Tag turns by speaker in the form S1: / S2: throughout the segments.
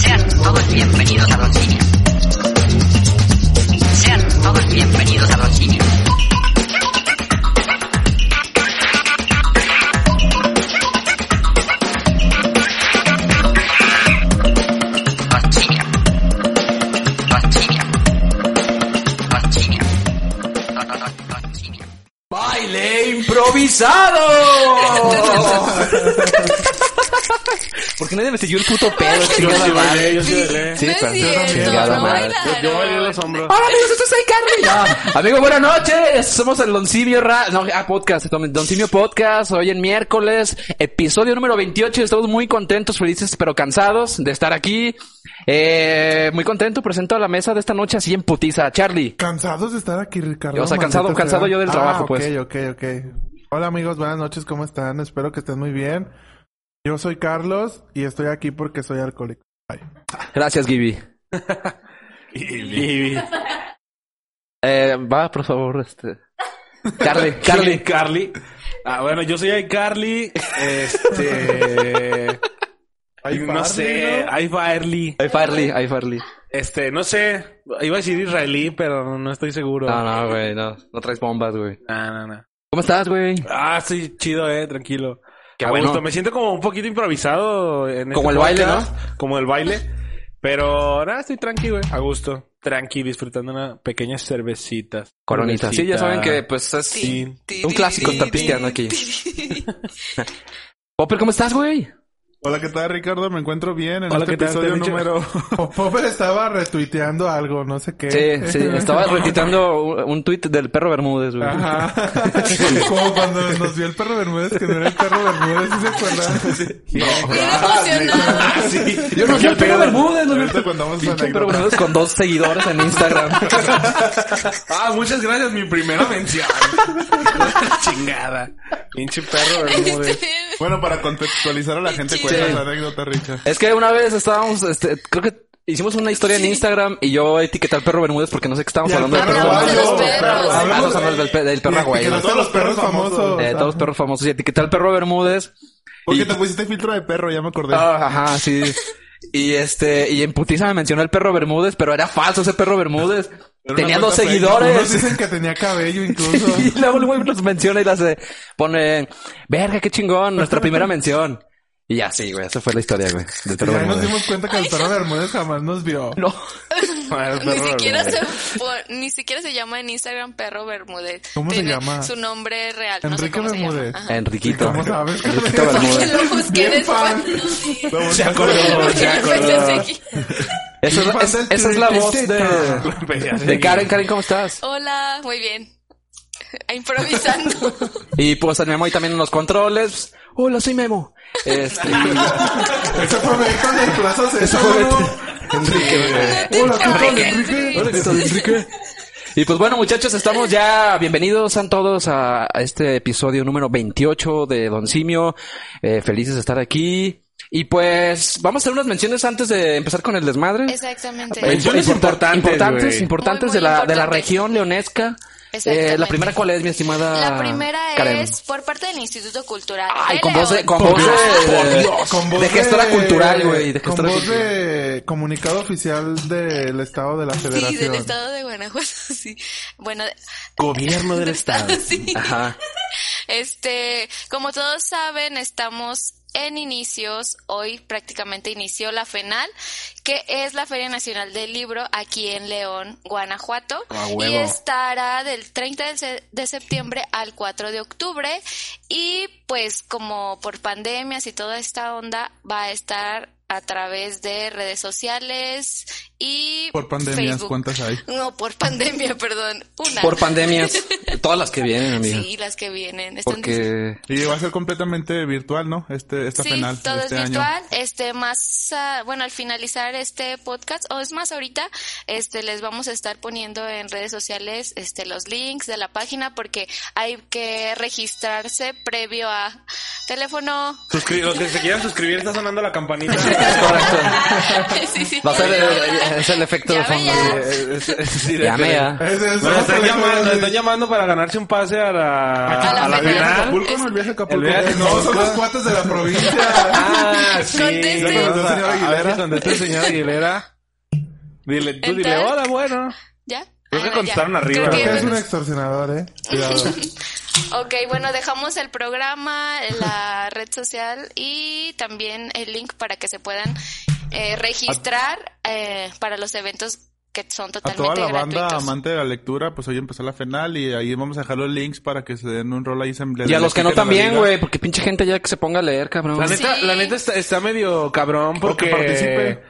S1: Sean todos bienvenidos a Ronquinia. Sean todos bienvenidos a Ronquinia. Ronquinia. Ronquinia. Ronquinia. Ron- ron- ron- Ronquinia.
S2: ¡Baile improvisado! ¿Por qué nadie me siguió el puto pedo,
S3: Yo
S2: chingada
S3: sí
S2: madre?
S3: bailé, yo sí bailé.
S2: Sí,
S3: Yo
S4: No
S2: pero-
S4: es cierto,
S2: Chingada
S4: no
S2: madre.
S4: bailaron.
S3: yo bailé los hombros.
S2: Hola amigos, esto es Soy Carmen. No, Amigo, buenas noches. Somos el Don Simio Ra... No, ah, podcast. Don Don Simio Podcast. Hoy en miércoles, episodio número 28. Estamos muy contentos, felices, pero cansados de estar aquí. Eh, muy contento. Presento a la mesa de esta noche así en putiza. Charlie.
S5: Cansados de estar aquí, Ricardo.
S2: O sea, cansado-
S5: Maldita Ah,
S2: cansado yo del trabajo,
S5: ok,
S2: pues.
S5: Ok, ok, Hola amigos, buenas noches, ¿cómo están? Espero que estén muy bien. Yo soy Carlos y estoy aquí porque soy alcohólico. Bye.
S2: Gracias, Gibby.
S3: Vivi.
S2: Eh, va, por favor, este. Charlie, Charlie.
S3: Carly. Ah, bueno, yo soy iCarly. Este. no sé. iFarly.
S2: Ay, Farley, ay, Farley.
S3: Este, no sé. Iba a decir israelí, pero no estoy seguro.
S2: No, no, güey, no. No traes bombas, güey.
S3: No, no, no.
S2: ¿Cómo estás, güey?
S3: Ah, sí, chido, eh, tranquilo.
S2: Qué
S3: A
S2: bueno.
S3: gusto. Me siento como un poquito improvisado en
S2: Como el
S3: este
S2: baile,
S3: podcast, Como el baile. Pero nada, estoy tranqui, güey. A gusto. Tranqui, disfrutando una pequeñas cervecitas.
S2: Coronita. Sí, ya saben que, pues, es
S3: Sí.
S2: un clásico estar pisteando aquí. Popper, ¿cómo estás, güey?
S5: Hola, ¿qué tal, Ricardo? Me encuentro bien en
S3: Hola,
S5: este
S3: ¿qué tal?
S5: episodio
S3: ¿Te han dicho?
S5: número... Popper estaba retuiteando algo, no sé qué.
S2: Sí, sí. Estaba retitando un- un tuit del perro Bermúdez, güey.
S5: Ajá. Como cuando nos vio el perro Bermúdez, que no era el perro Bermúdez, ¿sí se acuerdan?
S4: Bien emocionado.
S3: Ah, sí.
S2: Yo no vi al perro Bermúdez, no vi al
S5: Ahorita contamos la
S2: pinche perro
S5: anécdota.
S2: Bermúdez con dos seguidores en Instagram.
S3: Ah, muchas gracias, mi primera mención. Chingada. Pinche perro, Bermúdez.
S4: Este,
S5: Bueno, para contextualizar a la gente,
S4: Sí.
S5: cuenta la anécdota, Richard.
S2: Es que una vez estábamos, este, creo que hicimos una historia en Instagram y yo etiqueté al perro Bermúdez porque no sé qué estábamos
S5: Y al
S2: hablando del perro
S5: perro
S4: Hablamos de
S2: Bermúdez.
S4: los perros.
S2: Ah,
S5: Hablamos
S2: nos hablamos del, pe- del perro
S5: Y
S2: Aguayo.
S5: etiquetó a todos los perros famosos.
S2: Eh, todos los perros famosos. Y etiqueté al perro Bermúdez.
S5: Porque
S2: Y-
S5: te pusiste filtro de perro, ya me acordé.
S2: Ah, ajá, sí. Y este, y en putiza me mencionó el perro Bermúdez, pero era falso ese perro Bermúdez.
S5: Era
S2: Tenía
S5: una
S2: dos
S5: cuenta fake. Unos
S2: seguidores.
S5: dicen que tenía cabello incluso.
S2: Y luego el güey nos menciona y las hace, pone, verga, qué chingón, nuestra primera mención. Y así, güey, esa fue la historia, güey, del
S5: Y
S2: perro
S5: ahí nos
S2: Bermúdez.
S5: dimos cuenta que el perro Bermúdez jamás nos vio.
S2: No,
S3: Ah, el
S4: Ni
S3: perro
S4: siquiera,
S3: Bermúdez.
S4: se, pon- ni siquiera se llama en Instagram perro Bermúdez.
S5: ¿Cómo se
S4: Tiene
S5: llama?
S4: Su nombre real. no sé
S5: Enrique
S4: cómo se llama.
S5: Bermúdez.
S4: Ajá.
S2: Enriquito.
S5: ¿Cómo sabes?
S2: Enriquito
S4: Que
S2: Bermúdez.
S4: lo busquen
S5: Bien
S4: es
S5: fan.
S3: Se acordó, se acordó.
S2: Esa es, la- es- esa es la voz
S5: Enriquito.
S2: de, Este, de Karen. Karen, ¿cómo estás?
S4: Hola, muy bien. Improvisando.
S2: Y pues el Memo ahí también en los controles. Hola, soy Memo. Este,
S5: Ese fue Beto en el Plaza
S2: Ese
S5: César.
S2: fue
S5: ¿no?
S2: Beto.
S5: Enrique.
S4: te
S5: Hola, ¿qué tal,
S4: pases.
S5: Enrique?
S2: Hola, ¿qué tal, Enrique? Y pues bueno, muchachos, estamos ya. Bienvenidos a todos a a este episodio número 28 de Don Simio. Eh, felices de estar aquí. Y pues vamos a hacer unas menciones antes de empezar con el desmadre.
S4: Exactamente.
S2: Eh,
S3: Menciones
S2: impor-
S3: importantes,
S2: importantes,
S3: güey.
S2: importantes
S4: Muy, muy
S2: de la de la
S4: importantes.
S2: región leonesca.
S4: Exactamente.
S2: Eh, la primera cuál es, mi estimada.
S4: La primera
S2: Karen?
S4: es por parte del Instituto Cultural.
S2: Ay,
S4: de
S2: con voz de
S4: León.
S2: con
S5: Por
S2: voz de,
S5: Dios,
S2: de-
S5: Con voz
S2: de gestora
S5: de-
S2: cultural, güey, de
S5: Con
S2: gestora
S5: voz
S2: cultural.
S5: de comunicado oficial del Estado de la Federación.
S4: Sí, del estado de Guanajuato, sí. Bueno, de-
S3: Gobierno del Estado.
S4: sí.
S2: Ajá.
S4: Este, como todos saben, estamos en inicios, hoy prácticamente inició la FENAL, que es la Feria Nacional del Libro aquí en León, Guanajuato,
S2: A huevo.
S4: y estará del 30 de se- de septiembre al 4 de octubre y pues como por pandemias y toda esta onda va a estar a través de redes sociales y
S5: Por pandemias,
S4: Facebook.
S5: ¿cuántas hay?
S4: No, por pandemia, perdón, una.
S2: Por pandemias. Todas las que vienen, amiga.
S4: Sí, las que vienen. Están
S2: Porque
S5: Y va a ser completamente virtual, ¿no? Este, esta
S4: sí,
S5: penal.
S4: todo
S5: este
S4: es
S5: año.
S4: virtual. Este, más, ah, bueno, al finalizar este podcast, o es más, ahorita, este, les vamos a estar poniendo en redes sociales, este, los links de la página porque hay que registrarse previo a teléfono.
S3: Suscri- los que se quieran suscribir, está sonando la campanita.
S2: es correcto.
S4: Sí, sí.
S2: Va a ser eh, es el efecto
S4: Ya
S2: de fondo.
S4: veía.
S3: Eh, es- es- sí, de-
S2: Ya me ya.
S5: Es- es-
S3: Nos
S5: vamos a
S3: están,
S5: ver-
S3: llamando, nos están llamando para ganarse un pase a la,
S4: A la
S3: a la
S4: final.
S3: final.
S5: Acapulco, no el viaje a Acapulco.
S3: El viaje a
S5: No, son
S3: Acapulco.
S5: los cuates de la provincia.
S3: Ah, sí.
S4: Conteste.
S3: Luego nos vas a-
S5: Señora
S3: a ver
S5: Aguilera.
S3: si contesta el señor Aguilera. Dile, tú dile,
S4: Entonces-
S3: hola, bueno.
S4: ¿Ya?
S3: Creo que
S4: Ah, ya.
S3: contestaron arriba.
S4: Creo que-
S5: Creo que es un extorsionador, ¿eh? Cuidado.
S4: Ok, bueno, dejamos el programa, la red social y también el link para que se puedan eh, registrar eh, para los eventos que son
S5: A toda
S4: totalmente
S5: la banda
S4: gratuitos.
S5: amante de la lectura, pues hoy empezó la final y ahí vamos a dejar los links para que se den un rol ahí. se- le-
S2: Y a
S5: le
S2: los que no
S5: piquen a la
S2: también,
S5: liga.
S2: güey, porque pinche gente ya que se ponga a leer, cabrón.
S3: La neta,
S4: Sí.
S3: la neta está, está medio cabrón porque...
S5: que participe.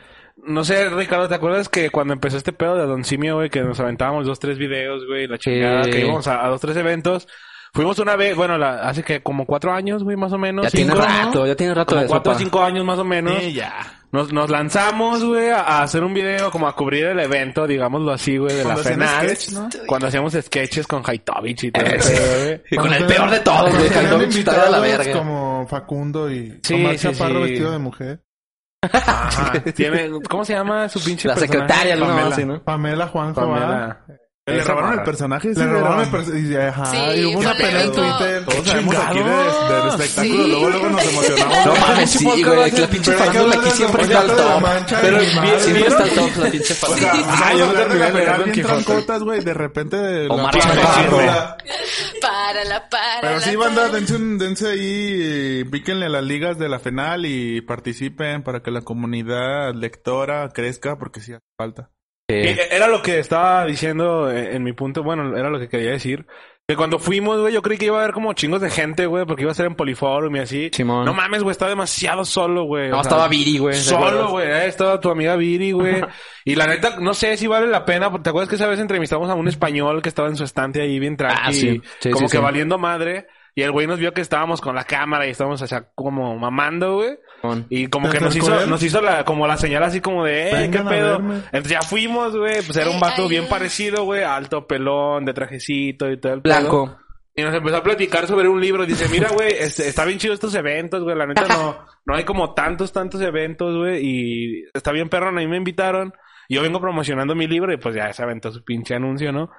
S3: No sé, Ricardo, ¿te acuerdas que cuando empezó este pedo de Don Simio, güey, que nos aventábamos dos, tres videos, güey, la chingada,
S2: Sí.
S3: que íbamos a, a dos, tres eventos? Fuimos una vez, bueno, la- hace que como cuatro años, güey, más o menos.
S2: Ya tiene
S3: cinco,
S2: rato, ya tiene rato
S3: Como
S2: de
S3: cuatro o
S2: sopa.
S3: cinco años más o menos.
S5: Sí, ya.
S3: Nos, nos lanzamos, güey, a, a hacer un video, como a cubrir el evento, digámoslo así, güey, de
S5: Cuando
S3: la
S5: hacían
S3: FENAL.
S5: sketch, ¿no?
S3: Cuando hacíamos sketches con Haitovich y todo.
S2: Eh,
S3: eso,
S2: sí.
S3: güey.
S2: Y con el
S5: Cuando
S2: peor de todos,
S5: Cuando
S2: güey.
S5: tenían
S2: Cuando está de la
S5: invitados
S2: verga.
S5: Como Facundo y
S3: Sí,
S5: Omar
S3: sí,
S5: Chaparro
S3: sí.
S5: vestido de mujer.
S3: Ajá. Ah, Tiene- ¿Cómo se llama su pinche
S2: La
S3: personaje?
S2: secretaria, algo
S3: Pamela.
S2: así, ¿no? Eh.
S5: Pamela Juanjo. ¿verdad?
S3: Pamela.
S5: Le
S3: Esa
S5: robaron
S3: morra.
S5: el personaje.
S3: Le robaron el
S5: personaje. Ajá.
S4: Sí,
S5: y hubo una
S4: fue
S5: pelea en
S4: polémico.
S5: Twitter.
S3: Todos
S5: Qué
S3: sabemos aquí de-
S5: chingados.
S3: del espectáculo,
S5: Sí,
S3: luego, luego nos emocionamos.
S2: No mames, sí,
S5: Podcast
S2: güey.
S5: hace-
S2: La pinche
S5: pero hay que
S2: farándula
S5: hablar
S2: aquí
S5: de
S2: siempre
S5: los
S2: está al
S5: Payasos de la
S2: top.
S5: Mancha y
S3: Pero
S5: mi madre.
S3: bien-
S2: Siempre
S3: ¿Vieron?
S2: está el top, la pinche
S5: O sea,
S2: farándula.
S5: ah, yo
S3: Vamos a
S5: me terminé
S3: hablar de
S5: de
S3: Don
S5: bien
S3: Quijote.
S5: trancotas, güey, de repente de
S2: Omar
S5: la
S2: Chaparro.
S5: Chaparro.
S4: Para la para.
S5: Pero
S4: la,
S5: sí, banda,
S4: para.
S5: dense, un- dense ahí, eh, píquenle a las ligas de la FENAL y participen para que la comunidad lectora crezca, porque sí hace falta.
S2: Sí.
S3: Eh, Era lo que estaba diciendo eh, en mi punto, bueno, era lo que quería decir. Que cuando fuimos, güey, yo creí que iba a haber como chingos de gente, güey, porque iba a ser en Poliforum y así.
S2: Simón.
S3: No mames, güey, estaba demasiado solo, güey.
S2: No,
S3: O sea,
S2: estaba Viri, güey. ¿te
S3: Solo,
S2: acuerdas?
S3: güey. Ahí estaba tu amiga Viri, güey. y la neta, no sé si vale la pena. porque ¿Te acuerdas que esa vez entrevistamos a un español que estaba en su estante ahí bien tranqui?
S2: Ah, sí. Sí,
S3: como
S2: sí,
S3: que
S2: sí.
S3: valiendo madre. Y el güey nos vio que estábamos con la cámara y estábamos allá como mamando, güey.
S2: Simón.
S3: Y como
S5: ¿Te
S3: que nos
S5: acercó
S3: hizo,
S5: él?
S3: nos hizo la, como la señal así como de, eh, ¿qué
S5: Vengan a
S3: pedo?
S5: verme.
S3: Entonces ya fuimos, güey. Pues era un
S4: Ay,
S3: vato
S4: ay,
S3: bien
S4: ay.
S3: parecido, güey. Alto, pelón, de trajecito y todo el pedo.
S2: Blanco.
S3: Y nos empezó a platicar sobre un libro. Dice, mira, güey, este, está bien chido estos eventos, güey. La neta no, no hay como tantos, tantos eventos, güey. Y está bien perrón, a mí me invitaron. Yo vengo promocionando mi libro y pues ya se aventó su pinche anuncio, ¿no?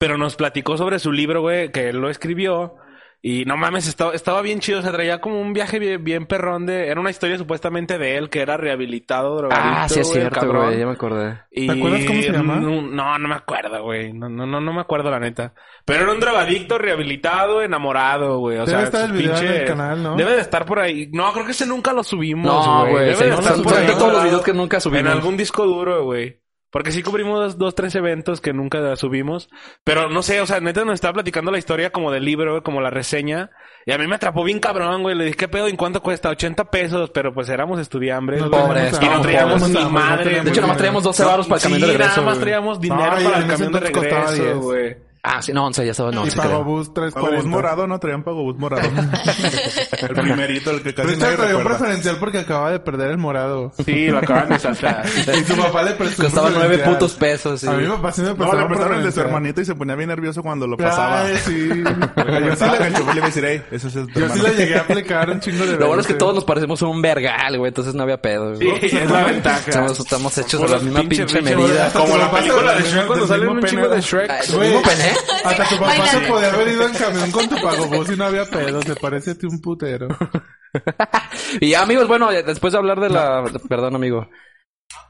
S3: Pero nos platicó sobre su libro, güey, que él lo escribió. Y no mames, estaba, estaba bien chido. Se traía como un viaje bien, bien perrón de... Era una historia supuestamente de él que era rehabilitado, drogadicto,
S2: Ah, sí es
S3: güey,
S2: cierto,
S3: cabrón.
S2: güey. Ya me acordé.
S3: Y-
S5: ¿Te acuerdas cómo se llama?
S3: No, no, no me acuerdo, güey. No, no, no, no me acuerdo la neta. Pero era un drogadicto, rehabilitado, enamorado, güey. O
S5: Debe
S3: sea,
S5: estar
S3: sus
S5: el video en
S3: pinches-
S5: el canal, ¿no?
S3: Debe de estar por ahí. No, creo que ese nunca lo subimos,
S2: No,
S3: güey.
S2: güey,
S3: Debe
S2: se
S3: de
S2: nos
S3: estar por
S2: subieron
S3: ahí.
S2: todos los videos que nunca subimos.
S3: En algún disco duro, güey. Porque sí cubrimos dos, dos, tres eventos que nunca subimos. Pero no sé, o sea, neta nos estaba platicando la historia como del libro, güey, como la reseña. Y a mí me atrapó bien cabrón, güey. Le dije, ¿qué pedo? ¿En cuánto cuesta? 80 pesos. Pero pues éramos estudiambres,
S5: No
S3: güey.
S2: pobres,
S3: Y no
S2: estábamos
S3: traíamos
S5: pobres.
S3: ni
S5: No
S3: madre.
S5: teníamos
S2: De hecho, nomás
S3: güey.
S2: traíamos 12 baros para el
S3: Sí,
S2: camión de regreso.
S3: Nada más
S2: güey.
S3: traíamos dinero
S5: Ay,
S3: para
S5: en
S3: el
S5: ese
S3: camión de
S5: entonces costaba
S3: regreso,
S5: 10.
S3: güey.
S2: Ah, sí, no, 11 ya estaba en
S5: Y
S2: 11. creo.
S5: Pagobús 340.
S6: Pagobús morado, no traían Pagobús morado. el primerito, el que casi
S5: Richard
S6: nadie
S5: traía un
S6: recuerda.
S5: preferencial porque acaba de perder el morado.
S3: Sí, lo acaban de saltar.
S5: Y tu papá le prestó un
S2: Costaba 9
S5: preferencial.
S2: putos pesos. sí.
S5: A mi papá sí me prestó
S6: No, le
S5: un
S6: prestaron el de su
S5: preferencial.
S6: hermanito y se ponía bien nervioso cuando lo pasaba.
S5: Ay, sí.
S6: Yo
S5: Yo sí
S6: estaba
S5: la-
S6: con el chofer y le iba a decir, "Ey, ese es el
S5: Yo sí la llegué a aplicar un chingo de
S2: Lo bueno es que
S5: veces.
S2: todos nos parecemos un vergal, güey. Entonces no había pedo.
S3: Sí,
S2: güey.
S3: es la ventaja.
S2: Estamos, estamos hechos de
S3: Puros
S2: la misma pinche,
S3: pinches bichos,
S2: medida. Ah,
S3: güey. Como la
S5: Pasa
S3: película de
S5: del-
S3: Shrek cuando
S5: del
S3: salen un
S5: mismo
S3: chingo de
S5: pene.
S3: Shrek.
S2: Ay,
S5: Güey.
S2: ¿cómo pené?
S5: Hasta tu papá se
S4: Bailando.
S5: podía haber ido en camión con tu pagobús y no había pedo. Te parece a ti un putero.
S2: Y ya, amigos, bueno, ya después de hablar de la... Perdón, amigo.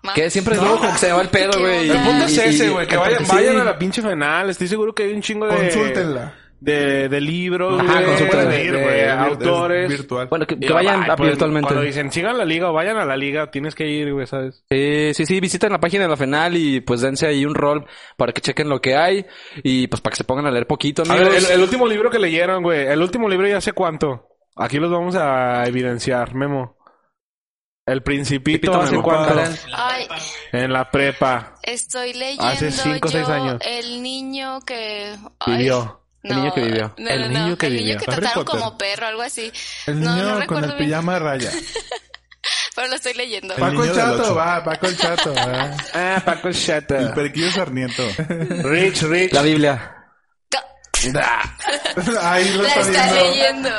S4: Ma.
S2: Que siempre es luego como que se me va el pedo, güey.
S4: El
S3: El punto es
S2: Y-
S3: ese,
S2: y-
S3: güey. Que
S2: y-
S3: vayan,
S2: sí.
S3: vayan a la pinche final. Estoy seguro que hay un chingo de...
S5: Consúltenla.
S3: de, de libros,
S2: Ajá,
S3: güey,
S2: consulta
S3: de,
S2: de-
S3: Ah, de
S5: Es vir- es
S3: autores.
S5: virtual.
S2: Bueno, que, que
S3: Digo,
S2: vayan
S3: ay,
S2: a-
S3: pues,
S2: virtualmente.
S3: Cuando dicen, sigan la liga o vayan a la liga, tienes que ir, güey, ¿sabes?
S2: Eh, sí, sí, visiten la página de la FENAL y pues dense ahí un rol para que chequen lo que hay y pues para que se pongan a leer poquito,
S3: A
S2: amigos.
S3: ver, el, el último libro que leyeron, güey. El último libro ya hace cuánto. Aquí los vamos a evidenciar, Memo. El Principito,
S2: Pito,
S3: hace
S2: Memo,
S3: cuánto.
S2: padre.
S4: Ay,
S3: En la prepa.
S4: estoy leyendo
S3: Hace cinco o
S4: yo
S3: seis años.
S4: El niño que... ay,
S3: Pidió.
S2: El niño que vivió.
S4: no,
S3: El
S4: no,
S3: niño
S4: no,
S3: que
S4: el
S3: vivió.
S4: niño que
S5: Harry
S4: trataron
S5: Potter.
S4: como perro, algo así.
S6: El
S4: No,
S6: niño
S4: no
S6: con
S4: recuerdo
S6: el
S4: bien,
S6: pijama de raya.
S4: pero lo estoy leyendo.
S6: El
S5: Paco
S6: niño
S5: el
S6: del
S5: Chato,
S6: ocho. Ah,
S5: va, Paco el Chato. va.
S3: Ah, Paco
S5: El
S3: Shata.
S5: Perquillo Sarniento.
S3: Rich, Rich.
S2: La Biblia.
S5: Ahí lo
S4: La
S5: está
S4: está
S5: viendo.
S4: leyendo.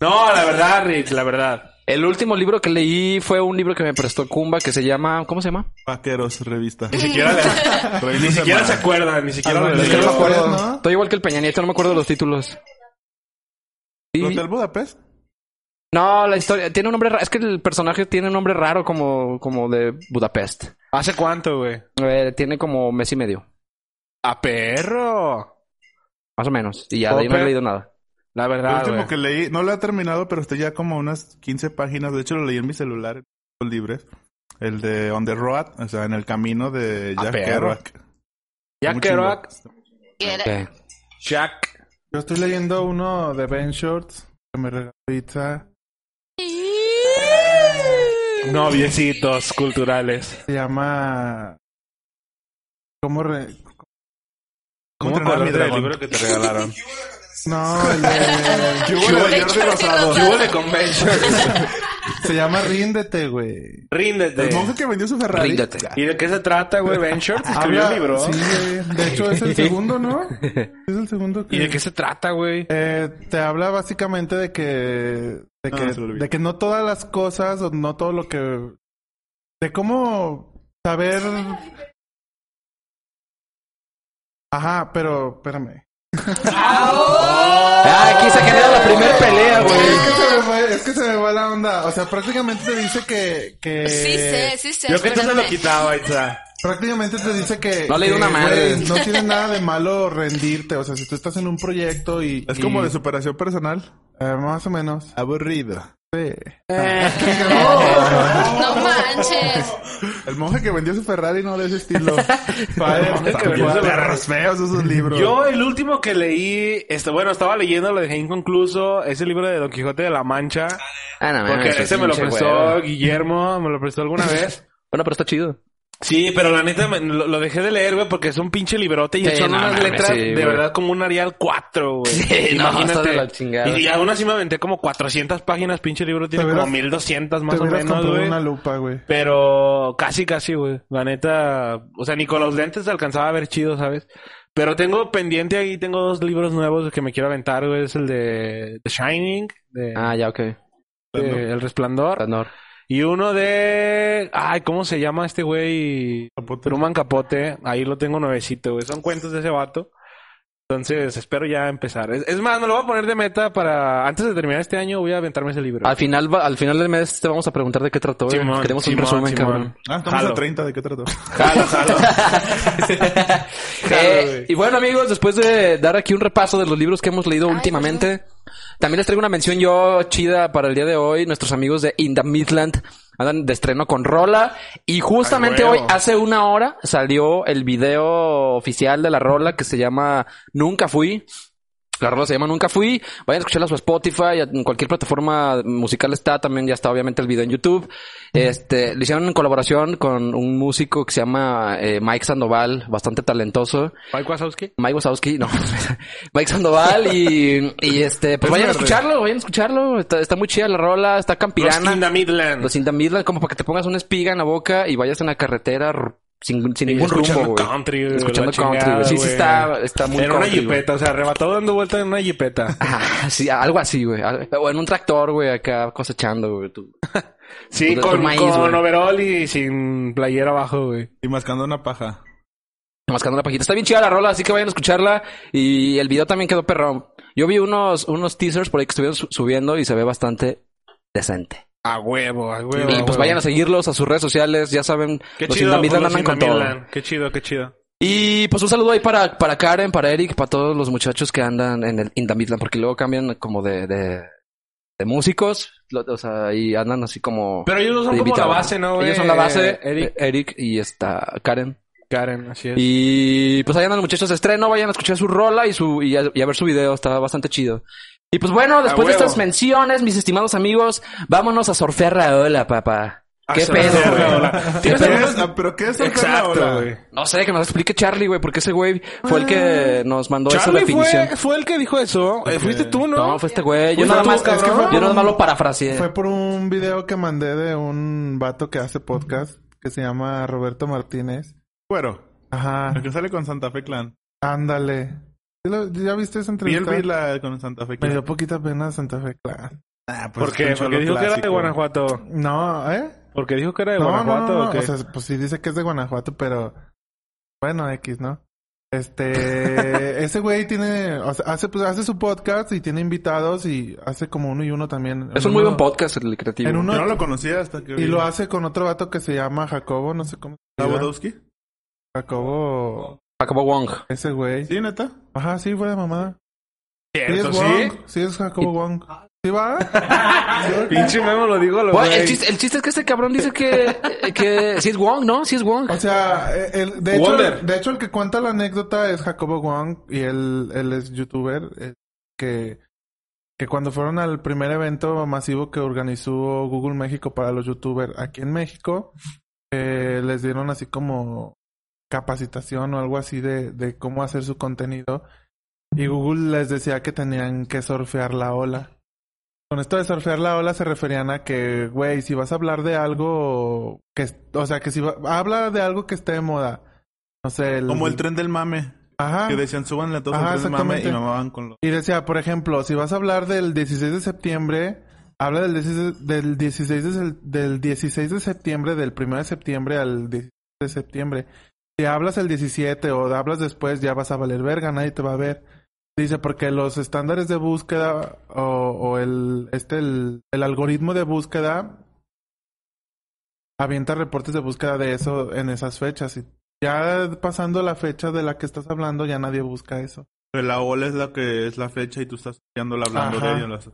S3: No, la verdad, Rich, la verdad.
S2: El último libro que leí fue un libro que me prestó Kumba que se llama, ¿cómo se llama?
S5: Vaqueros, revista.
S3: Ni siquiera, la-
S5: Revista
S3: ni siquiera se
S5: semanal.
S3: acuerdan, ni siquiera
S5: Ah,
S3: lo
S5: no,
S2: Es que no me
S5: Libros,
S3: leyeron.
S2: acuerdo.
S5: ¿no?
S2: Estoy igual que el Peña Nieto, no me acuerdo los títulos. Y-
S5: ¿Hotel Budapest?
S2: No, la historia tiene un nombre raro. Es que el personaje tiene un nombre raro como, como de Budapest.
S3: ¿Hace cuánto, güey?
S2: Eh, tiene como mes y medio,
S3: A perro.
S2: más o menos. Y ya de ahí no he
S3: Ope.
S2: leído nada.
S3: La
S5: El
S3: verdad,
S5: último
S3: güey.
S5: que leí, no lo he terminado, pero estoy ya como unas 15 páginas. De hecho, lo leí en mi celular, en los libres. El de On the Road, o sea, en el camino de
S3: Ah,
S5: Jack
S3: perro.
S5: Kerouac.
S3: Jack
S5: Muy
S3: Kerouac.
S5: chingón.
S4: Y
S5: Eh,
S4: era-
S2: Ok.
S3: Jack.
S6: Yo estoy leyendo uno de Ben Shorts que me regaló Itza.
S3: Noviecitos culturales.
S6: Se llama... ¿Cómo re...
S3: ¿Cómo
S5: entrenar a mi
S3: acordarte del
S5: dragón?
S3: libro que te regalaron?
S6: No, el de...
S5: ¿Qué hubo de Jordi Rosado?
S3: ¿Qué hubo de convention?
S6: Se llama Ríndete, güey.
S3: Ríndete.
S5: El monje que vendió su Ferrari.
S2: Ríndete.
S3: ¿Y de qué se trata, güey? Venture escribió
S6: Habla-
S3: un libro.
S6: Sí, güey. de hecho es el segundo, ¿no? Es el segundo que...
S3: ¿Y de qué se trata, güey?
S6: Eh, te habla básicamente de que de
S5: No,
S6: que,
S5: no se lo olvide.
S6: de que no todas las cosas o no todo lo que de cómo saber Ajá, pero espérame.
S2: Ah, aquí se genera la primera pelea,
S6: Es
S2: güey.
S6: que, se me fue, este, es que se me fue la onda. O sea, prácticamente te dice que, que
S4: Sí sé, sí sé.
S3: Yo que tú se lo
S4: espérame.
S3: quitaba, Itza.
S6: prácticamente te dice que
S2: No le
S6: que,
S2: di una madre.
S6: güey, no tiene nada de malo rendirte, o sea, si tú estás en un proyecto y
S5: Es
S6: y-
S5: como de superación personal.
S6: eh, más o menos.
S5: Aburrido.
S6: Sí.
S3: Eh.
S4: No manches.
S5: El monje que vendió su Ferrari no de ese estilo.
S6: Padre,
S3: monje que
S6: tan
S3: vendió su
S6: guapo.
S3: Ferrari.
S5: Perros feos esos libros.
S3: Yo el último que leí, este, bueno, estaba leyendo, lo dejé inconcluso, ese libro de Don Quijote de la Mancha,
S2: Ah, no,
S3: porque
S2: mames,
S3: ese me lo
S2: pinche
S3: prestó
S2: güero.
S3: Guillermo, me lo prestó alguna vez.
S2: Bueno, pero está chido.
S3: Sí, pero la neta me- lo, lo dejé de leer, güey, porque es un pinche librote y
S2: Sí,
S3: son
S2: no
S3: unas
S2: mames,
S3: letras
S2: sí,
S3: de
S2: güey.
S3: verdad como un Arial 4, güey.
S2: Sí, no, está de la chingada.
S3: Y, y aún así me aventé como 400 páginas, pinche libro tiene
S6: Te
S3: como
S6: hubieras-
S3: 1200
S6: Te
S3: más o
S6: hubieras
S3: menos,
S6: comprado
S3: güey.
S6: una lupa, güey.
S3: Pero casi, casi, güey. La neta, o sea, ni con los lentes alcanzaba a ver chido, ¿sabes? Pero tengo pendiente ahí, tengo dos libros nuevos que me quiero aventar, güey. Es el de The Shining, de,
S2: Ah, ya, ok.
S3: de El Resplandor.
S2: Tanor.
S3: Y uno de... Ay, ¿cómo se llama este güey? Truman Capote. Ahí lo tengo nuevecito, güey. Son cuentos de ese vato. Entonces, espero ya empezar. Es, es más, me lo voy a poner de meta para... Antes de terminar este año voy a aventarme ese libro.
S2: Al final, va- al final del mes te vamos a preguntar de qué trató. güey.
S3: Simón,
S2: Queremos un
S3: Simón,
S2: resumen,
S3: Simón.
S2: cabrón.
S5: Ah, estamos
S3: Jalo.
S5: a 30, ¿de qué trato?
S3: Jalo, jalo.
S2: Eh,
S3: güey.
S2: y bueno, amigos, después de dar aquí un repaso de los libros que hemos leído
S4: Ay,
S2: últimamente, también les traigo una mención yo chida para el día de hoy. Nuestros amigos de In the Midland andan de estreno con Rola. Y justamente
S3: Ay,
S2: hoy,
S3: huevo.
S2: hace una hora, salió el video oficial de la Rola que se llama Nunca Fui. La rola se llama Nunca Fui. Vayan a escucharla a su Spotify, en cualquier plataforma musical está. También ya está obviamente el video en YouTube. Este, lo hicieron en colaboración con un músico que se llama eh, Mike Sandoval, bastante talentoso.
S3: Mike Wazowski.
S2: Mike Wazowski, no. Mike Sandoval y, y este, pues
S5: Es
S2: vayan a
S5: verde.
S2: escucharlo, vayan a escucharlo. Está, está muy chida la rola, está
S3: Los in the
S2: campirana.
S3: Midland.
S2: Los Inda Midland, como para que te pongas una espiga en la boca y vayas en la carretera r- sin, sin ningún rumbo,
S3: escuchando
S2: güey.
S3: country, güey,
S2: Escuchando
S3: la
S2: country,
S3: chingada,
S2: güey. Sí, sí
S3: güey.
S2: está, está muy
S3: en una
S2: country, güey.
S3: jipeta, o sea, arrebatado dando vuelta en una jipeta.
S2: Ah, sí, algo así, güey. Al- O en un tractor, güey, acá cosechando, güey. tú.
S3: Sí,
S2: Con-
S3: con,
S2: con maíz,
S3: con
S2: güey.
S3: overall y sin playera abajo, güey.
S5: Y mascando una paja.
S2: Mascando la pajita. Está bien chida la rola, así que vayan a escucharla. Y el video también quedó perrón. Yo vi unos, unos teasers por ahí que estuvieron su- subiendo y se ve bastante decente.
S3: A huevo, a
S2: Y
S3: huevo.
S2: pues
S3: a huevo.
S2: vayan a seguirlos a sus redes sociales, ya saben,
S3: Qué
S2: los
S3: chido, pues,
S2: Indamidland
S3: los
S2: andan
S3: in
S2: con
S3: the
S2: todo.
S3: Midland. Qué chido, qué chido.
S2: Y pues un saludo ahí para, para Karen, para Eric, para todos los muchachos que andan en el Indamidland, porque luego cambian como de, de, de músicos, lo- o sea, y andan así como...
S3: Pero ellos no son
S2: de
S3: como la
S2: invitados.
S3: base, ¿no, güey?
S2: Ellos son la base, Eric,
S3: Eric,
S2: Eric y está Karen.
S3: Karen, así es.
S2: Y pues ahí andan los muchachos de estreno, vayan a escuchar su rola y su y a, y a ver su video, está bastante chido. Y pues bueno, después de
S3: Ah, huevo.
S2: estas menciones, mis estimados amigos, vámonos a surfear la ola, papá.
S3: A
S2: ¿Qué
S3: surfear
S2: pedo,
S3: Ah, la
S2: güey?
S3: ola.
S2: ¿Qué
S5: Pero,
S2: pedo?
S5: es- ah, pero ¿qué es surfear la
S3: Exacto,
S5: ola?
S3: güey.
S2: No sé, que nos explique Charlie, güey, porque ese güey fue el que nos mandó esa
S3: Charlie
S2: definición.
S3: fue, fue el que dijo eso. Eh, Fuiste tú, ¿no?
S2: No, fue este güey. Yo
S3: Fuiste
S2: nada
S3: tú,
S2: más,
S3: cabrón.
S2: es que fue- yo nada más lo parafraseé.
S6: Fue por un video que mandé de un vato que hace podcast que se llama Roberto Martínez.
S5: Cuero.
S6: Ajá,
S5: El que sale con Santa Fe Clan.
S6: ándale. ¿Sí lo- ¿Ya viste esa
S5: Vi el
S6: entrevista?
S5: vi la con Santa Fe
S6: Me
S5: Clan.
S6: dio poquita pena Santa Fe, claro.
S5: Ah, pues,
S3: ¿Por qué?
S5: es un
S3: Porque
S5: cholo
S3: dijo que era de
S5: clásico.
S3: Guanajuato.
S6: No, ¿eh?
S3: Porque dijo que era de
S6: No, no,
S3: Guanajuato.
S6: no,
S3: ¿o
S6: no.
S3: qué?
S6: O sea, pues sí dice que es de Guanajuato, pero... Bueno, X, ¿no? Este... ese güey tiene... o sea, hace, pues, hace su podcast y tiene invitados y hace como uno y uno también.
S2: es
S6: En
S2: un muy
S6: uno-
S2: buen podcast el creativo.
S6: En uno-
S5: Yo no lo conocía hasta que.
S6: Y lo hace con otro vato que se llama Jacobo, no sé cómo se llama.
S5: Wadowski?
S6: Jacobo...
S2: Jacobo Wong.
S6: Ese güey.
S5: Sí, neta.
S6: Ajá, sí, fue de mamada. Sí es
S3: Cierto,
S6: Wong.
S3: Pues ¿sí?
S6: Sí, es Jacobo Wong. ¿Sí va?
S3: Pinche memo lo digo a lo
S2: Güey,
S3: güey.
S2: el, chiste, el chiste es que este cabrón dice que, que sí es Wong, ¿no? Sí es Wong.
S6: O sea, eh, el, de, hecho,
S3: Wonder.
S6: el, de hecho el que cuenta la anécdota es Jacobo Wong y él, él es youtuber eh, que, que cuando fueron al primer evento masivo que organizó Google México para los youtubers aquí en México, eh, les dieron así como capacitación o algo así de, de cómo hacer su contenido y Google les decía que tenían que surfear la ola. Con esto de surfear la ola se referían a que, güey, si vas a hablar de algo que, es- o sea, que si va- habla de algo que esté de moda, no sé, el,
S5: Como el tren del mame.
S6: ajá.
S5: Que decían, súbanle a todos
S6: Ah. Ajá,
S5: el tren del mame y
S6: exactamente.
S5: mamaban con los.
S6: Y decía, por ejemplo, si vas a hablar del 16 de septiembre, habla del 16, del 16 de, se- del 16 de septiembre, del 1 de septiembre al 16 de septiembre. Si hablas el 17 o hablas después, ya vas a valer verga, nadie te va a ver. Dice, porque los estándares de búsqueda o, o el, este, el, el algoritmo de búsqueda avienta reportes de búsqueda de eso en esas fechas. Y ya pasando la fecha de la que estás hablando, ya nadie busca eso.
S5: Pero la ola es la que es la fecha y tú estás surfeándola hablando
S6: Ajá.
S5: de ella. en las-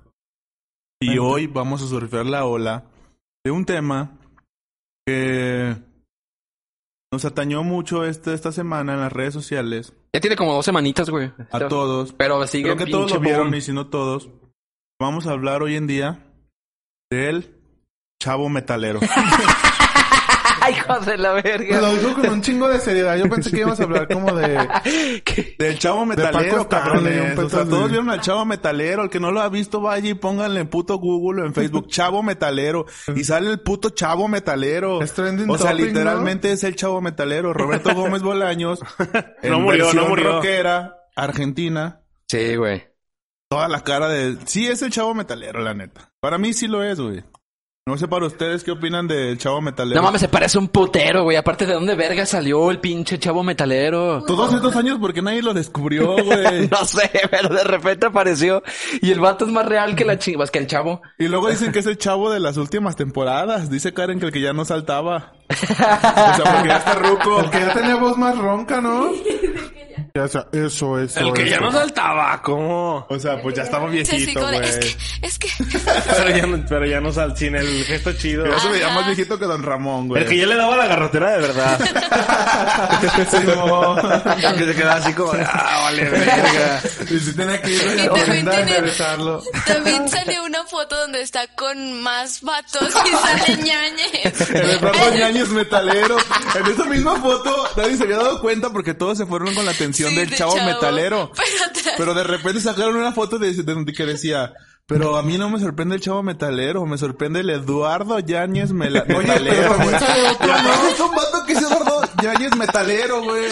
S5: Y hoy vamos a surfear la ola de un tema que nos atañó mucho este, esta semana en las redes sociales.
S2: Ya tiene como dos semanitas, güey.
S5: A todos.
S2: Pero sigue
S5: Creo que todos
S2: pinche
S5: lo vieron
S2: boom.
S5: y si no todos. Vamos a hablar hoy en día del chavo metalero.
S2: Ay, hijo de la verga.
S6: Pues lo dijo con un chingo de seriedad. Yo pensé que íbamos a hablar como de.
S2: ¿Qué?
S5: Del chavo metalero,
S6: Paco Stanley, un
S5: cabrones.
S6: pedo
S5: O sea,
S6: de-
S5: todos vieron al chavo metalero. El que no lo ha visto, vaya y pónganle en puto Google o en Facebook, chavo metalero. Y sale el puto chavo metalero.
S6: Es trending
S5: o sea,
S6: topic,
S5: literalmente es el chavo metalero. Roberto Gómez Bolaños. en
S3: No murió, no
S5: versión
S3: murió.
S5: rockera, argentina.
S2: Sí, güey.
S5: Toda la cara de... Sí, es el chavo metalero, la neta. Para mí sí lo es, güey. No sé para ustedes qué opinan del chavo metalero.
S2: No mames, se parece un putero, güey. Aparte, ¿de dónde verga salió el pinche chavo metalero?
S5: Todos estos años porque nadie lo descubrió, güey.
S2: No sé, pero de repente apareció. Y el vato es más real que la chivas, que el chavo.
S5: Y luego dicen que es el chavo de las últimas temporadas. Dice Karen que el que ya no saltaba. O sea, porque ya está ruco.
S6: El que ya tenía voz más ronca, ¿no? Ya, o sea, eso, eso.
S3: El que ya
S6: eso.
S3: no saltaba, ¿cómo?
S5: O sea, pues ya estaba
S4: Sí, sí,
S5: viejito,
S4: como de,
S5: güey.
S4: es que, es que.
S3: Pero ya no, pero ya no sal, sin el gesto chido.
S5: Ya se veía
S4: Ajá.
S5: más viejito que Don Ramón, güey.
S3: Ah, El que ya le daba la garrotera de verdad.
S5: Simón.
S3: que se quedaba así como, de, ah, vale, verga.
S6: Y si tenía que ir a
S4: Y
S6: la
S4: también
S6: tienda a
S4: tiene-
S6: enderezarlo.
S4: También salió una foto donde está con más vatos y sale ñañez.
S5: El Eduardo Ñañez metalero. En esa misma foto nadie se había dado cuenta porque todos se fueron con la atención
S4: Sí,
S5: del
S4: de
S5: chavo, metalero.
S4: Pero atrás-
S5: Pero de repente sacaron una foto de, de- que decía... Pero a mí no me sorprende el chavo metalero, me sorprende el Eduardo Yáñez mela- metalero, güey. No, es un vato que es Eduardo Yáñez metalero, güey.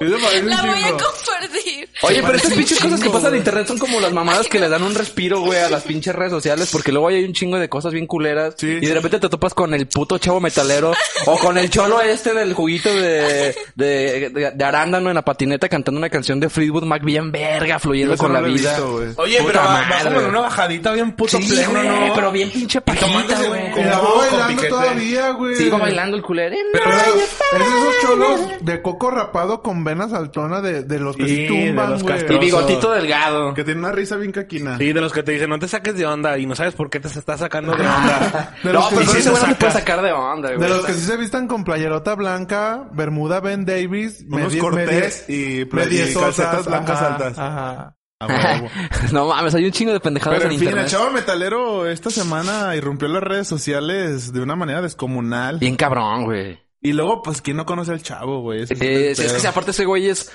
S4: la voy a compartir compartir.
S2: Oye, pero estas
S5: un
S2: pinches cosas que
S5: chingo,
S2: pasan en
S5: güey.
S2: internet son como las mamadas que le dan un respiro, güey, a las pinches redes sociales, porque luego ahí hay un chingo de cosas bien culeras.
S5: Sí,
S2: y de
S5: sí.
S2: repente te topas con el puto chavo metalero o con el cholo este del juguito de, de, de, de arándano en la patineta cantando una canción de Fleetwood Mac bien verga, fluyendo
S5: Eso
S2: con
S5: no
S2: la
S5: lo he
S2: vida.
S5: visto, güey.
S3: Oye,
S2: Puta
S3: pero va, va
S2: madre.
S3: como en una bajadita bien puto
S2: Sí,
S3: pleno,
S2: güey,
S3: ¿no?
S2: pero bien pinche pajita,
S3: tomándose
S2: güey.
S3: un-
S6: la
S3: Con
S6: va bailando
S3: piquete.
S6: todavía, güey.
S2: Sí, iba bailando el culero.
S6: Pero es de esos cholos de coco rapado con venas altona de, de los que
S3: Sí,
S6: se
S3: de
S6: tumban,
S3: los
S6: güey.
S2: Y
S3: castrosos.
S2: bigotito delgado.
S6: Que tiene una risa bien caquina.
S3: Sí, de los que te dicen, no te saques de onda y no sabes por qué te está sacando de onda.
S6: De
S2: No,
S6: los que
S2: pero
S6: sí
S2: ese
S6: se
S2: güey no te
S3: saca.
S2: puede sacar de onda, güey.
S6: De los que sí se vistan con playerota blanca, bermuda Ben Davis,
S5: Unos
S6: medi-
S5: cortés
S6: medi-
S5: y pla- y
S6: mediezosas,
S5: calcetas blancas
S6: ajá,
S5: altas.
S6: Ajá.
S5: A Ah, huevo.
S2: No mames, hay un chingo de pendejadas
S5: Pero
S2: en
S5: en fin, el
S2: internet.
S5: chavo metalero esta semana irrumpió las redes sociales de una manera descomunal.
S2: Bien cabrón, güey.
S5: Y luego, pues, ¿quién no conoce al chavo, güey? Ese
S2: Eh,
S5: el
S2: sí, es
S5: pedo.
S2: que aparte ese güey es...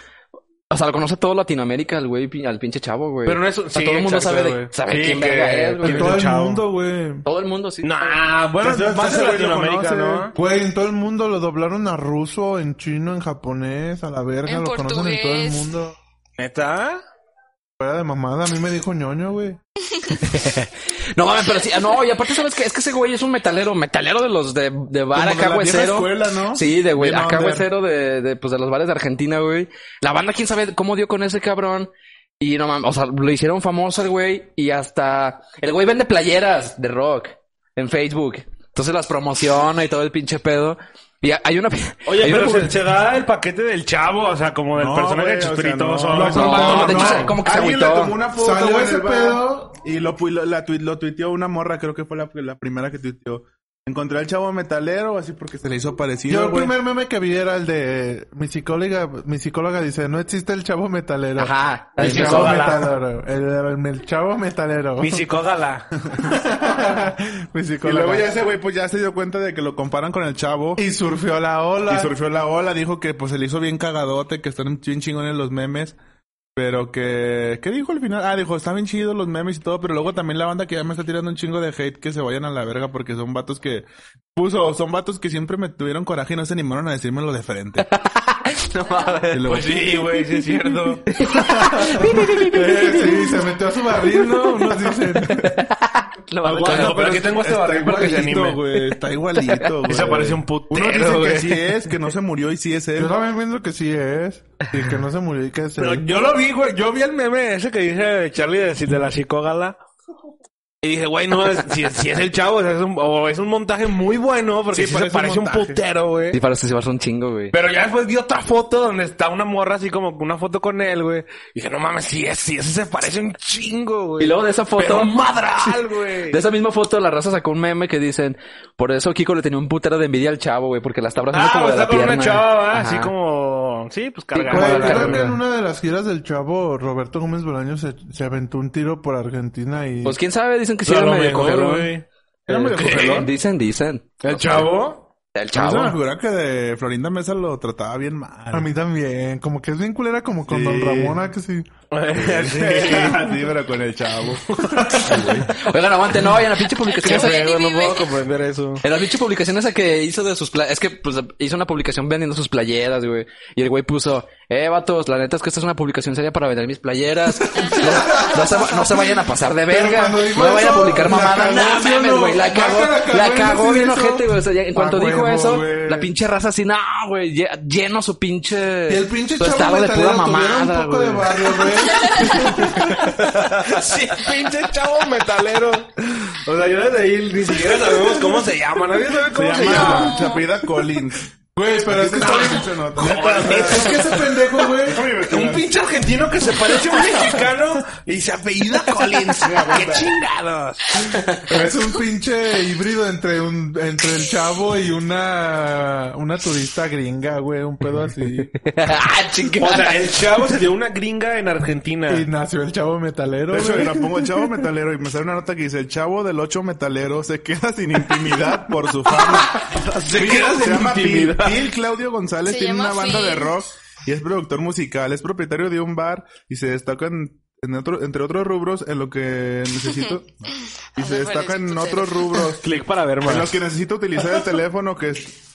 S2: O sea, lo conoce todo Latinoamérica, el güey, pi- al pinche chavo, güey.
S3: Pero no es un-
S2: O sea,
S3: sí,
S2: todo el mundo
S3: exacto,
S2: sabe, de,
S3: güey.
S2: sabe
S3: Sí,
S2: quién
S3: que-
S2: verga es, güey.
S6: En
S3: que-
S6: todo el
S3: Chavo.
S6: mundo, güey.
S2: Todo el mundo, sí.
S3: Nah, bueno,
S5: Entonces,
S3: más
S5: ese
S3: en
S5: güey lo
S3: Latinoamérica,
S5: conoce.
S3: ¿no?
S6: Güey, en todo el mundo lo doblaron a ruso, en chino, en japonés, a la verga,
S4: En
S6: lo conocen en todo el
S4: portugués.
S6: mundo.
S3: ¿Neta?
S6: Fuera de mamada, a mí me dijo ñoño, güey.
S2: No mames, pero sí. ah, No, y aparte, ¿sabes qué? Es que ese güey es un metalero. Metalero de los de, de bar acá,
S5: Como de la vieja
S2: huesero.
S5: escuela, ¿no?
S2: Sí, de güey,
S5: Bien
S2: acá
S5: under.
S2: huesero de, de, pues, de los bares de Argentina, güey. La banda, quién sabe cómo dio con ese cabrón. Y no mames, o sea, lo hicieron famoso el güey. Y hasta el güey vende playeras de rock en Facebook. Entonces las promociona y todo el pinche pedo. Y hay una.
S3: Oye,
S2: hay una
S3: pero
S2: public-
S3: se, se da el paquete del chavo, o sea, como del
S5: No,
S3: personaje
S5: güey,
S3: de
S5: o sea,
S3: Chespirito.
S5: no.
S3: solo
S5: No,
S3: es
S2: no,
S3: un vato,
S2: de hecho, se- como que se
S5: Alguien
S2: agüitó.
S5: le tomó una foto
S6: Salió
S5: en
S6: ese
S5: el bar
S6: pedo.
S5: y lo, pu- lo- la tuit- lo tuiteó una morra, creo que fue la, la primera que tuiteó. Encontré al chavo metalero, así porque se le hizo
S6: Yo
S5: parecido,
S6: el
S5: güey.
S6: primer meme que vi era el de mi psicóloga, mi psicóloga dice, no existe el chavo metalero.
S2: Ajá.
S6: El
S2: ahí
S3: Sí,
S6: chavo
S2: empezó.
S3: psicóloga.
S6: metalero. El, el chavo metalero.
S3: Mi psicógala.
S6: Mi
S5: Y
S6: psicóloga.
S5: luego ya ese güey, pues, ya se dio cuenta de que lo comparan con el chavo.
S6: Y surgió la ola.
S5: Y surgió la ola, dijo que pues se le hizo bien cagadote, que están bien chingones los memes. Pero que... ¿Qué dijo al final? Ah, dijo, están bien chidos los memes y todo, pero luego también la banda que ya me está tirando un chingo de hate que se vayan a la verga porque son vatos que... Puso, son vatos que siempre me tuvieron coraje y no se animaron a decírmelo de frente.
S2: No mames.
S5: Y luego-
S3: Pues sí, güey, sí es cierto.
S6: Eh, sí, se metió a su barril, ¿no? Unos dicen.
S2: No mames.
S3: Aguanta, pero aquí tengo este
S5: está
S3: barril para que se
S5: igualito,
S3: anime.
S5: güey, Está igualito, güey.
S3: Ese parece un
S5: Uno
S3: putero,
S5: dice
S3: güey.
S5: que sí es, que no se murió y sí es él.
S6: Yo también pienso que sí es. Y que no se murió y que es
S3: Pero
S6: él.
S3: yo lo vi, güey. Yo vi el meme ese que dice Charlie de, de la psicógala. Y dije, güey, no, es- si, si es el chavo, o sea, es un, o es un montaje muy bueno, porque
S5: Sí,
S3: sí
S5: parece
S3: se
S5: un
S3: parece un,
S5: montaje.
S3: putero, güey.
S2: Sí, parece que se va a hacer un chingo, güey.
S3: Pero ya después vi otra foto donde está una morra así como una foto con él, güey. Y dije, no mames, sí es, sí, ese se parece un chingo, güey.
S2: Y luego de esa foto-
S3: Pero un madral, güey.
S2: De esa misma foto, la raza sacó un meme que dicen: Por eso Kiko le tenía un putero de envidia al chavo, güey, porque la está abrazando
S3: Ah,
S2: como
S3: o
S2: de
S3: sea,
S2: la
S3: con
S2: pierna.
S3: una chava, ¿eh?
S2: Ajá.
S3: así como... Sí, pues
S2: como
S3: cargada.
S6: Güey,
S2: la
S6: creo
S2: carne.
S6: que en una de las giras del chavo, Roberto Gómez Bolaños se, se aventó un tiro por Argentina y...
S2: Pues quién sabe, dicen que sí
S3: Sí, a
S2: era
S3: lo
S2: medio
S3: mejor,
S2: cogerón.
S3: güey.
S5: Era medio
S2: Eh,
S5: cogerón.
S2: Dicen, dicen.
S3: ¿El chavo?
S2: El
S5: A mí se me
S2: chavo.
S5: figura que de Florinda Mesa lo trataba bien mal.
S6: A mí también. Como que es bien culera como con
S5: Sí.
S6: Don Ramona que sí.
S5: Sí, sí, pero con el chavo.
S2: Oigan, aguante, no, y en la pinche publicación esa.
S4: Qué
S3: no
S4: no puedo
S3: puedo comprender eso.
S2: En la pinche publicación esa que hizo de sus playeras, es que pues hizo una publicación vendiendo sus playeras, güey. Y el güey puso, eh, vatos, la neta es que esta es una publicación seria para vender mis playeras. No, no se, va- no se vayan a pasar de verga.
S6: cuando
S2: No
S6: dijo
S2: me vayan a
S6: eso,
S2: publicar
S6: la
S2: mamada.
S6: cagó,
S2: No
S6: ¿sí o
S2: mames,
S6: no?
S2: güey. La
S6: Vaca
S2: cagó,
S6: la cagó
S2: la
S6: en
S2: cagó
S6: decir
S2: bien
S6: eso.
S2: ojete, güey. O sea, ya en
S6: Ah,
S2: cuanto dijo
S6: huevo,
S2: eso,
S6: güey.
S2: la pinche raza así, no, güey, lle- lleno su pinche.
S6: Y el pinche
S2: su estado
S6: chavo
S2: Pues de
S6: metalero
S2: pura
S6: tuviera un
S2: mamada,
S6: poco
S2: güey.
S6: de barrio, güey.
S3: Sí, pinche chavo metalero. O sea, yo desde ahí ni siquiera sabemos cómo se llama. Nadie sabe cómo se,
S5: Se
S3: llama.
S5: llama- se apellida Collins.
S6: Güey, pero es que está bien... Es que ese pendejo, güey...
S3: Un pinche argentino que se parece a un mexicano y se apellida Collins. ¡Qué chingados!
S6: Es un pinche híbrido entre un entre el chavo y una una turista gringa, güey, un pedo así.
S2: ah,
S3: O
S2: chingada.
S3: sea, el chavo se dio una gringa en Argentina.
S6: Y nació el chavo metalero,
S5: De hecho,
S6: güey.
S5: yo la pongo el chavo metalero y me sale una nota que dice, el chavo del 8 metalero se queda sin intimidad por su fama.
S3: Se
S5: Phil
S3: queda sin
S5: llama Phil.
S3: intimidad.
S5: Phil Claudio González
S4: Se
S5: tiene
S4: llama
S5: una banda de
S4: Phil.
S5: rock y es productor musical, es propietario de un bar y se destaca en, en otro, entre otros rubros en lo que necesito. y
S4: Ah,
S5: se
S4: me
S5: destaca
S4: parece
S5: en
S4: putero.
S5: otros rubros
S3: Clic para ver
S5: en los
S3: más.
S5: que necesito utilizar el teléfono que es...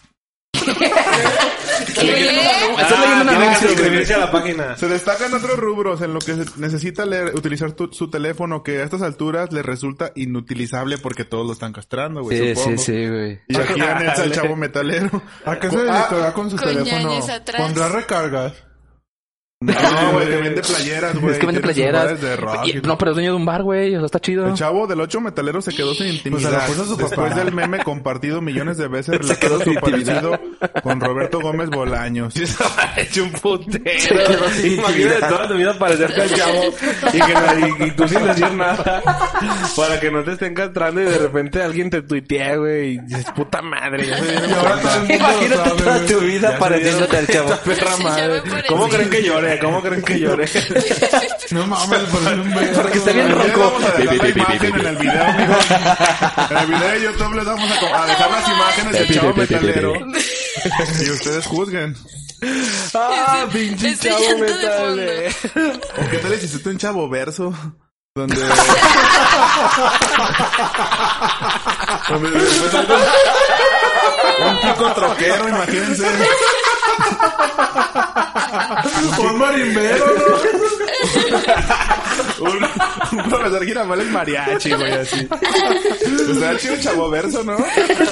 S2: Estoy leyendo una
S4: ¿Qué?
S2: pregunta- estoy leyendo una
S3: Ah, tiene que
S2: pregunta.
S3: suscribirse a la página.
S5: Se destacan otros rubros en lo que se necesita leer- utilizar tu- su teléfono que a estas alturas le resulta inutilizable porque todos lo están castrando, güey.
S2: Sí, sí,
S5: supongo.
S2: sí, güey.
S5: Y aquí anexo el chavo metalero. Ah,
S6: ¿A qué se dedicará con su
S4: Con
S6: teléfono?
S4: ñañas atrás.
S6: ¿Pondrá recargas?
S5: Ah, No, güey, que vende playeras, güey.
S2: Es que vende
S5: Tiene sus
S2: playeras.
S5: bares de rock
S2: Y-
S5: y
S2: No, pero es dueño de un bar, güey. O sea, está chido.
S5: El chavo del 8 metalero se quedó sin intimidad.
S6: Pues se la puso su
S5: después
S6: papá.
S5: del meme compartido millones de veces relatando su parecido con Roberto Gómez Bolaños.
S3: He hecho un
S2: Se
S3: putero.
S2: quedó sin
S3: Imagínate
S2: intimidad.
S3: toda tu vida parecerte al chavo y, que no- y- y tú sin decir nada para que no te estén castrando y de repente alguien te tuitea, güey, y dices, puta madre, ya se dieron cuenta".
S2: Imagínate toda tu vida
S3: Ya
S2: pareciéndote al chavo.
S3: Perra
S4: Sí, ya
S3: madre.
S4: me parecí.
S3: ¿Cómo creen que llore? ¿Cómo creen que llore?
S6: No mames, por un beso.
S2: Porque está bien
S5: Ya le
S2: roco.
S5: vamos a dejar la imagen en el video, amigo. En el video de YouTube les vamos a, co- a dejar las imágenes del chavo metalero. Y ustedes juzguen.
S3: Ah, pinche
S4: Estoy
S3: chavo
S4: llanto de
S3: metal.
S4: fondo.
S3: eh.
S5: ¿O qué tal les hiciste un chavo verso? Donde... Donde- Un pico troquero, imagínense. un marimbero, ¿no? un, un profesor Giramales mariachi, güey, así.
S3: Pues
S5: Estaría chido el chavo verso, ¿no?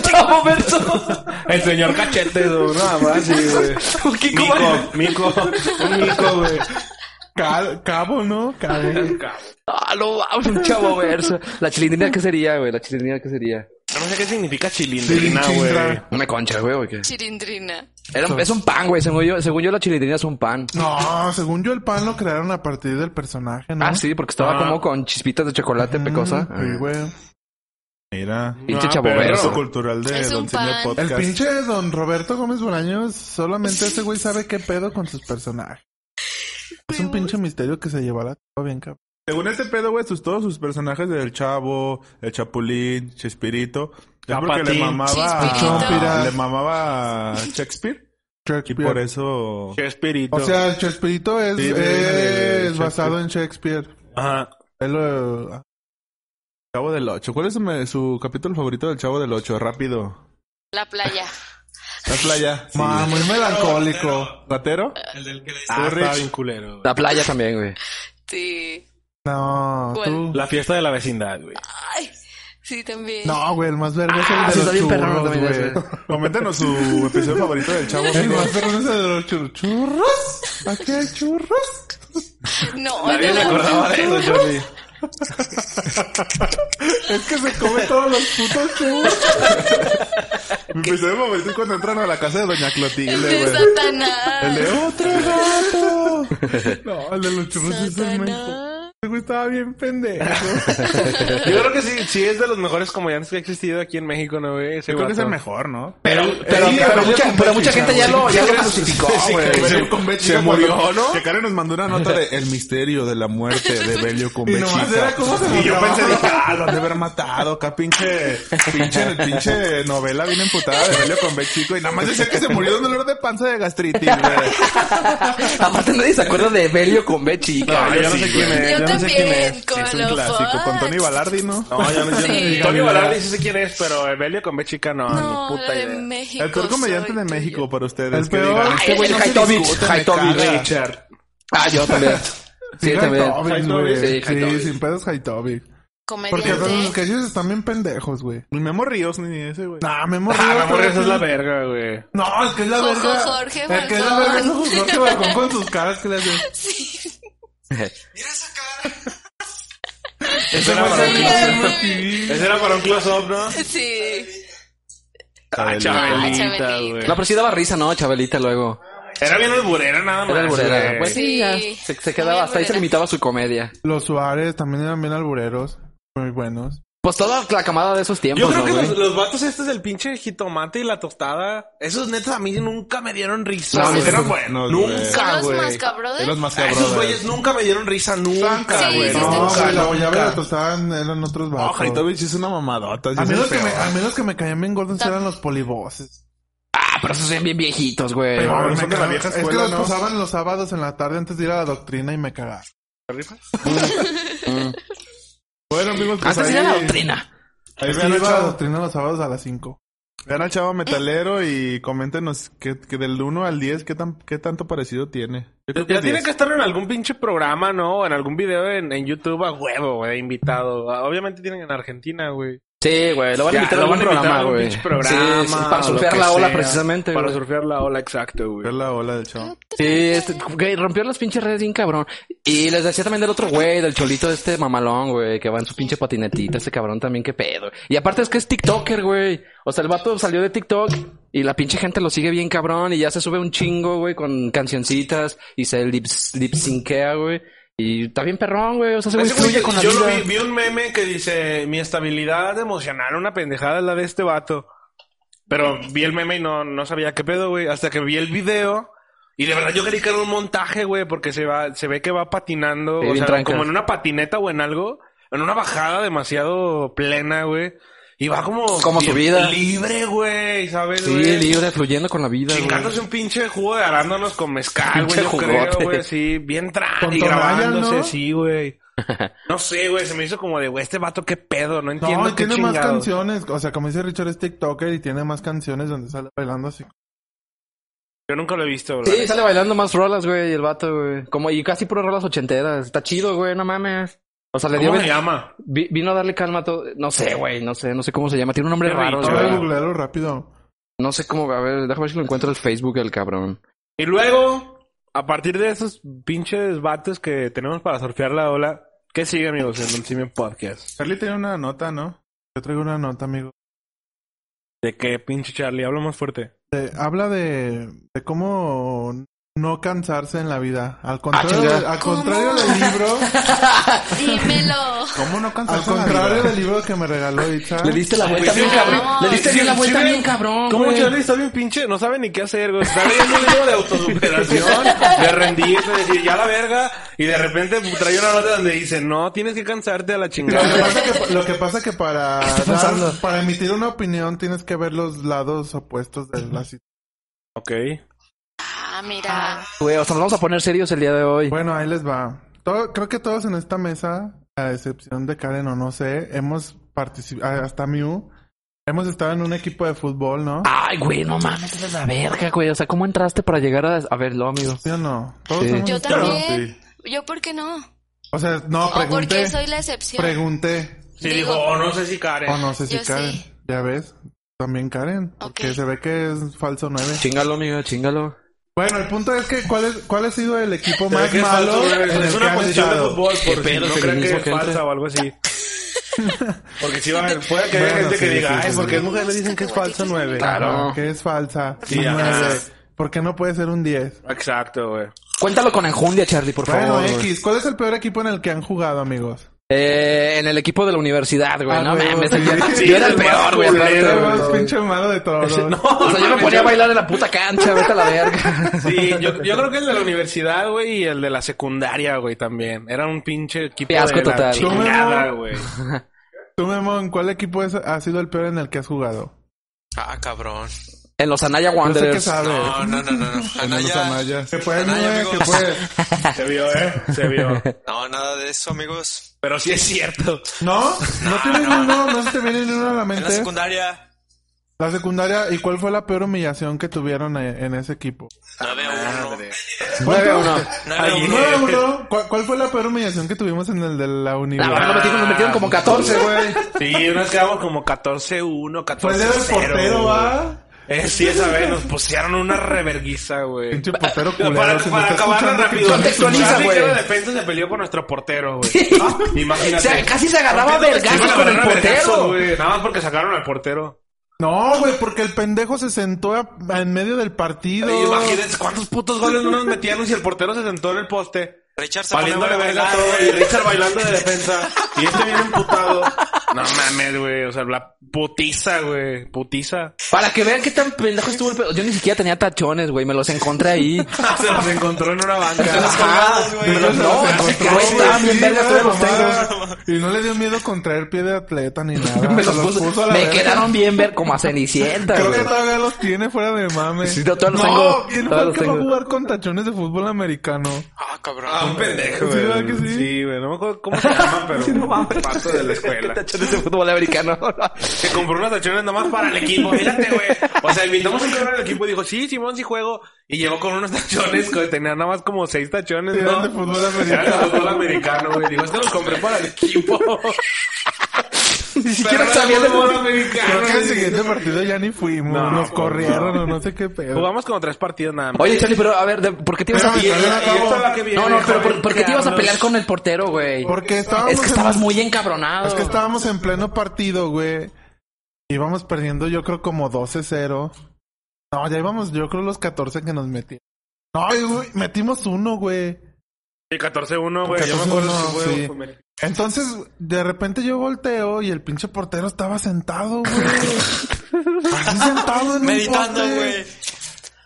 S2: Chavo verso.
S3: El señor cachete, no, nada más, sí, güey.
S2: Un Kiko
S3: Mico,
S2: Bar-
S3: mico, un mico, güey.
S6: Ca- Cabo, ¿no? Cabo.
S2: Ah, no, vamos, un chavo verso. La chilindrina, ¿qué sería, güey? La chilindrina, ¿qué sería?
S3: No sé qué significa chilindrina, güey.
S6: Chilindra.
S2: Una concha, güey, ¿o qué?
S4: Chirindrina.
S2: Era un- es un pan, güey. Según yo, según yo, la chilindrina es un pan.
S6: No, según yo el pan lo crearon a partir del personaje, ¿no? Mm,
S2: Ah, Mm, sí, porque estaba
S3: Ah.
S2: como con chispitas de chocolate pecosa.
S6: Sí, güey.
S5: Mira.
S2: Pinche
S3: Ah,
S2: chavo
S3: pero-
S2: verso.
S5: Verso cultural de
S4: Es un
S5: Don Simio
S4: pan.
S5: Podcast.
S6: El pinche don Roberto Gómez Bolaños, solamente ese güey sabe qué pedo con sus personajes. Es un pinche misterio que se lleva la tapa bien cabrón.
S5: Según este pedo, güey, sus, todos sus personajes del Chavo, el Chapulín, Chespirito, es porque le
S3: Chapatín.
S5: mamaba,
S4: Chispirito.
S5: le mamaba a Shakespeare y por eso...
S3: Qué espíritu.
S6: O sea, el Chespirito es,
S5: Sí, viene de
S6: es basado en Shakespeare.
S3: Ajá.
S6: Él lo- ah,
S5: eh, Chavo del Ocho. ¿Cuál es su, me- su capítulo favorito del Chavo del Ocho? Rápido.
S4: La playa.
S5: La playa.
S6: ma, muy melancólico.
S5: ¿Ratero?
S3: Ah,
S5: Ulrich.
S3: está bien culero, güey.
S2: La playa también, güey.
S4: Sí.
S6: No,
S4: ¿Cuál?
S6: tú.
S3: La fiesta de la vecindad, güey.
S4: Ay, sí, también.
S6: No, güey, el más verga es el
S2: Ah,
S6: de
S2: sí,
S6: los
S2: está bien perrón
S6: churros,
S2: también ese.
S6: güey.
S5: Coméntanos su episodio favorito del Chavo.
S6: El más perrón es el de los churros. ¿Churros? ¿Aquí hay churros?
S4: No,
S3: Nadie
S4: no,
S3: se acordaba de eso, Johnny.
S6: Es que se come todos los putos churros.
S5: Mi episodio favorito es cuando entran a la casa de Doña Clotilde,
S4: El de
S5: güey. El
S4: Satanás.
S5: de otro gato.
S6: No, el de los churros es el mejor.
S4: Satanás.
S6: Ese güey estaba bien pendejo.
S3: Yo creo que sí, sí es de los mejores comediantes que ha existido aquí en México, ¿no, güey? Ese
S5: Yo creo que es
S3: vato.
S5: el mejor, ¿no?
S2: Pero, pero,
S5: Sí,
S2: pero
S5: pero
S2: mucha,
S5: con
S2: pero
S5: Betty,
S2: mucha gente ya lo, ya lo crucificó, güey.
S5: Belio con Bechica
S3: se
S5: cuando-
S3: murió, ¿no?
S5: Que Karen nos mandó una nota de El misterio de la muerte de Belio con
S6: Y nomás
S5: Bechica.
S6: era cómo se
S5: Y yo
S6: mataba.
S5: pensé, dije, ah, lo han de haber matado. Acá pinche, pinche, pinche novela bien emputada de Belio con Bechico. Y nada más decía que se murió de un dolor de panza de gastritis, güey.
S2: Aparte nadie se acuerda de Belio con B, chica.
S3: Ah, No, yo no sé quién
S5: Eh,
S3: es. yo no
S4: Yo
S3: sé quién es.
S4: también, con
S5: Es un
S4: los
S5: clásico. Con
S4: Fox.
S5: Tony Balardi, ¿no?
S3: No, yo no, yo no-
S4: Sí.
S3: Tony Balardi sí sé quién es, pero Evelio con B chica no, ni
S4: No,
S3: puta
S4: la de
S3: idea.
S4: México.
S5: El peor comediante
S4: soy
S5: de
S4: tuya.
S5: México para ustedes.
S6: El
S5: que
S6: peor.
S5: digan. "Este
S2: Ay, güey,
S4: No se
S2: Haitovich,
S5: discute, me caga.
S2: Haitovich.
S3: Richard.
S2: Ah, yo también. Sí, también.
S6: Haitovich,
S3: eh,
S6: güey.
S2: Sí,
S6: Sí,
S2: Haitovich.
S6: sin pedos Haitovich. Porque
S4: Comediante.
S6: esos los sketches están bien pendejos, güey.
S5: Ni Memo Ríos ni ese, güey.
S6: Nah, me morí.
S3: Ah, amor, esa es la verga, güey.
S6: No, es que es la
S4: Ojo,
S6: verga.
S4: Jorge
S6: Es que es la verga.
S4: Balcón.
S6: es ojo, Jorge Balcón con sus caras que le hacen.
S3: Ese era para un
S4: Sí,
S3: close-up.
S4: güey.
S3: Ese era para un close-up, ¿no?
S4: Sí.
S3: Ah,
S4: Ay,
S3: Chabelita,
S4: Chabelita.
S3: güey.
S2: No, pero sí daba risa, ¿no? Chabelita luego.
S3: Era bien alburera nada más.
S2: Era alburera.
S3: güey.
S2: Pues sí,
S4: Sí.
S2: ya. Se, se
S4: Muy
S2: quedaba, hasta ahí se
S4: alburera.
S2: limitaba su comedia.
S6: Los Suárez también eran bien albureros. Muy buenos.
S2: Pues toda la camada de esos tiempos,
S3: Yo creo
S2: ¿no,
S3: que
S2: güey?
S3: los, los vatos estos del pinche jitomate y la tostada, esos netos a mí nunca me dieron risa.
S2: No,
S3: güey.
S2: no,
S3: eran
S2: no.
S3: buenos,
S4: Son
S5: Ah,
S3: Nunca,
S4: los
S3: güey.
S4: Mascabrothers.
S5: Es los Pues más
S3: A Esos güeyes
S5: cabrones.
S3: nunca me dieron risa, nunca,
S4: Sí,
S3: güey.
S4: sí,
S6: No,
S4: Nunca,
S6: güey, la
S3: nunca.
S6: guayaba y la tostaban eran otros
S5: No,
S6: bajos.
S5: Haitovich es una mamadota. sí
S6: A
S5: es
S6: mí,
S5: el
S6: los que me, ah,
S5: peor.
S6: a mí los que me caían bien gordos eran los poliboses.
S2: Ah, pero esos eran bien viejitos, güey.
S5: Pero-
S6: No,
S5: no
S6: me
S5: son de la
S6: cagaban.
S5: vieja
S6: es que
S5: escuela,
S6: los
S5: ¿no?
S6: pasaban los sábados en la tarde antes de ir a la doctrina y me cagaban. Mm.
S5: Bueno, amigos, pues
S2: Antes
S5: ahí,
S2: era la doctrina.
S5: pues ahí
S6: Es
S5: me
S6: que
S5: han
S6: iba a la
S5: echado.
S6: doctrina los sábados a las 5. Vean al chavo metalero y coméntenos que, que del 1 al 10, ¿qué, tan, ¿qué tanto parecido tiene? Yo creo que
S3: Ya
S6: es
S3: tiene
S6: 10.
S3: que estar en algún pinche programa, ¿no? O En algún video en, en YouTube a huevo, güey, invitado. Obviamente tienen en Argentina, güey.
S2: Sí, güey, lo van a
S3: Ya,
S2: invitar a
S3: lo
S2: algún
S3: van a invitar a
S2: programa,
S3: algún
S2: güey.
S3: pinche programa,
S2: Sí, sí, para
S3: o
S2: surfear
S3: lo
S2: la
S3: que
S2: ola
S3: sea.
S2: precisamente,
S3: Para
S2: güey.
S3: surfear la ola, exacto, güey.
S6: Ver la ola del chavo.
S3: Ah,
S2: Sí, este, güey, rompió las pinches redes bien cabrón. Y les decía también del otro güey, del cholito de este mamalón, güey, que va en su pinche patinetita, ese cabrón también, qué pedo. Y aparte es que es TikToker, güey. O sea, el vato salió de TikTok y la pinche gente lo sigue bien cabrón y ya se sube un chingo, güey, con cancioncitas y se lip, lip syncea, güey. Y está bien perrón, güey. O sea, se
S3: Ese güey,
S2: fluye con la
S3: yo lo
S2: vida.
S3: vi, vi un meme que dice, mi estabilidad emocional, una pendejada es la de este vato. Pero vi el meme y no, no sabía qué pedo, güey. Hasta que vi el video. Y de verdad yo creí que era un montaje, güey, porque se va, se ve que va patinando,
S2: Sí,
S3: o
S2: bien
S3: sea,
S2: trancas.
S3: como en una patineta o en algo, en una bajada demasiado plena, güey. Y va como,
S2: Como
S3: bien
S2: subida.
S3: libre, güey, ¿sabes?
S2: Sí,
S3: güey?
S2: libre, fluyendo con la vida, güey.
S3: Chingándose un pinche jugo de arándanos con mezcal, güey.
S2: Pinche
S3: Yo creo,
S2: jugote.
S3: güey. Sí, bien tran
S6: Con
S3: y
S6: tonalla,
S3: grabándose,
S6: ¿no?
S3: sí, güey. No sé, güey. Se me hizo como de, güey, este vato qué pedo. No entiendo
S6: No, y
S3: qué
S6: tiene más
S3: chingados.
S6: canciones. O sea, como dice Richard, es TikToker y tiene más canciones donde sale bailando así.
S3: Yo nunca lo he visto, güey.
S2: Sí, sale bailando más rolas, güey, el vato, güey. Como, y casi puras rolas ochenteras. Está chido, güey, no mames. O sea, le dio
S3: ¿Cómo se
S2: ve-
S3: llama?
S2: vi- vino a darle calma a todo. No sé, güey, no sé, no sé cómo se llama. Tiene un nombre
S3: Qué
S2: raro,
S3: rico,
S6: Ahora
S2: güey.
S6: googlealo rápido.
S2: No sé cómo, a ver, déjame ver si lo encuentro en el Facebook, el cabrón.
S3: Y luego, a partir de esos pinches vatos que tenemos para surfear la ola, ¿qué sigue, amigos, en el Simio Podcast?
S6: Charlie tiene una nota, ¿no? Yo traigo una nota, amigo.
S3: ¿De qué, pinche Charlie? Hablo más fuerte.
S6: Eh, habla de, de cómo no cansarse en la vida. Al
S2: chinga.
S6: contrario, al contrario del libro,
S4: Dímelo.
S6: ¿cómo no cansarse? Al contrario del libro que me regaló Itza.
S2: Le diste la vuelta
S3: sí,
S2: bien
S3: Pues sí,
S2: cabrón.
S4: no.
S2: Le diste
S3: Sí,
S2: bien la
S3: sí,
S2: vuelta
S3: sí,
S2: bien
S3: sí.
S6: Ah,
S2: cabrón,
S3: ¿Cómo
S2: güey.
S3: Charlie está bien pinche? No sabe ni qué hacer, güey. Está leyendo un libro de autosuperación, de rendirse, de decir ya la verga, y de repente trae una nota donde dice, no, tienes que cansarte a la
S6: Lo que
S3: chingada.
S6: pasa que, lo que, pasa que para,
S2: está
S6: dar-
S2: pasando?
S6: para emitir una opinión tienes que ver los lados opuestos de la situación.
S3: ok.
S4: Ah, mira.
S2: Güey, o sea, nos vamos a poner serios el día de hoy.
S6: Bueno, ahí les va. Todo- creo que todos en esta mesa, a excepción de Karen o no sé, hemos participado, hasta Mew, hemos estado en un equipo de fútbol, ¿no?
S2: Ay, güey, no mames, esa es la verga, güey. O sea, ¿cómo entraste para llegar a... A verlo, amigo?
S6: ¿Sí o no? Todos
S2: Sí.
S6: hemos
S4: Yo
S6: estado.
S4: también. ¿Yo por qué no?
S6: O sea, no,
S4: ¿O por
S6: pregunté.
S4: qué soy la excepción?
S6: Pregunté.
S3: Sí, digo, oh, no sé si Karen.
S6: O no sé si
S4: Yo sí.
S6: Karen. Ya ves, también Karen. Porque se ve que es falso 9.
S2: Chingalo, amigo, chingalo.
S6: Bueno, el punto es que cuál, es, cuál ha sido el equipo
S3: Se ve
S6: más
S3: que es
S6: malo.
S3: falso, güey.
S6: en el
S3: es
S6: que
S3: una
S6: han
S3: posición de
S6: estado?
S3: fútbol,
S2: Qué
S3: por si
S2: pedo,
S3: no
S2: que
S3: crean que
S2: mismo
S3: es
S2: gente.
S3: falsa o algo así. Porque si va a haber, puede que haya
S6: Bueno,
S3: gente que
S6: sí, sí,
S3: diga, ay,
S6: sí,
S3: porque
S6: sí.
S3: es mujer, le dicen que es falso nueve.
S2: Claro.
S6: Que es falsa.
S3: Sí,
S6: Un
S3: ajá.
S6: nueve. ¿Por qué no puede ser un 10?
S3: Exacto, güey.
S2: Cuéntalo con enjundia, Charlie, por
S6: Bueno,
S2: favor. güey.
S6: X, ¿cuál es el peor equipo en el que han jugado, amigos?
S2: Eh, en el equipo de la universidad, güey.
S6: Ah,
S2: no
S6: güey,
S2: mames,
S6: sí.
S2: yo,
S6: Sí,
S2: yo era
S3: es
S2: el
S3: el más
S2: peor, güey. aparte,
S3: culero,
S2: güey.
S6: El más pinche malo de todos.
S2: O sea, yo me ponía a bailar en la puta cancha, vete a la verga.
S3: Sí, yo, yo creo que el de la universidad, güey, y el de la secundaria, güey, también. Era un pinche equipo
S2: Fiasco
S3: de la
S2: total.
S3: chingada, güey.
S6: Tú, Memo, ¿en cuál equipo es- ha sido el peor en el que has jugado?
S1: Ah, cabrón.
S2: En los Anaya
S6: Yo sé que
S2: Wanderers.
S6: sabes.
S1: No, no, no, no. no. Anaya.
S6: Que fue,
S1: Anaya,
S6: nueve, que
S1: amigos.
S6: fue.
S3: Se vio, ¿eh? Se vio.
S1: No, nada de eso, amigos.
S3: Pero sí es cierto.
S6: ¿No? ¿No tienes uno? ¿No se te viene uno a la
S1: En
S6: mente?
S1: la secundaria.
S6: La secundaria, ¿y cuál fue la peor humillación que tuvieron eh, en ese equipo?
S1: 9 a 1.
S6: 9 a 1.
S1: 9 a 1.
S6: 9 1. ¿Cuál, cuál fue la peor humillación que tuvimos en el de la
S2: La verdad,
S6: universidad?
S2: nos metieron, nos metieron como 14, güey.
S3: Sí, nos quedamos como 14-1, 14-0.
S6: Fue el del portero,
S3: güey.
S6: ¿va?
S3: Eh, sí, esa vez nos pusieron una reverguiza, güey.
S6: Pinche portero culero.
S3: Para,
S6: si me
S3: para
S6: está
S3: acabarlo
S6: escuchando,
S3: rápido.
S6: pinche-
S2: Contextualiza,
S3: Charlie, que
S2: güey.
S3: era defensa se peleó con nuestro portero, güey. Ah, Imagínate.
S2: Se- casi se agarraba
S3: Rompiendo
S2: vergazos
S3: vestidos,
S2: con el
S3: agarraron
S2: portero.
S3: vergazos, güey. Nada más porque sacaron al portero.
S6: No, güey, porque el pendejo se sentó a- a- en medio del partido.
S3: Oye, Imagínense cuántos putos goles no nos metían y el portero se sentó en el poste.
S1: Richard se pone
S3: Valiéndole
S1: a
S3: verga
S1: bailar.
S3: todo y Richard bailando de defensa. Y este bien emputado. No mames, güey. O sea, la putiza, güey. Putiza.
S2: Para que vean qué tan pendejo estuvo el pedo. Yo ni siquiera tenía tachones, güey. Me los encontré ahí.
S3: Se los encontró en una banca.
S1: colgados, güey.
S6: Y no,
S2: No,
S6: se
S2: así
S6: encontró,
S2: que, güey, estaban
S6: sí,
S2: bien vergas
S6: güey,
S2: todos los
S6: mamá. Y no le dio miedo contraer pie de atleta ni nada.
S2: Me
S6: Se
S2: los puso-
S6: a la
S2: me
S6: verga.
S2: quedaron bien ver como a Cenicienta,
S6: Creo que
S2: güey.
S6: todavía los tiene fuera de mame.
S2: Sí, no, todavía los
S6: no,
S2: tengo.
S6: ¿quién
S2: Todavía
S6: fue el
S2: los
S6: que va a
S2: tengo.
S6: jugar con tachones de fútbol americano?
S1: Ah, cabrón.
S3: Ah, un pendejo,
S6: Sí, ¿verdad
S3: güey.
S6: que sí?
S3: Sí, güey. No me acuerdo cómo se llama, pero un pato de la escuela.
S2: de ese fútbol americano.
S3: Se compró unas acciones nomás para el equipo. Fíjate, güey. O sea, invitamos a un cabrón al equipo y dijo, sí, Simón, sí juego. Y llegó con unos tachones, que tenía nada más como seis tachones,
S6: Eran
S3: ¿no?
S6: de fútbol
S3: Era
S6: americano.
S3: de fútbol americano, güey. Digo, este los compré para el equipo.
S2: Ni siquiera sabía de
S3: fútbol
S2: fútbol.
S3: americano.
S6: Creo que el siguiente partido ya ni fuimos.
S3: No,
S6: nos
S3: pues,
S6: corrieron o no sé qué pedo.
S3: Jugamos como tres partidos nada más.
S2: Oye, Charlie, pero a ver, de- ¿por qué te ibas a
S6: Espérame,
S2: pelear?
S6: espérame, acabo.
S2: No, no, pero ¿por, por qué te ibas a pelear con el portero, güey?
S6: Porque estábamos
S2: Es que
S6: en-
S2: estabas muy encabronado.
S6: Es que estábamos en pleno partido, güey. Íbamos perdiendo, yo creo, como 12-0. No, ya íbamos, yo creo, los 14 que nos metimos. No, güey, metimos uno, güey.
S3: Sí, 14-1, güey. Yo me acuerdo que
S6: 14-1,
S3: fue-
S6: sí.
S3: fue- me-
S6: Entonces, de repente yo volteo y el pinche portero estaba sentado, güey. Así sentado en
S7: Meditando,
S6: un poste.
S7: güey.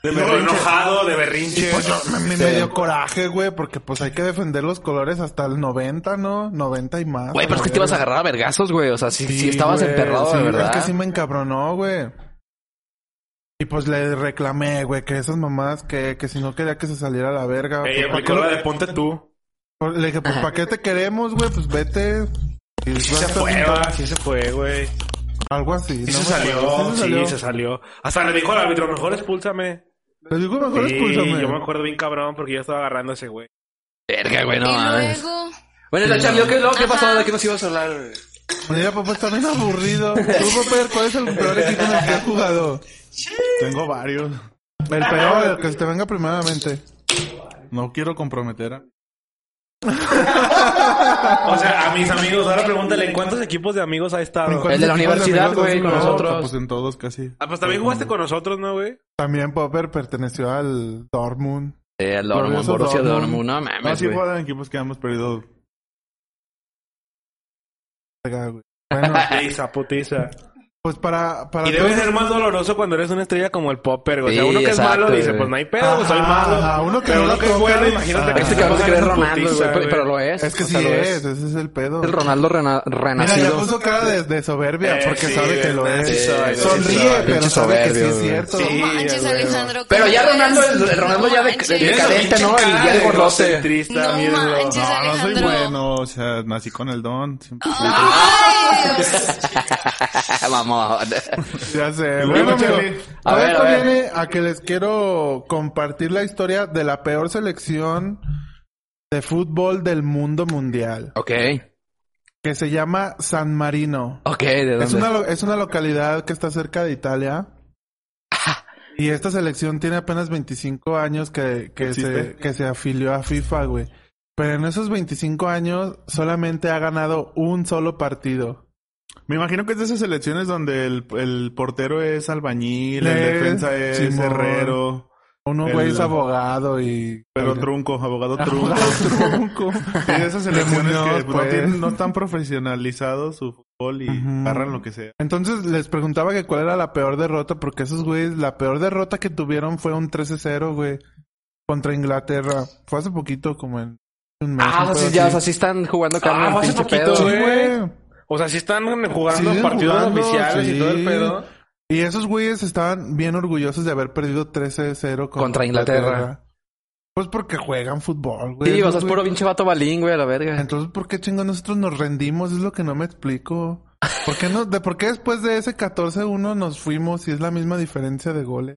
S3: De berrinche. enojado, de berrinche.
S6: Pues yo- me, me- me dio coraje, güey, porque pues hay que defender los colores hasta el 90, ¿no? 90 y más.
S2: Güey, pero es que te ibas a agarrar a vergazos, güey. O sea, si,
S6: Sí,
S2: si estabas
S6: güey,
S2: emperrado,
S6: sí,
S2: de verdad.
S6: Es que sí me encabronó, güey. Y pues le reclamé, güey, que esas mamás que, que si no quería que se saliera a la verga.
S3: Ey,
S6: pues, ¿pa'
S3: aplicó
S6: qué
S3: la
S6: lo-
S3: de ponte tú.
S6: por- le dije, pues ¿para qué te queremos, güey? Pues vete. Y
S3: Se
S6: vas a-
S3: fue, va, sí se fue, güey.
S6: Algo así.
S3: Sí
S6: no
S3: se
S6: me
S3: salió,
S6: acuerdo. Sí se salió.
S3: sí se salió. Hasta le dijo al árbitro, mejor expúlsame.
S6: Le digo, mejor
S3: Sí,
S6: expúlsame.
S3: yo me acuerdo bien cabrón porque yo estaba agarrando a ese güey.
S2: Verga, güey, no
S4: y
S2: mames.
S4: luego,
S2: Bueno, la Charlie, ¿qué, luego ¿qué pasó?
S4: Ajá.
S2: ¿De qué nos ibas a hablar? güey?
S6: Mira, papá, está bien aburrido. Tú, papá, ¿cuál es el peor equipo en el que has jugado?
S5: Tengo varios.
S6: El peor, el que se te venga primeramente.
S5: No quiero comprometer a...
S3: O sea, a mis amigos, ahora pregúntale, ¿en cuántos equipos de amigos ha
S6: ¿En
S3: estado?
S6: cuántos
S2: El de la
S6: equipos
S2: universidad,
S6: amigos
S2: güey,
S6: has
S2: con
S6: jugado?
S2: nosotros.
S5: Pues en todos casi.
S3: Ah, pues también jugaste con nosotros, ¿no, güey?
S6: También Popper perteneció al Dortmund.
S2: Eh, el Dortmund,
S6: Glorioso
S2: Borussia
S6: Dortmund.
S2: Dortmund. No
S5: No,
S2: mames,
S5: sí
S2: güey.
S5: jugaban equipos que hemos perdido.
S6: Verga, güey. Bueno,
S3: Putiza, putiza.
S6: pues para... para
S3: Y debe ser más doloroso cuando eres una estrella como el Popper, güey. O sea,
S2: Sí,
S3: uno que
S2: exacto,
S3: es malo dice,
S2: güey.
S3: pues no hay pedo, pues soy
S6: Ajá, ajá,
S3: malo.
S6: uno que
S3: Pero
S6: no
S3: uno
S6: lo
S3: que es bueno,
S6: tocan.
S3: imagínate
S6: Ajá.
S3: que
S2: Este
S3: te
S2: cabrón se
S3: van a
S2: cree
S3: dar una
S2: Ronaldo,
S3: putiza,
S2: güey. Pero, pero lo es.
S6: Es que
S2: o
S6: sí
S2: sea, lo
S6: es, ese es el pedo.
S2: El Ronaldo rena-
S6: Mira, ya
S2: renacido.
S6: puso cara de, de soberbia
S3: Eh,
S6: porque
S3: sí,
S6: sabe que lo
S3: güey,
S6: es.
S3: sí soy, sí
S6: Sonríe,
S3: soy.
S6: pero
S2: Pinche
S6: sabe que sí
S2: soberbio,
S6: es
S2: güey.
S6: cierto.
S4: no
S3: Sí,
S4: manches,
S3: güey.
S4: Alejandro.
S2: Pero
S4: ¿cómo
S2: ya
S4: ves?
S2: Ronaldo, el- el Ronaldo
S4: No
S2: ya de-
S4: manches.
S2: de-
S3: Tienes
S2: de-
S3: esa
S2: Cadete,
S3: pinche
S2: ¿no? Y
S3: cara
S2: ya
S3: de
S2: gordote.
S3: egocentrista,
S4: No
S3: mierda.
S4: manches,
S5: No, no soy
S4: Alejandro.
S5: bueno. O sea, nací con el don. Siempre fui-
S4: Ay,
S2: Ah, Mamón.
S6: Ya sé.
S3: luego,
S6: Bueno, amigo,
S3: Charlie.
S2: A
S6: todo
S2: ver,
S6: esto
S2: a ver.
S6: viene a que les quiero compartir la historia de la peor selección de fútbol del mundo mundial,
S2: Ok.
S6: que se llama San Marino.
S2: Ok, ¿de dónde?
S6: Es una, lo- es una localidad que está cerca de Italia. Y esta selección tiene apenas 25 años que, que, se,
S5: Existe.
S6: que se afilió a FIFA, güey. Pero en esos 25 años solamente ha ganado un solo partido.
S5: Me imagino que es de esas selecciones donde el, el portero es albañil, el
S6: Es
S5: defensa es
S6: Simón.
S5: herrero,
S6: Uno,
S5: El-
S6: güey, es abogado y...
S5: pero
S6: y-
S5: trunco, abogado trunco.
S6: Abogado trunco.
S5: Sí, de esas selecciones
S6: Muñoz,
S5: que pues,
S6: pues.
S5: no, tienen- no están profesionalizados su fútbol y
S6: Ujú.
S5: agarran lo que sea.
S6: Entonces les preguntaba que cuál era la peor derrota, porque esos güeyes, la peor derrota que tuvieron fue un 13-0, güey, contra Inglaterra. Fue hace poquito, como en un mes.
S2: Ah,
S6: un
S2: sí,
S6: pedo
S2: ya, o
S6: así.
S2: sea, sí están jugando acá
S3: Ah,
S2: en el
S3: hace
S2: pinche
S3: poquito,
S2: pedo.
S3: güey.
S6: Sí, güey.
S3: O sea, sí están jugando
S6: Siguen
S3: partidos
S6: jugando,
S3: oficiales
S6: sí.
S3: y todo el pedo.
S6: Y esos güeyes estaban bien orgullosos de haber perdido 13-0 contra,
S2: Contra Inglaterra.
S6: Pues porque juegan fútbol, güey.
S2: Sí, o sea,
S6: Esos
S2: es puro
S6: güey-
S2: pinche vato balín, güey, a la verga.
S6: Entonces, ¿por qué chingón nosotros nos rendimos? Es lo que no me explico. ¿Por qué, no, de, ¿por qué después de ese 14-1 nos fuimos y es la misma diferencia de goles?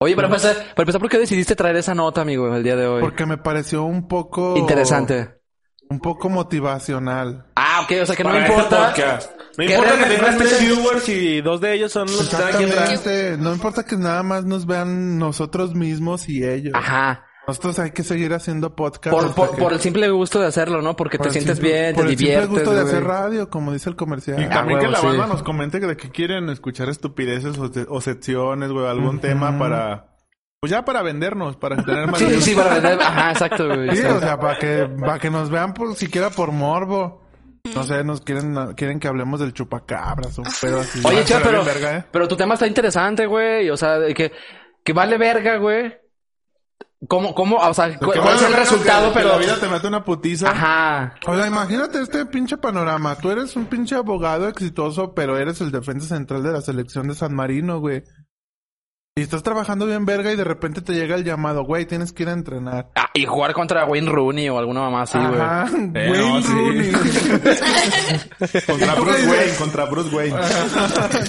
S2: Oye, para empezar, para empezar, ¿por qué decidiste traer esa nota, amigo, el día de hoy?
S6: Porque me pareció un poco...
S2: Interesante.
S6: Un poco motivacional.
S2: Ah, ok, o sea que no
S3: Para este
S2: importa.
S3: podcast. No
S2: Que
S3: importa que
S2: realmente
S3: tengas
S2: no
S3: tres
S2: estés-
S3: viewers y dos de ellos son los que están aquí atrás.
S6: Exactamente. No importa que nada más nos vean nosotros mismos y ellos.
S2: Ajá.
S6: Nosotros hay que seguir haciendo podcast.
S2: Por,
S6: hasta
S2: por,
S6: que-
S2: por el simple gusto de hacerlo, ¿no? Porque
S6: por
S2: te
S6: el
S2: sientes
S6: simple-
S2: bien, te
S6: por el simple
S2: diviertes.
S6: gusto de
S2: güey.
S6: hacer radio, como dice el
S5: Y
S6: comercial.
S2: Ah,
S5: también
S2: huevo,
S5: que la
S2: sí.
S5: banda nos comente que, que quieren escuchar estupideces o, se- o secciones, güey, algún tema para... Pues ya para vendernos, para tener más...
S2: Sí, sí, para vender. Ajá, exacto, güey.
S6: Sí,
S2: sí.
S6: o sea, para que, para que nos vean por siquiera por morbo. No sé, nos quieren, quieren que hablemos del chupacabras, un pedo así.
S2: Oye,
S6: Ah,
S2: Chava, pero,
S6: bien verga, ¿eh?
S2: pero tu tema está interesante, güey. O sea, de que, que vale verga, güey. ¿Cómo, cómo, o sea, cu-
S5: Que
S2: cuál es el
S5: valga
S2: resultado,
S5: que- que
S2: pero.
S5: la vida te mete una putiza.
S2: Ajá.
S6: O sea, imagínate este pinche panorama. Tú eres un pinche abogado exitoso, pero eres el defensa central de la selección de San Marino, güey. Y estás trabajando bien verga y de repente te llega el llamado, güey, tienes que ir a entrenar.
S2: Ah, Y jugar contra Wayne Rooney o alguna mamá así, güey.
S6: Ajá,
S5: Eh,
S6: Wayne
S5: no, sí.
S6: Rooney.
S7: Contra Bruce Wayne, contra Bruce Wayne.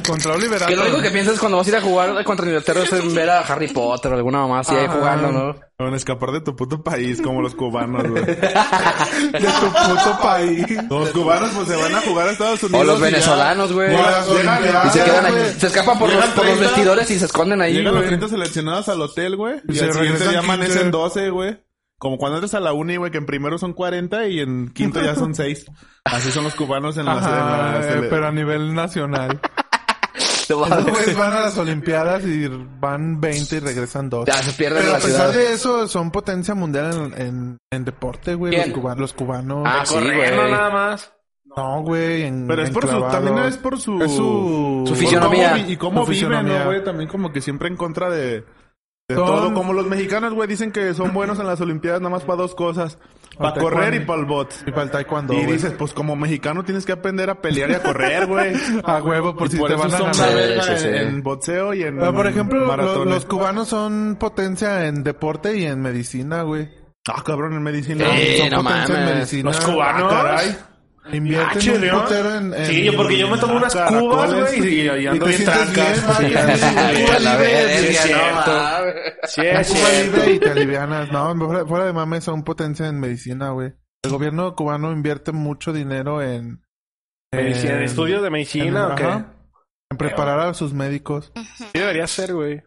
S5: Contra Oliver
S2: Que lo único
S5: Atom.
S2: que piensas cuando vas a ir a jugar contra Inglaterra es en ver a Harry Potter o alguna mamá así ahí
S6: Ajá.
S2: jugando, ¿no?
S5: Van a escapar de tu puto país como los cubanos, güey.
S6: de tu puto país.
S5: Los cubanos pues se van a jugar a Estados Unidos.
S2: O los
S5: y ya.
S2: venezolanos, güey.
S6: Ya las
S2: Y se
S6: Olimpiadas,
S2: quedan
S6: Ah, güey.
S2: ahí. Se escapan por, los,
S5: Llegan
S2: por los
S5: 30.
S2: vestidores y se esconden ahí,
S5: Llegan los
S2: güey.
S5: 30 seleccionados al hotel, güey. Y
S6: se
S5: al siguiente
S6: regresan
S5: día amanecen
S6: 15.
S5: 12, güey. Como cuando entras a la uni, güey, que en primero son 40 y en quinto ya son 6. Así son los cubanos en la,
S6: Ajá,
S5: en la-
S6: eh, pero a nivel nacional.
S2: Te vas-
S6: Esos güeyes Ah, van a las Olimpiadas y van 20 y regresan 2.
S2: Ya, se pierden
S6: Pero
S2: la
S6: a pesar
S2: ciudad.
S6: de eso, son potencia mundial en, en, en deporte, güey. Los,
S2: ¿Quién?
S6: cuba- los cubanos.
S2: Ah, sí, güey.
S3: Corriendo nada más.
S6: No, güey. en-
S5: Pero es
S6: en
S5: por su,
S6: clavados.
S5: también es por su,
S6: Es su-
S2: Su fisionomía.
S5: cómo vi- Y cómo
S6: Su
S5: viven,
S6: fisionomía.
S5: ¿no, güey, también como que siempre en contra de, de
S6: Son-
S5: todo. Como los mexicanos, güey, dicen que son buenos en las Olimpiadas nada más para dos cosas. Para
S6: Al
S5: correr y
S6: taekwondo.
S5: para el bot.
S6: Y para el taekwondo,
S5: Y
S6: güey.
S5: dices, pues como mexicano tienes que aprender a pelear y a correr, güey.
S6: A huevo, por
S5: Y
S6: si te
S5: eso
S6: van a
S5: son
S6: ganar.
S5: la
S2: Sí,
S5: verga
S2: sí, sí.
S5: En, en boxeo y en
S6: Pero, por ejemplo, lo-
S5: maratones.
S6: los cubanos son potencia en deporte y en medicina, güey.
S5: Ah, cabrón, en medicina.
S2: Eh,
S6: son
S2: no
S6: potencia en
S2: mames.
S6: medicina.
S3: Los cubanos.
S6: Ah, caray.
S3: Ah,
S6: Invierten
S3: chile,
S6: un
S3: ¿no?
S6: putero en, en-
S3: Sí, yo porque yo me tomo unas
S5: Ah,
S3: cubas,
S5: caracoles.
S3: güey, y, y
S6: Y
S3: ando
S6: te
S3: bien
S6: sientes
S3: tranca.
S6: bien, vale,
S3: Sí,
S6: así,
S3: sí,
S2: la
S6: güey.
S2: verga,
S3: sí, es
S2: no
S3: cierto.
S2: mames.
S3: Sí,
S6: Una
S3: es
S6: Cuba
S3: cierto.
S6: libre y te alivianas. No, fuera, fuera de mames, son potencia en medicina, güey. El gobierno cubano invierte mucho dinero en...
S3: Medicina,
S6: en-
S3: ¿Estudios de
S6: en-
S3: medicina o qué?
S6: ajá, En preparar a sus médicos.
S3: Sí, debería ser, güey.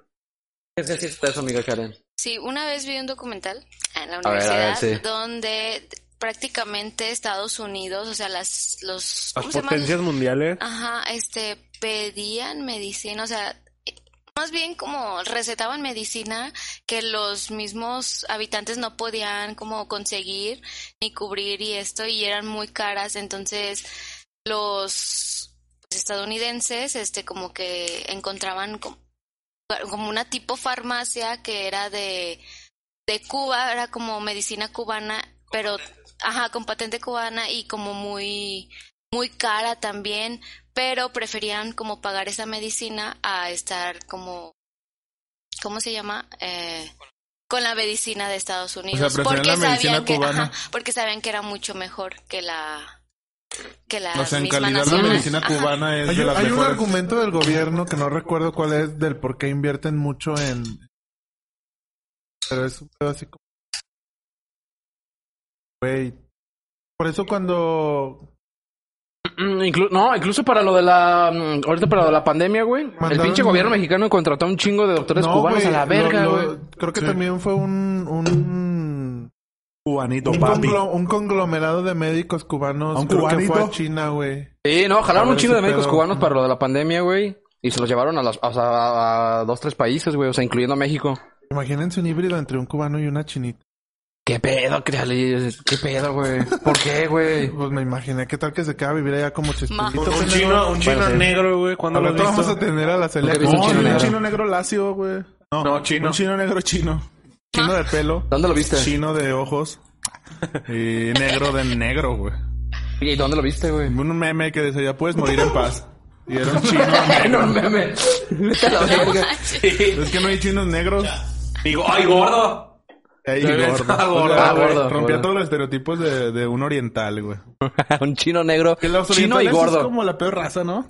S2: ¿Qué decís de eso, amiga Karen?
S4: Sí, una vez vi un documental en
S2: A
S4: la
S2: ver, a
S4: universidad
S2: ver, sí.
S4: donde prácticamente Estados Unidos, o sea, las los
S3: Las
S4: ¿cómo se Ah, llaman?
S3: potencias mundiales.
S4: Ajá, este pedían medicina, o sea, eh, más bien como recetaban medicina que los mismos habitantes no podían como conseguir ni cubrir y esto y eran muy caras, entonces los pues, estadounidenses este como que encontraban como, como una tipo farmacia que era de de Cuba, era como medicina cubana, pero ajá, con patente cubana y como muy muy cara también, pero preferían como pagar esa medicina a estar como ¿cómo se llama? Eh, con la medicina de Estados Unidos,
S5: preferían
S4: porque
S5: la medicina
S4: sabían que
S5: cubana.
S4: ajá, porque sabían que era mucho mejor que la que la
S5: O sea, en
S4: misma
S5: calidad la
S4: nacional.
S5: medicina
S4: Ajá.
S5: cubana es
S6: Hay,
S5: de las
S6: hay un
S5: mejores.
S6: argumento del gobierno que no recuerdo cuál es del por qué invierten mucho en... Pero es un pedo así como... Güey. Por eso cuando...
S2: Mm, inclu- no, incluso para lo de la. mm, Ahorita para lo de la pandemia, güey. El
S6: Mandaron-
S2: pinche gobierno mexicano contrató a un chingo de doctores cubanos
S6: güey,
S2: a la
S6: lo-
S2: verga,
S6: lo-
S2: güey.
S6: Creo que
S5: Sí.
S6: también fue un... un
S5: Cubanito,
S6: un,
S5: papi.
S6: conglo- un conglomerado de médicos cubanos
S5: ¿A un
S6: creo que
S5: cubanito?
S6: fue a China, güey.
S2: Sí, no,
S6: A
S2: jalaron
S6: ver
S2: un chingo de
S6: ese
S2: médicos
S6: pedo.
S2: cubanos para lo de la pandemia, güey. Y se los llevaron a, las, o sea, a, a dos, tres países, güey. O sea, incluyendo a México.
S6: Imagínense un híbrido entre un cubano y una chinita.
S2: ¿Qué pedo, Criali? ¿Qué pedo, güey? ¿Por qué, güey?
S6: Pues me imaginé qué tal que se queda a vivir allá como
S4: Ma-
S5: Pues,
S6: chespirito.
S3: Un, un chino, un chino
S2: Bueno, sí.
S3: negro, güey. ¿Cuándo lo
S6: Ahora
S3: has
S6: vamos a
S3: visto?
S6: tener a la Celia
S2: Nunca he visto
S6: Cruz.
S5: No,
S2: chino
S5: y un
S2: negro.
S5: chino negro lacio, güey. No,
S3: No, chino.
S5: Un chino negro chino. Chino de pelo.
S2: ¿Dónde lo viste?
S5: Chino de ojos. Y negro de negro, güey.
S2: ¿Y dónde lo viste, güey?
S5: Un meme que decía, ya puedes morir en paz. Y era un chino.
S2: no, meme. Vete a la verga.
S5: es que no hay chinos negros.
S3: Digo, ¡ay, gordo!
S5: Ey,
S3: Se ve-
S5: gordo.
S3: Ah, gordo,
S5: O sea, güey,
S2: gordo,
S5: rompía
S2: gordo.
S5: todos los estereotipos de, de un oriental, güey.
S2: un chino negro.
S5: Que los
S2: Chino y
S5: orientales
S2: gordo.
S5: Es como la peor raza, ¿no?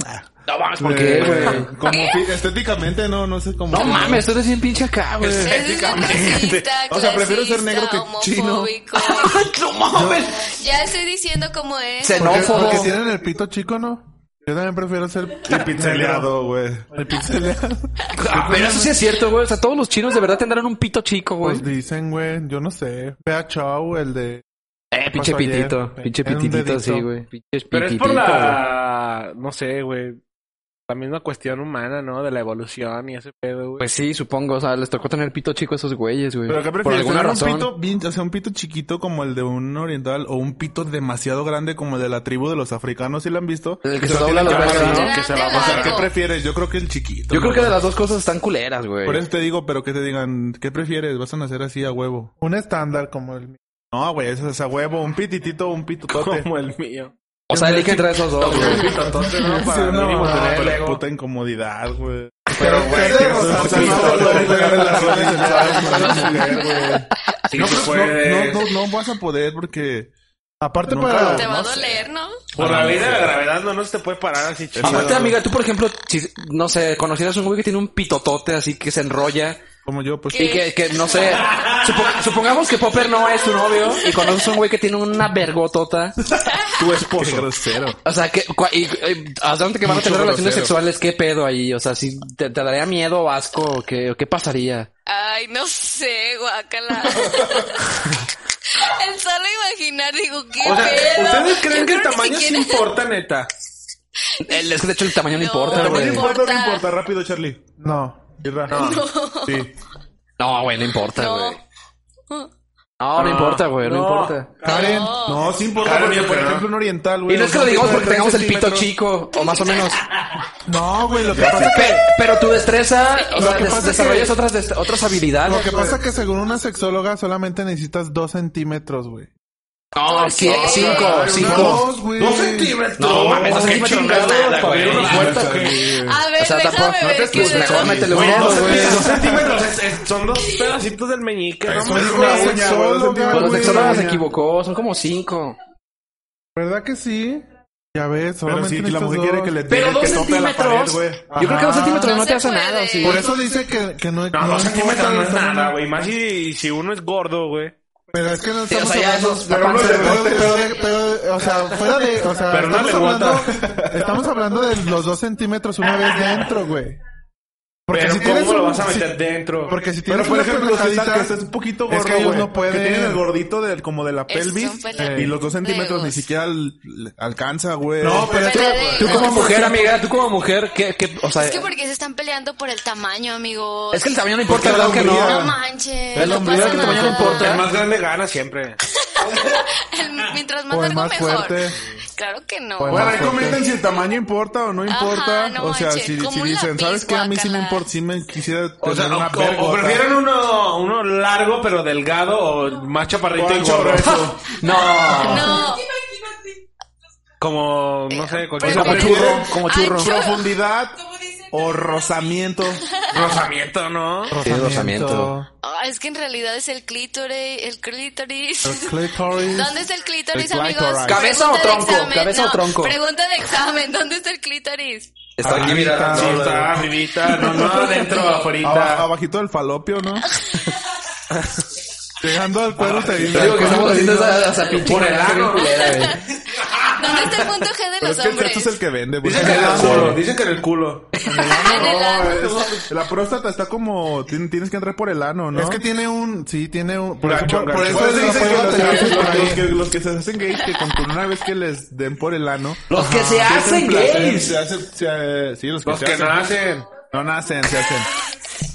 S2: No mames, ¿por qué,
S5: Eh,
S2: güey?
S5: Como fi- estéticamente, no, no sé cómo.
S2: No mames, tú eres bien pinche acá, güey.
S4: Es racista,
S5: pues, O sea, prefiero ser negro que
S4: clasista,
S5: chino.
S4: homofóbico.
S2: ¡No mames!
S4: Ya estoy diciendo cómo es.
S6: Porque,
S2: Xenófobo.
S6: porque tienen el pito chico, ¿no? Yo también prefiero ser...
S5: El pizzeleado, güey.
S6: El pizzeleado.
S2: Ah, pero eso sí es cierto, güey. O sea, todos los chinos de verdad tendrán un pito chico, güey.
S6: Pues dicen, güey, yo no sé. Vea Chow, el de...
S2: Eh, pinche
S6: pasó ayer.
S2: pitito. Pinche
S6: Era un
S2: pititito,
S6: dedito.
S2: sí, güey. Pinche
S3: Pero es por
S2: pititito,
S3: la... No sé, güey. La misma cuestión humana, ¿no? De la evolución y ese pedo,
S2: güey.
S3: güey.
S2: Pues sí, supongo. O sea, les tocó tener pito chico a esos güeyes, güey.
S5: Pero ¿qué
S2: Por
S5: prefieres?
S2: alguna
S5: ¿Tener
S2: razón.
S5: un pito bien, o sea, un pito chiquito como el de un oriental o un pito demasiado grande como el de la tribu de los africanos? ¿Sí lo han visto?
S2: El que se
S5: no
S2: dobla
S5: tiene
S2: los
S5: cámara,
S2: brazos,
S5: ¿no?
S4: ¿no?
S5: Que se
S4: Grande,
S5: la- O sea, ¿qué
S4: largo.
S5: prefieres? Yo creo que el chiquito.
S2: Yo creo que
S5: güey.
S2: de las dos cosas están culeras, güey.
S5: Por eso te digo, pero que te digan, ¿qué prefieres? ¿Vas a nacer así a huevo?
S6: Un estándar como el...
S5: No, güey, eso es a huevo. Un pititito, un pitotote.
S3: Como el mío.
S2: O sea, elige entre esos dos, güey.
S3: Entonces, no, para
S5: Para
S3: mínimo
S5: mínimo
S3: tener el
S5: tener
S3: ego.
S5: puta incomodidad, güey.
S6: Pero, güey,
S5: Las relaciones sexuales con la mujer, güey.
S3: Sí,
S5: No,
S3: se
S5: no,
S3: puede.
S5: no, no, no vas a poder porque.
S6: Aparte
S5: Nunca
S6: para...
S4: Te va a
S5: no sé.
S4: doler, ¿no?
S3: Por la ley de la gravedad no nos te puede parar así chido.
S2: Aparte, amiga, tú, por ejemplo, si, no sé, conocieras un güey que tiene un pitotote así que se enrolla
S5: Como yo, pues.
S2: y que, que no sé, supo- supongamos que Popper no es tu novio y conoces a un güey que tiene una vergotota.
S7: Tu esposo. grosero.
S2: O sea, que, cua- y, y- ¿a dónde que van a
S7: Mucho
S2: tener
S7: grosero.
S2: relaciones sexuales? ¿Qué pedo ahí? O sea, si te, te daría miedo o asco, o ¿qué, o qué pasaría?
S4: Ay, no sé, guácala. El solo imaginar, digo, qué
S3: O sea,
S4: pedo.
S3: ¿ustedes
S4: Yo
S3: creen que
S4: creo
S3: el tamaño sí
S4: siquiera-
S3: importa, neta?
S2: El- es que de hecho el tamaño no,
S4: No,
S2: importa,
S4: no
S2: güey.
S7: No importa, no
S4: Importa.
S7: importa. Rápido, Charlie.
S6: No.
S7: Irra. Sí.
S2: No, güey, no importa,
S4: No.
S2: güey. No, no, importa, güey, no, importa.
S6: Karen.
S7: No, sí importa
S3: Claro,
S7: porque,
S3: yo
S7: por ejemplo,
S3: creo.
S6: Ejemplo, un oriental,
S2: Y
S6: güey.
S2: no es que lo
S6: O sea,
S2: digamos
S6: un
S2: porque
S6: pito de
S2: tengamos el
S6: tres
S2: pito
S6: centímetros.
S2: chico, o más o menos.
S6: No, güey, lo que pasa
S2: Pe- Pero tu destreza, o sea,
S6: que
S2: des-
S6: pasa es que-
S2: desarrollas otras, des- otras habilidades.
S6: Lo que pasa es que según una sexóloga solamente necesitas dos centímetros, güey.
S2: No, sí, cinco, cinco.
S6: Dos, güey.
S3: Dos centímetros.
S2: No, mames,
S3: Dos
S2: es que
S3: centímetros,
S2: chingados,
S3: nada,
S2: para abrir
S3: güey.
S2: una puerta, güey.
S4: A ver,
S2: O sea,
S4: déjame
S2: tampoco, no te
S4: ver qué
S2: excuses,
S4: de-
S2: mejor métele un
S3: Güey,
S2: dedo,
S3: dos
S2: güey.
S3: centímetros, dos centímetros, es- es- son dos pedacitos del meñique. No,
S6: Pues
S3: mames,
S6: dijo
S3: güey.
S6: la
S7: uña, güey, dos
S6: sexóloga,
S7: centímetros.
S2: Los
S6: güey.
S2: sexólogos se equivocó, son como cinco.
S6: ¿Verdad que sí? Ya ves,
S7: Pero
S6: solamente
S7: si la
S6: necesitas
S7: mujer
S6: dos.
S7: quiere que le
S2: Pero
S7: tire,
S2: dos
S7: que tope la pared,
S2: centímetros.
S7: güey.
S2: Yo creo que dos
S6: Ajá.
S2: centímetros
S4: No
S2: no
S4: se
S2: te hace
S4: puede.
S2: nada, ¿o sí.
S6: Por eso dice que, que no,
S3: No, dos
S6: importa,
S3: centímetros no es
S6: estamos-
S3: nada, güey. Más si, si uno es gordo, güey.
S6: Pero es que no
S2: Sí, o
S6: estamos
S2: sea, ya
S6: hablando-
S2: esos, la
S6: pero, no,
S2: panza,
S6: pero,
S2: güey.
S6: pero- pero, o sea, fuera de, o sea,
S3: Pero no
S6: estamos,
S3: le gusta.
S6: hablando, estamos hablando de los dos centímetros una vez dentro, güey. Porque
S3: Pero
S6: si tienes
S3: ¿cómo lo
S6: un-
S3: vas a
S6: si-
S3: meter dentro?
S6: Porque si
S7: Pero
S6: tienes
S7: por
S6: una
S7: ejemplo, si
S6: pendejadita-
S7: dices que estás un poquito gordo,
S6: es que ellos
S7: güey,
S6: no pueden.
S7: que tienen el gordito del, como de la
S4: Eso
S7: pelvis,
S4: fue la-
S7: y los dos centímetros ni
S4: Me gusta.
S7: siquiera al- le alcanza, güey.
S6: No, pero
S4: Pero de-
S2: Tú como mujer, amiga, tú como mujer, ¿qué, qué, o sea,
S4: Es que porque se están peleando por el tamaño, amigos.
S2: el tamaño no importa,
S7: Porque
S2: ¿verdad que
S7: la
S4: No
S2: no?
S4: manches.
S2: El
S4: no
S2: ombligo
S4: pasa
S2: que tamaño
S4: nada.
S2: no importa.
S3: El más grande gana siempre.
S4: El- Mientras más
S6: O el
S4: largo,
S6: más
S4: mejor.
S6: fuerte. Pues,
S4: Claro que Pues no.
S6: O el
S7: Bueno, ahí
S6: Ajá.
S7: comenten si el tamaño importa o no importa.
S4: no
S7: o sea,
S4: manches,
S7: si,
S4: como
S7: si
S4: un
S7: dicen,
S4: lápiz,
S7: ¿sabes qué? A mí sí me
S4: guácala.
S7: importa, sí me quisiera tener
S3: O sea, o,
S7: una
S3: o- o
S7: vergota.
S3: prefieren uno, uno largo pero delgado o más chaparrito y
S7: Ancho,
S3: gordo.
S7: grueso.
S2: No.
S4: No.
S3: Como, no sé, cualquier
S4: Como
S3: cosa.
S4: churro,
S2: como
S4: churro. Ancho.
S7: Profundidad o rozamiento.
S3: Rozamiento, ¿no?
S2: Sí, rozamiento.
S4: Ah, es que en realidad es el clítoris. El clítoris.
S6: Clitoris.
S4: ¿Dónde está el clítoris,
S6: El
S4: amigos?
S6: clítoris.
S2: ¿Cabeza o
S4: Pregunta de
S2: tronco? ¿Cabeza o tronco?
S4: Pregunta de examen. ¿Dónde está el clítoris?
S2: Está aquí, mira.
S3: Sí, está arribita, no, no, adentro,
S7: Aba-
S3: afuera.
S7: abajito del falopio, ¿no?
S6: Llegando al cuero te
S2: Te digo que estamos haciendo esa, esa pinche
S3: Por el
S2: imagen
S3: ano,
S2: bien culera, güey.
S4: ¿Dónde está el punto G de
S7: Pero
S4: los
S7: es que el
S4: hombres?
S7: sexo es el que vende, güey.
S3: Dicen que en el culo, dicen que en el culo.
S4: Ah, en el ano.
S7: No, es- la próstata está como tien- tienes que entrar por el ano, ¿no?
S6: Es que tiene un, sí, tiene un, por
S3: Gancho,
S6: eso, por, por
S3: gancho.
S6: eso
S7: Por eso
S6: no
S7: dicen que
S6: puedo
S7: los,
S6: tener
S7: que-
S6: por ahí.
S7: los que, los que se hacen gays que con con una vez que les den por el ano.
S2: Los que se hacen
S7: placer,
S2: gays.
S7: se hace- se- sí, los que,
S3: Los
S7: se
S3: que
S7: hacen.
S3: nacen.
S7: No nacen, se hacen.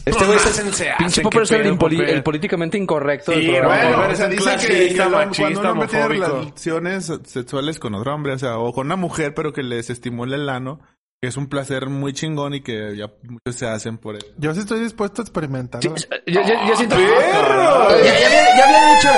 S2: Este güey
S3: No
S2: es
S3: nacen, se hacen,
S2: pinche
S3: qué
S2: Popper es el,
S3: pedo,
S2: impoli-
S3: Popper.
S2: el políticamente incorrecto del
S3: Sí,
S2: programa.
S3: bueno,
S2: güey.
S3: pero es
S7: se
S3: un clasista,
S7: el hom-
S3: machista,
S7: cuando un hombre tiene
S3: homofóbico.
S7: relaciones sexuales con otro hombre, o sea, o con una mujer, pero que les estimule el ano, que es un placer muy chingón y que ya muchos se hacen por él.
S6: Yo sí estoy dispuesto a experimentar. ¿no?
S2: Yo, yo, yo siento... Ya, ya había, ya había dicho...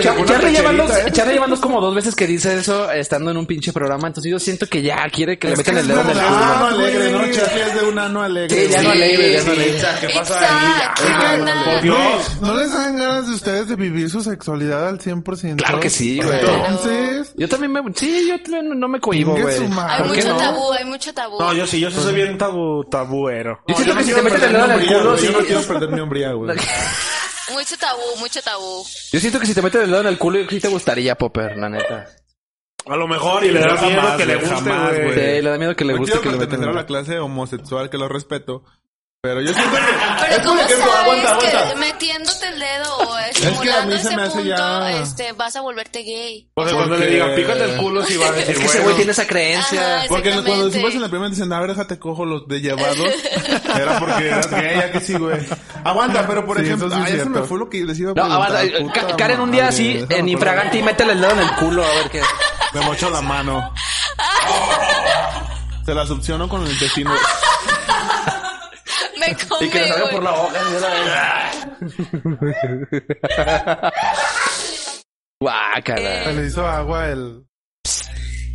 S2: Char- Charlie llevando, Charlie llevando como dos veces que dice eso estando en un pinche programa, entonces yo siento que ya quiere que le metan el dedo en el
S7: Un
S2: culo.
S7: ano alegre, ¿no? Charlie es de un ano alegre.
S2: Sí, ya no alegre, ya no alegre.
S3: Pizza, ¿qué pasa
S4: Pizza, ¿qué
S3: ahí? Ah,
S4: onda?
S3: Por Dios.
S6: ¿No les dan ganas de ustedes de vivir su sexualidad al 100%?
S2: Claro que sí, güey.
S6: Entonces,
S2: Yo también me... Sí, yo también no me cohibo,
S6: Chingue
S2: güey.
S6: su madre.
S4: Hay
S2: ¿Por qué
S4: mucho
S2: no?
S4: tabú, hay mucho tabú.
S3: No, yo sí, yo sí soy bien tabu, tabuero.
S2: Yo siento que si te
S7: quiero
S2: meten
S7: perder
S2: el dedo en
S7: mi
S2: el
S7: hombría,
S2: culo,
S7: güey,
S2: sí...
S7: Yo no quiero perder mi hombría, güey.
S4: Mucho tabú, mucho tabú.
S2: Yo siento que si te meten el dedo en el culo, sí te gustaría, Popper, la neta.
S3: A lo mejor y le da
S7: Jamás,
S3: miedo que le
S7: güey,
S3: guste,
S7: jamás,
S2: Sí,
S3: güey.
S7: güey.
S2: le da miedo que le
S7: No
S2: guste
S7: quiero
S2: que le metan
S7: pertenecer a
S2: el
S7: la clase homosexual, que lo respeto. Pero yo siento que...
S4: Pero
S7: Es por
S4: ¿cómo
S7: ejemplo,
S4: sabes
S7: aguanta, aguanta.
S4: que metiéndote el dedo o
S7: que a mí
S4: estimulando
S7: se
S4: ese
S7: me hace
S4: punto,
S7: ya-
S4: este, vas a volverte gay?
S3: O sea, cuando le
S7: Porque-
S3: digan, pícate el culo, si va a decir,
S2: Es que ese güey
S3: bueno.
S2: tiene esa creencia.
S4: Ajá,
S7: Porque cuando
S4: Exactamente.
S7: subas en la primera dicen, a ver, déjate cojo los de llevados. Era porque eras gay, ya que sí, güey. Aguanta, pero por
S6: Sí,
S7: ejemplo,
S6: eso sí es
S7: ay, se
S6: cierto.
S7: me fue lo que les iba a
S2: No,
S7: preguntar.
S2: ahora, eh,
S7: Puta
S2: Ka- Karen un día
S7: madre,
S2: así,
S7: déjame
S2: en
S7: acordar.
S2: infragante, y métele el dedo en el culo, a ver qué.
S7: Me mocho la mano. Se la succiono con el intestino.
S4: Me come,
S2: Y que le salga
S4: güey.
S2: por la boca. así de la vez. Guácala.
S6: se le hizo agua el...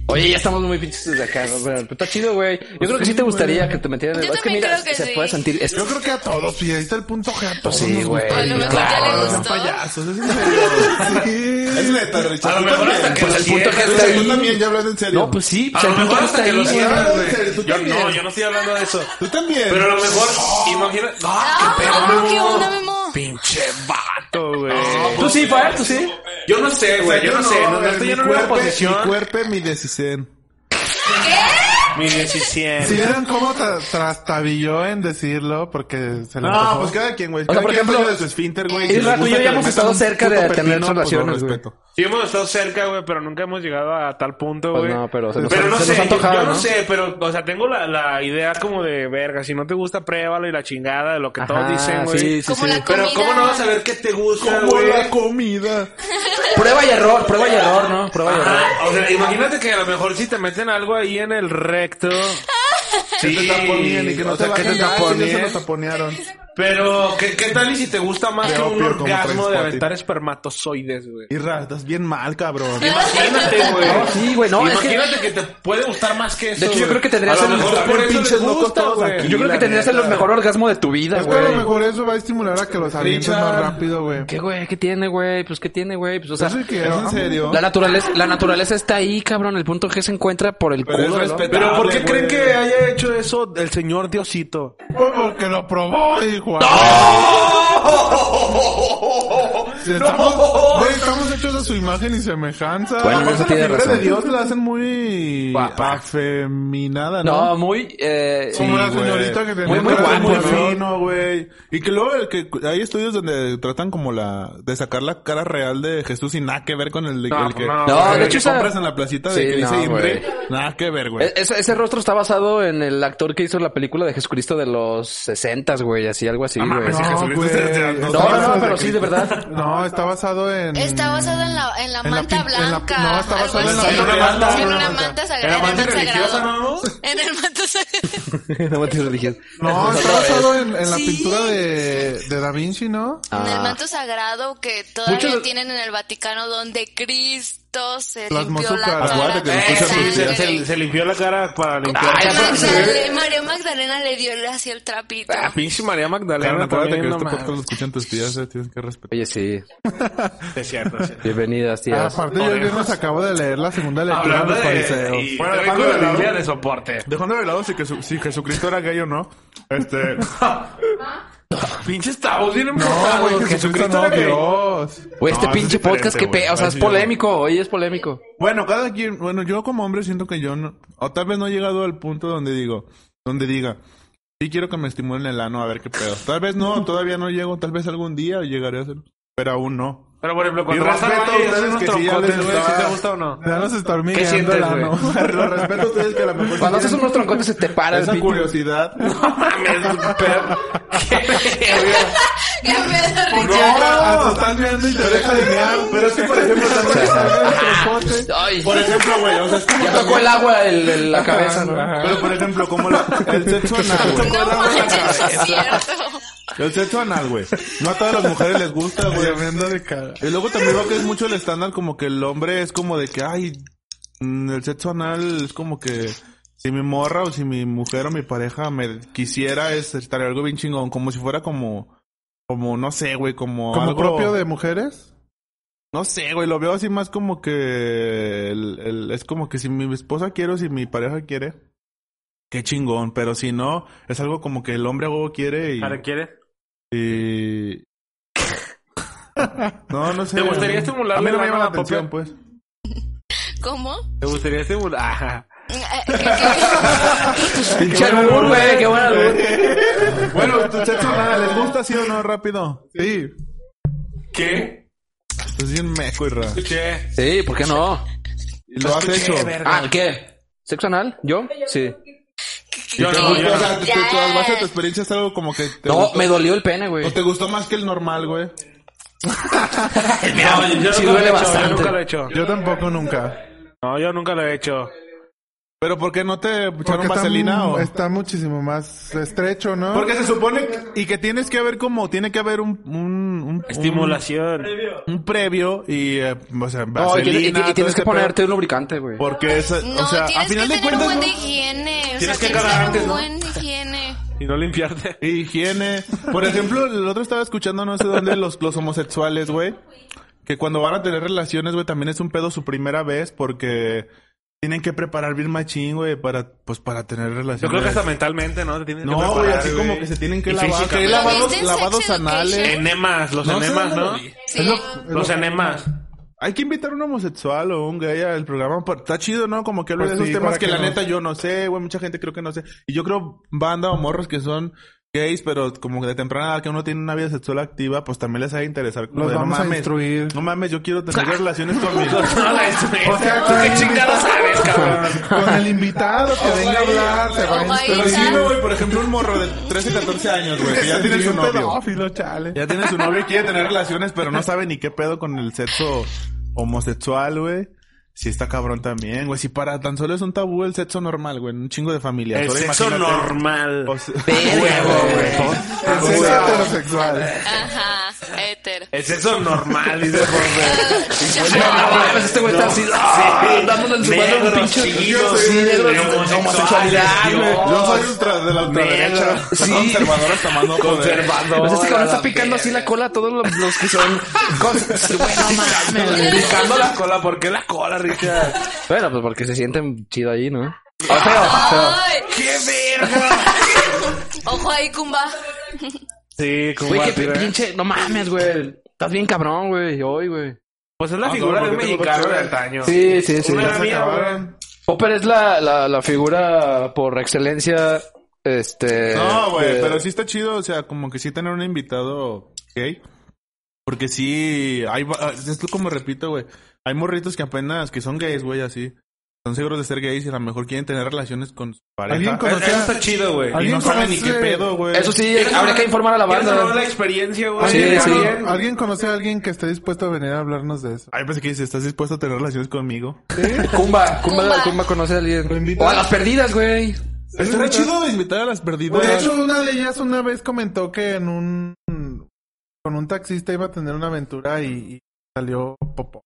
S2: Oye, ya estamos muy pinches de acá, ¿no? pero pues, está chido, güey. Yo creo que sí te gustaría que te metieran en el...
S4: Yo
S2: Es que
S4: también
S2: mira,
S4: creo que
S2: se
S4: sí.
S2: puede sentir... es-
S6: Yo creo que a todos, pues ahí está el punto G a todos.
S2: Sí,
S6: nos
S2: güey.
S4: A lo mejor ya le
S2: Claro.
S4: gustó.
S6: Payasos, es en serio. Sí.
S5: Es neta, Richard.
S3: A lo
S5: tú
S3: mejor
S5: también.
S3: hasta que
S2: Pues
S3: lo
S2: el punto
S3: cierres,
S2: que
S3: güey.
S2: está ahí.
S5: Tú también, ya hablas en serio.
S2: No, pues sí,
S3: A
S2: pues
S3: lo
S2: el punto
S3: mejor
S2: que
S3: hasta
S2: está
S3: que lo
S2: ahí.
S3: cierres, güey.
S5: Tú también.
S3: Yo no, yo no estoy hablando de eso.
S5: Tú también.
S3: Pero a lo mejor, imagina... ¡Ah, qué pedo,
S4: Ah,
S3: Memo!
S4: ¿qué onda, Memo?
S3: ¡Pinche vato, güey!
S2: Tú sí, Fire, tú sí.
S3: Yo no sé, güey, yo no sé. No, no
S5: güey,
S3: estoy
S5: mi
S3: en una
S5: cuerpo- Mi
S3: posición...
S5: cuerpo, mi decisión.
S3: Mi 17.
S6: Si vieran cómo tra- trastabilló en decirlo, porque se le
S5: No,
S6: antojó.
S5: pues cada quien, güey.
S2: sea,
S5: Cada
S2: por
S5: quien
S2: ejemplo,
S5: dueño de su esfínter, güey.
S2: Isra,
S5: Si
S2: tú
S5: les
S2: y
S5: gusta
S2: yo
S5: que
S2: ya
S5: le
S2: hemos
S5: metan
S2: estado
S5: un
S2: cerca
S5: puto
S2: de tener
S5: pepino, pues,
S2: relaciones,
S5: lo
S2: güey.
S5: respeto.
S3: Sí hemos estado cerca, güey, pero nunca hemos llegado a tal punto,
S2: Pues
S3: güey.
S2: no, pero se nos-
S3: pero no
S2: se nos
S3: sé,
S2: ha antojado,
S3: yo no,
S2: ¿no?
S3: sé, pero, o sea, tengo la, la idea como de, verga, si no te gusta, pruébalo y la chingada de lo que todos
S2: Ajá,
S3: dicen, güey.
S2: sí, sí,
S4: Como
S2: sí.
S4: la
S3: Pero
S4: comida.
S3: ¿cómo no vas a ver qué te gusta,
S5: Como
S3: güey?
S5: la comida.
S2: Prueba y error, prueba y error, ¿no? Prueba y error.
S3: Ajá, O sea, imagínate que a lo mejor si te meten algo ahí en el recto. Sí,
S6: te taponían y que no
S3: o sea,
S6: te
S3: ¿qué
S6: bajen
S3: te
S6: nada, si no se
S3: taponían?
S6: lo taponearon.
S3: Pero, ¿qué, ¿qué tal y si te gusta más que un
S6: opio como
S3: orgasmo de
S6: Trainspotting.
S3: aventar espermatozoides, güey?
S5: Isra, estás bien mal, cabrón.
S3: Imagínate, güey.
S2: No, sí, güey, no, es que-
S3: Imagínate que... te puede gustar más que eso.
S2: De hecho, yo
S3: güey.
S2: creo que tendrías
S3: A
S2: el-
S3: lo mejor
S2: también
S3: por eso
S5: pinches
S3: les gusta,
S5: locos todos
S3: güey.
S5: aquí.
S2: Yo creo que tendrías el mejor orgasmo de tu vida,
S6: Es que a lo
S2: güey.
S6: mejor eso va a estimular a que los avienten más rápido, güey.
S2: ¿Qué, güey? ¿Qué tiene, güey? Pues, ¿qué tiene, güey? Pues, o sea...
S6: Eso es que
S5: ¿Es en serio?
S2: La naturaleza, la naturaleza está ahí, cabrón. El punto G se encuentra por el
S5: Pero es
S2: culo. ¿no?
S5: respetable,
S3: Pero ¿por qué
S5: güey.
S3: creen que haya hecho eso el señor Diosito?
S6: Pues Porque lo probó, dijo. Si Estamos, güey, estamos hechos a su imagen y semejanza.
S2: Bueno,
S6: Aparte,
S2: eso
S6: la
S2: tiene
S6: figura
S2: razón.
S6: de Dios la hacen muy
S2: Guapa.
S6: afeminada, ¿no?
S2: No, muy... Eh,
S6: Como
S2: sí,
S6: la
S2: güey.
S6: señorita que tenía
S2: Muy, muy
S6: un traje
S2: guapo, ¿no?
S6: muy fino, güey.
S5: Y que luego el que hay estudios donde tratan como la de sacar la cara real de Jesús y nada que ver con el de
S3: No,
S5: el que,
S3: no,
S5: el
S2: No,
S5: que
S2: de hecho, esa-
S5: compras en la placita de
S2: Sí,
S5: que dice
S2: no,
S5: Imre,
S2: güey.
S5: nada que ver, güey.
S2: E- Ese, ese rostro está basado en el actor que hizo la película de Jesucristo de los 60, güey, así, algo así, güey.
S3: mames,
S2: No,
S3: Jesucristo.
S6: güey.
S5: se- se- no,
S2: no, no, pero sí, de verdad.
S6: No, está basado en...
S4: Está basado en la, en la
S6: la
S4: manta
S6: pin- en la-
S4: blanca.
S6: no, está
S4: algo
S6: basado en la
S4: así.
S3: manta blanca.
S4: Sí, En
S6: En
S4: una
S6: la
S4: manta
S3: Era
S4: sagrada.
S3: más
S4: En el manta
S3: religiosa,
S4: sagrado.
S3: ¿no?
S4: En el manta sagrado.
S2: no me religioso.
S6: No, está basado en, en la
S4: Sí.
S6: pintura de, de Da Vinci, ¿no?
S4: En el
S2: Ah.
S4: manto sagrado que todavía
S2: Muchos-
S4: tienen en el Vaticano donde Cristo se
S6: Plasmó
S4: limpió
S6: su
S4: la
S6: cara.
S4: cara.
S5: Acuérdate que
S4: con
S5: escucha
S4: sangre.
S5: sus
S3: se, se- se limpió la cara para limpiar.
S2: Ay,
S3: para que se
S4: Magdalena-
S3: ve-
S4: María Magdalena le dio así el trapito.
S3: Ah, pinche María
S2: eh,
S5: Carnal,
S3: Magdalena
S5: acuérdate
S3: también,
S5: que
S3: no
S5: este podcast lo
S3: mames.
S5: escuchan tus tías, eh, tienes que respetar.
S2: Oye, sí.
S3: Es cierto, es cierto.
S2: Bienvenidas, tías.
S6: Ah, Aparte, yo el viernes acabo de leer la segunda lectura de los fariseos.
S3: y-
S5: Bueno,
S3: vengo
S5: hablando
S3: de
S5: de
S3: la
S5: la-
S3: Biblia de soporte.
S5: Dejando de lado si, que su- si Jesucristo era gay o no. Este,
S3: Pinches tabús bien
S6: No,
S3: empotrados.
S6: güey, Jesucristo no, Dios.
S2: Güey, este
S5: No, es
S2: pinche
S5: diferente,
S2: podcast, qué
S5: güey.
S2: pe... O sea,
S5: Ay,
S2: es
S5: sí,
S2: polémico, hoy es polémico.
S5: bueno, cada quien, bueno, yo como hombre siento que yo no, o tal vez no he llegado al punto donde digo, donde diga, sí quiero que me estimulen el ano a ver qué pedo. Tal vez no, todavía no llego, tal vez algún día llegaré a hacerlo, pero aún no.
S3: Pero por ejemplo,
S5: Y
S3: cuando vas al
S5: respeto a
S3: baño y haces
S5: ustedes
S3: unos
S5: que sí ya les
S3: troncotes, güey,
S5: gustaba.
S3: ¿sí te gusta o no?
S6: Ya nos está
S3: ¿Qué
S6: hormigueando
S3: sientes,
S6: el ano.
S3: güey?
S5: Lo respeto a ustedes que a lo mejor...
S2: Cuando haces unos troncotes se te para el
S5: Esa
S2: pito.
S5: curiosidad.
S4: Qué pedo,
S5: ¡Oh!
S4: Richard.
S5: No, estás viendo y te deja de mear. Pero es que, por ejemplo, estás
S2: Ay,
S5: Por ejemplo, güey, o sea, es como
S2: ya
S5: también-
S2: tocó el agua el, el- la cabeza, ¿no?
S5: Pero por ejemplo, como la- el sexo anal, güey.
S4: No manches, es cierto.
S5: El sexo anal, güey. No a todas las mujeres les gusta, güey.
S6: de cara.
S5: Y luego también veo que es mucho el estándar como que el hombre es como de que, ay, mm, el sexo anal es como que si mi morra o si mi mujer o mi pareja me quisiera es estar algo bien chingón, como si fuera como, como no sé, güey, como
S6: ¿Como
S5: algo-
S6: propio de mujeres?
S5: No sé, güey, lo veo así más como que el- el- es como que si mi esposa quiere o si mi pareja quiere, qué chingón, pero si no, es algo como que el hombre a huevo quiere y...
S3: ¿Ahora quiere?
S5: y- No, no sé.
S3: ¿Te gustaría estimularle
S5: A mí
S3: la
S5: no me llama
S3: mano a
S5: la
S3: Pope?
S5: atención, pues.
S4: ¿Cómo?
S3: ¿Te gustaría estimular? Ajá.
S4: Eh, ¿qué- qué-
S2: Pinche albur, güey, qué buen albur.
S5: Bueno, tu sexo nada, ¿les gusta sí o no? Rápido.
S6: Sí.
S3: ¿Qué?
S6: Pues,
S5: Estás bien meco, Irra.
S3: Escuché.
S2: Sí, ¿por qué no?
S5: Y lo has hecho.
S2: Ah, ¿el ¿qué? ¿Sexo anal? ¿Yo? Sí.
S3: Yo
S5: ¿Te
S3: no,
S5: gusta?
S3: yo
S5: O
S3: no.
S5: sea, te- te- te- base a tu experiencia es algo como que te
S2: No,
S5: gustó-
S2: me dolió el pene, güey.
S5: ¿O te gustó más que el normal, güey?
S3: No, yo
S2: Sí
S3: nunca lo
S2: duele
S3: he hecho, yo
S2: bastante.
S3: nunca lo he hecho.
S6: Yo tampoco nunca.
S3: No, yo nunca lo he hecho.
S5: Pero ¿por qué no te
S6: Porque
S5: echaron
S6: está,
S5: vaselina
S6: mu-
S5: o...?
S6: está muchísimo más estrecho, ¿no?
S5: Porque se supone que- y que tienes que haber como tiene que haber un un, un
S3: Estimulación.
S5: un, un previo y eh, o sea,
S2: No, y,
S5: vaselina,
S2: y- y
S5: todo
S2: tienes
S5: ese
S2: que
S5: pedo.
S2: ponerte un lubricante, güey.
S5: porque es,
S4: No,
S5: o sea, a
S4: tienes
S5: final
S4: que
S5: de
S4: tener
S5: cuentas
S4: un buen
S5: ¿no?
S4: de higiene. O sea,
S3: Tienes que
S4: tienes que
S3: cagar
S4: tener
S3: antes,
S4: un
S3: ¿no?
S4: buen de higiene.
S3: Y no limpiarte.
S5: higiene. Por ejemplo, el otro estaba escuchando no sé dónde los los homosexuales, güey, que cuando van a tener relaciones, güey, también es un pedo su primera vez porque tienen que preparar bien machín, güey, para pues para tener relaciones.
S3: Yo creo que hasta mentalmente, ¿no? Te tienes que
S5: no, güey,
S3: preparar,
S5: así como que se tienen que
S3: Y
S5: lavar, que hay
S3: físicamente.
S4: ¿Lo
S5: lavados,
S4: viste en
S5: lavados
S4: Sex Education?
S5: anales.
S3: Enemas, los
S5: No sé
S3: enemas,
S5: dónde
S3: ¿no?
S5: lo vi.
S4: Sí.
S3: Los enemas.
S5: Hay que invitar a un homosexual o un gay al programa. por- Está chido, ¿no? Como que hablo
S6: Pues
S5: de esos
S6: sí,
S5: temas
S6: para
S5: que,
S6: que
S5: la
S6: no.
S5: neta yo no sé, güey. Mucha gente creo que no sé. Y yo creo banda o morros que son gays, pero como que de temprana edad que uno tiene una vida sexual activa, pues también les ha de interesar. Como
S6: Los
S5: de, no
S6: vamos a
S5: mames,
S6: instruir.
S5: No mames, yo quiero tener relaciones con mis...
S3: No, la instruí.
S6: O sea,
S3: ¿Tú
S6: con
S3: qué
S6: el
S3: chingados sabes, cabrón?
S6: Con el invitado que venga a hablar, se va a
S4: Oh, my
S6: instruir.
S5: pero sí, no, güey. Por ejemplo, un morro de 13, 14 años, güey. Que ya tiene su
S6: un
S5: novio.
S6: pedófilo, chale.
S5: Ya tiene su novio y quiere tener relaciones, pero no sabe ni qué pedo con el sexo homosexual, güey. Si está cabrón también, güey. Si para tan solo es un tabú el sexo normal, güey. en Un chingo de familia.
S3: El sexo normal.
S6: El sexo heterosexual.
S4: Ajá, éter.
S3: El sexo normal, dice Jorge.
S2: No, pues este güey está así, ah, dándole en su mano un
S3: Negros,
S2: pinche
S3: chiquitos,
S2: sí, negros,
S3: homosexuales,
S2: homosexualidad,
S3: yo-
S2: güey.
S5: Yo soy ultra de la ultraderecha.
S2: Sí.
S5: Conservadores tomando poder.
S3: Observando.
S2: Pues este cabrón
S3: a la
S2: está picando así la cola a todos los, los que son. cos- Güey, no mames, güey.
S3: Picando la cola, ¿por qué la cola, Richard?
S2: Bueno, pues porque se sienten chido allí, ¿no? O feo, feo.
S4: ¡Ay!
S3: ¡Qué verga!
S4: Ojo ahí, Kumba.
S3: Sí, como
S2: Güey,
S3: a
S2: qué
S3: tirar.
S2: pinche. No mames, güey. Estás bien cabrón, güey. Hoy, güey.
S3: Pues es la
S5: Ah,
S3: figura de
S5: cabrón,
S3: un
S5: ¿por qué te lo
S3: mexicano de
S5: pones?
S3: antaño.
S2: Sí, sí, sí.
S3: Una
S5: Ya se
S3: mía, güey.
S5: acabaron.
S2: Popper es la, la, la figura por excelencia. Este.
S5: No, güey,
S2: de-
S5: pero sí está chido, o sea, como que sí tener un invitado gay. Porque sí, hay, va- ah, es lo como repito, güey, hay morritos que apenas, que son gays, güey, así. Son seguros de ser gays y a lo mejor quieren tener relaciones con su pareja.
S6: ¿Alguien
S3: Eso
S6: conocía-
S3: está chido, güey.
S5: Eh, y no
S6: ¿Alguien
S5: saben ni qué
S6: conoce-
S5: pedo, güey.
S2: Eso sí, habría que informar a la
S3: ¿Quieres hablar de la
S2: banda.
S3: experiencia, güey?
S6: ¿Alguien,
S2: Sí, sí.
S6: cono- ¿Alguien conoce a alguien que esté dispuesto a venir a hablarnos de eso?
S5: Ay, pensé que dice, ¿estás dispuesto a tener relaciones conmigo?
S2: Cumba, Cumba,
S4: Cumba.
S2: Cumba conoce a
S6: Lo
S2: alguien.
S6: invito.
S2: O a las perdidas, güey.
S5: Estaría chido invitar a las perdidas.
S6: De hecho, una de ellas una vez comentó que en un con un taxista iba a tener una aventura y, y salió popó.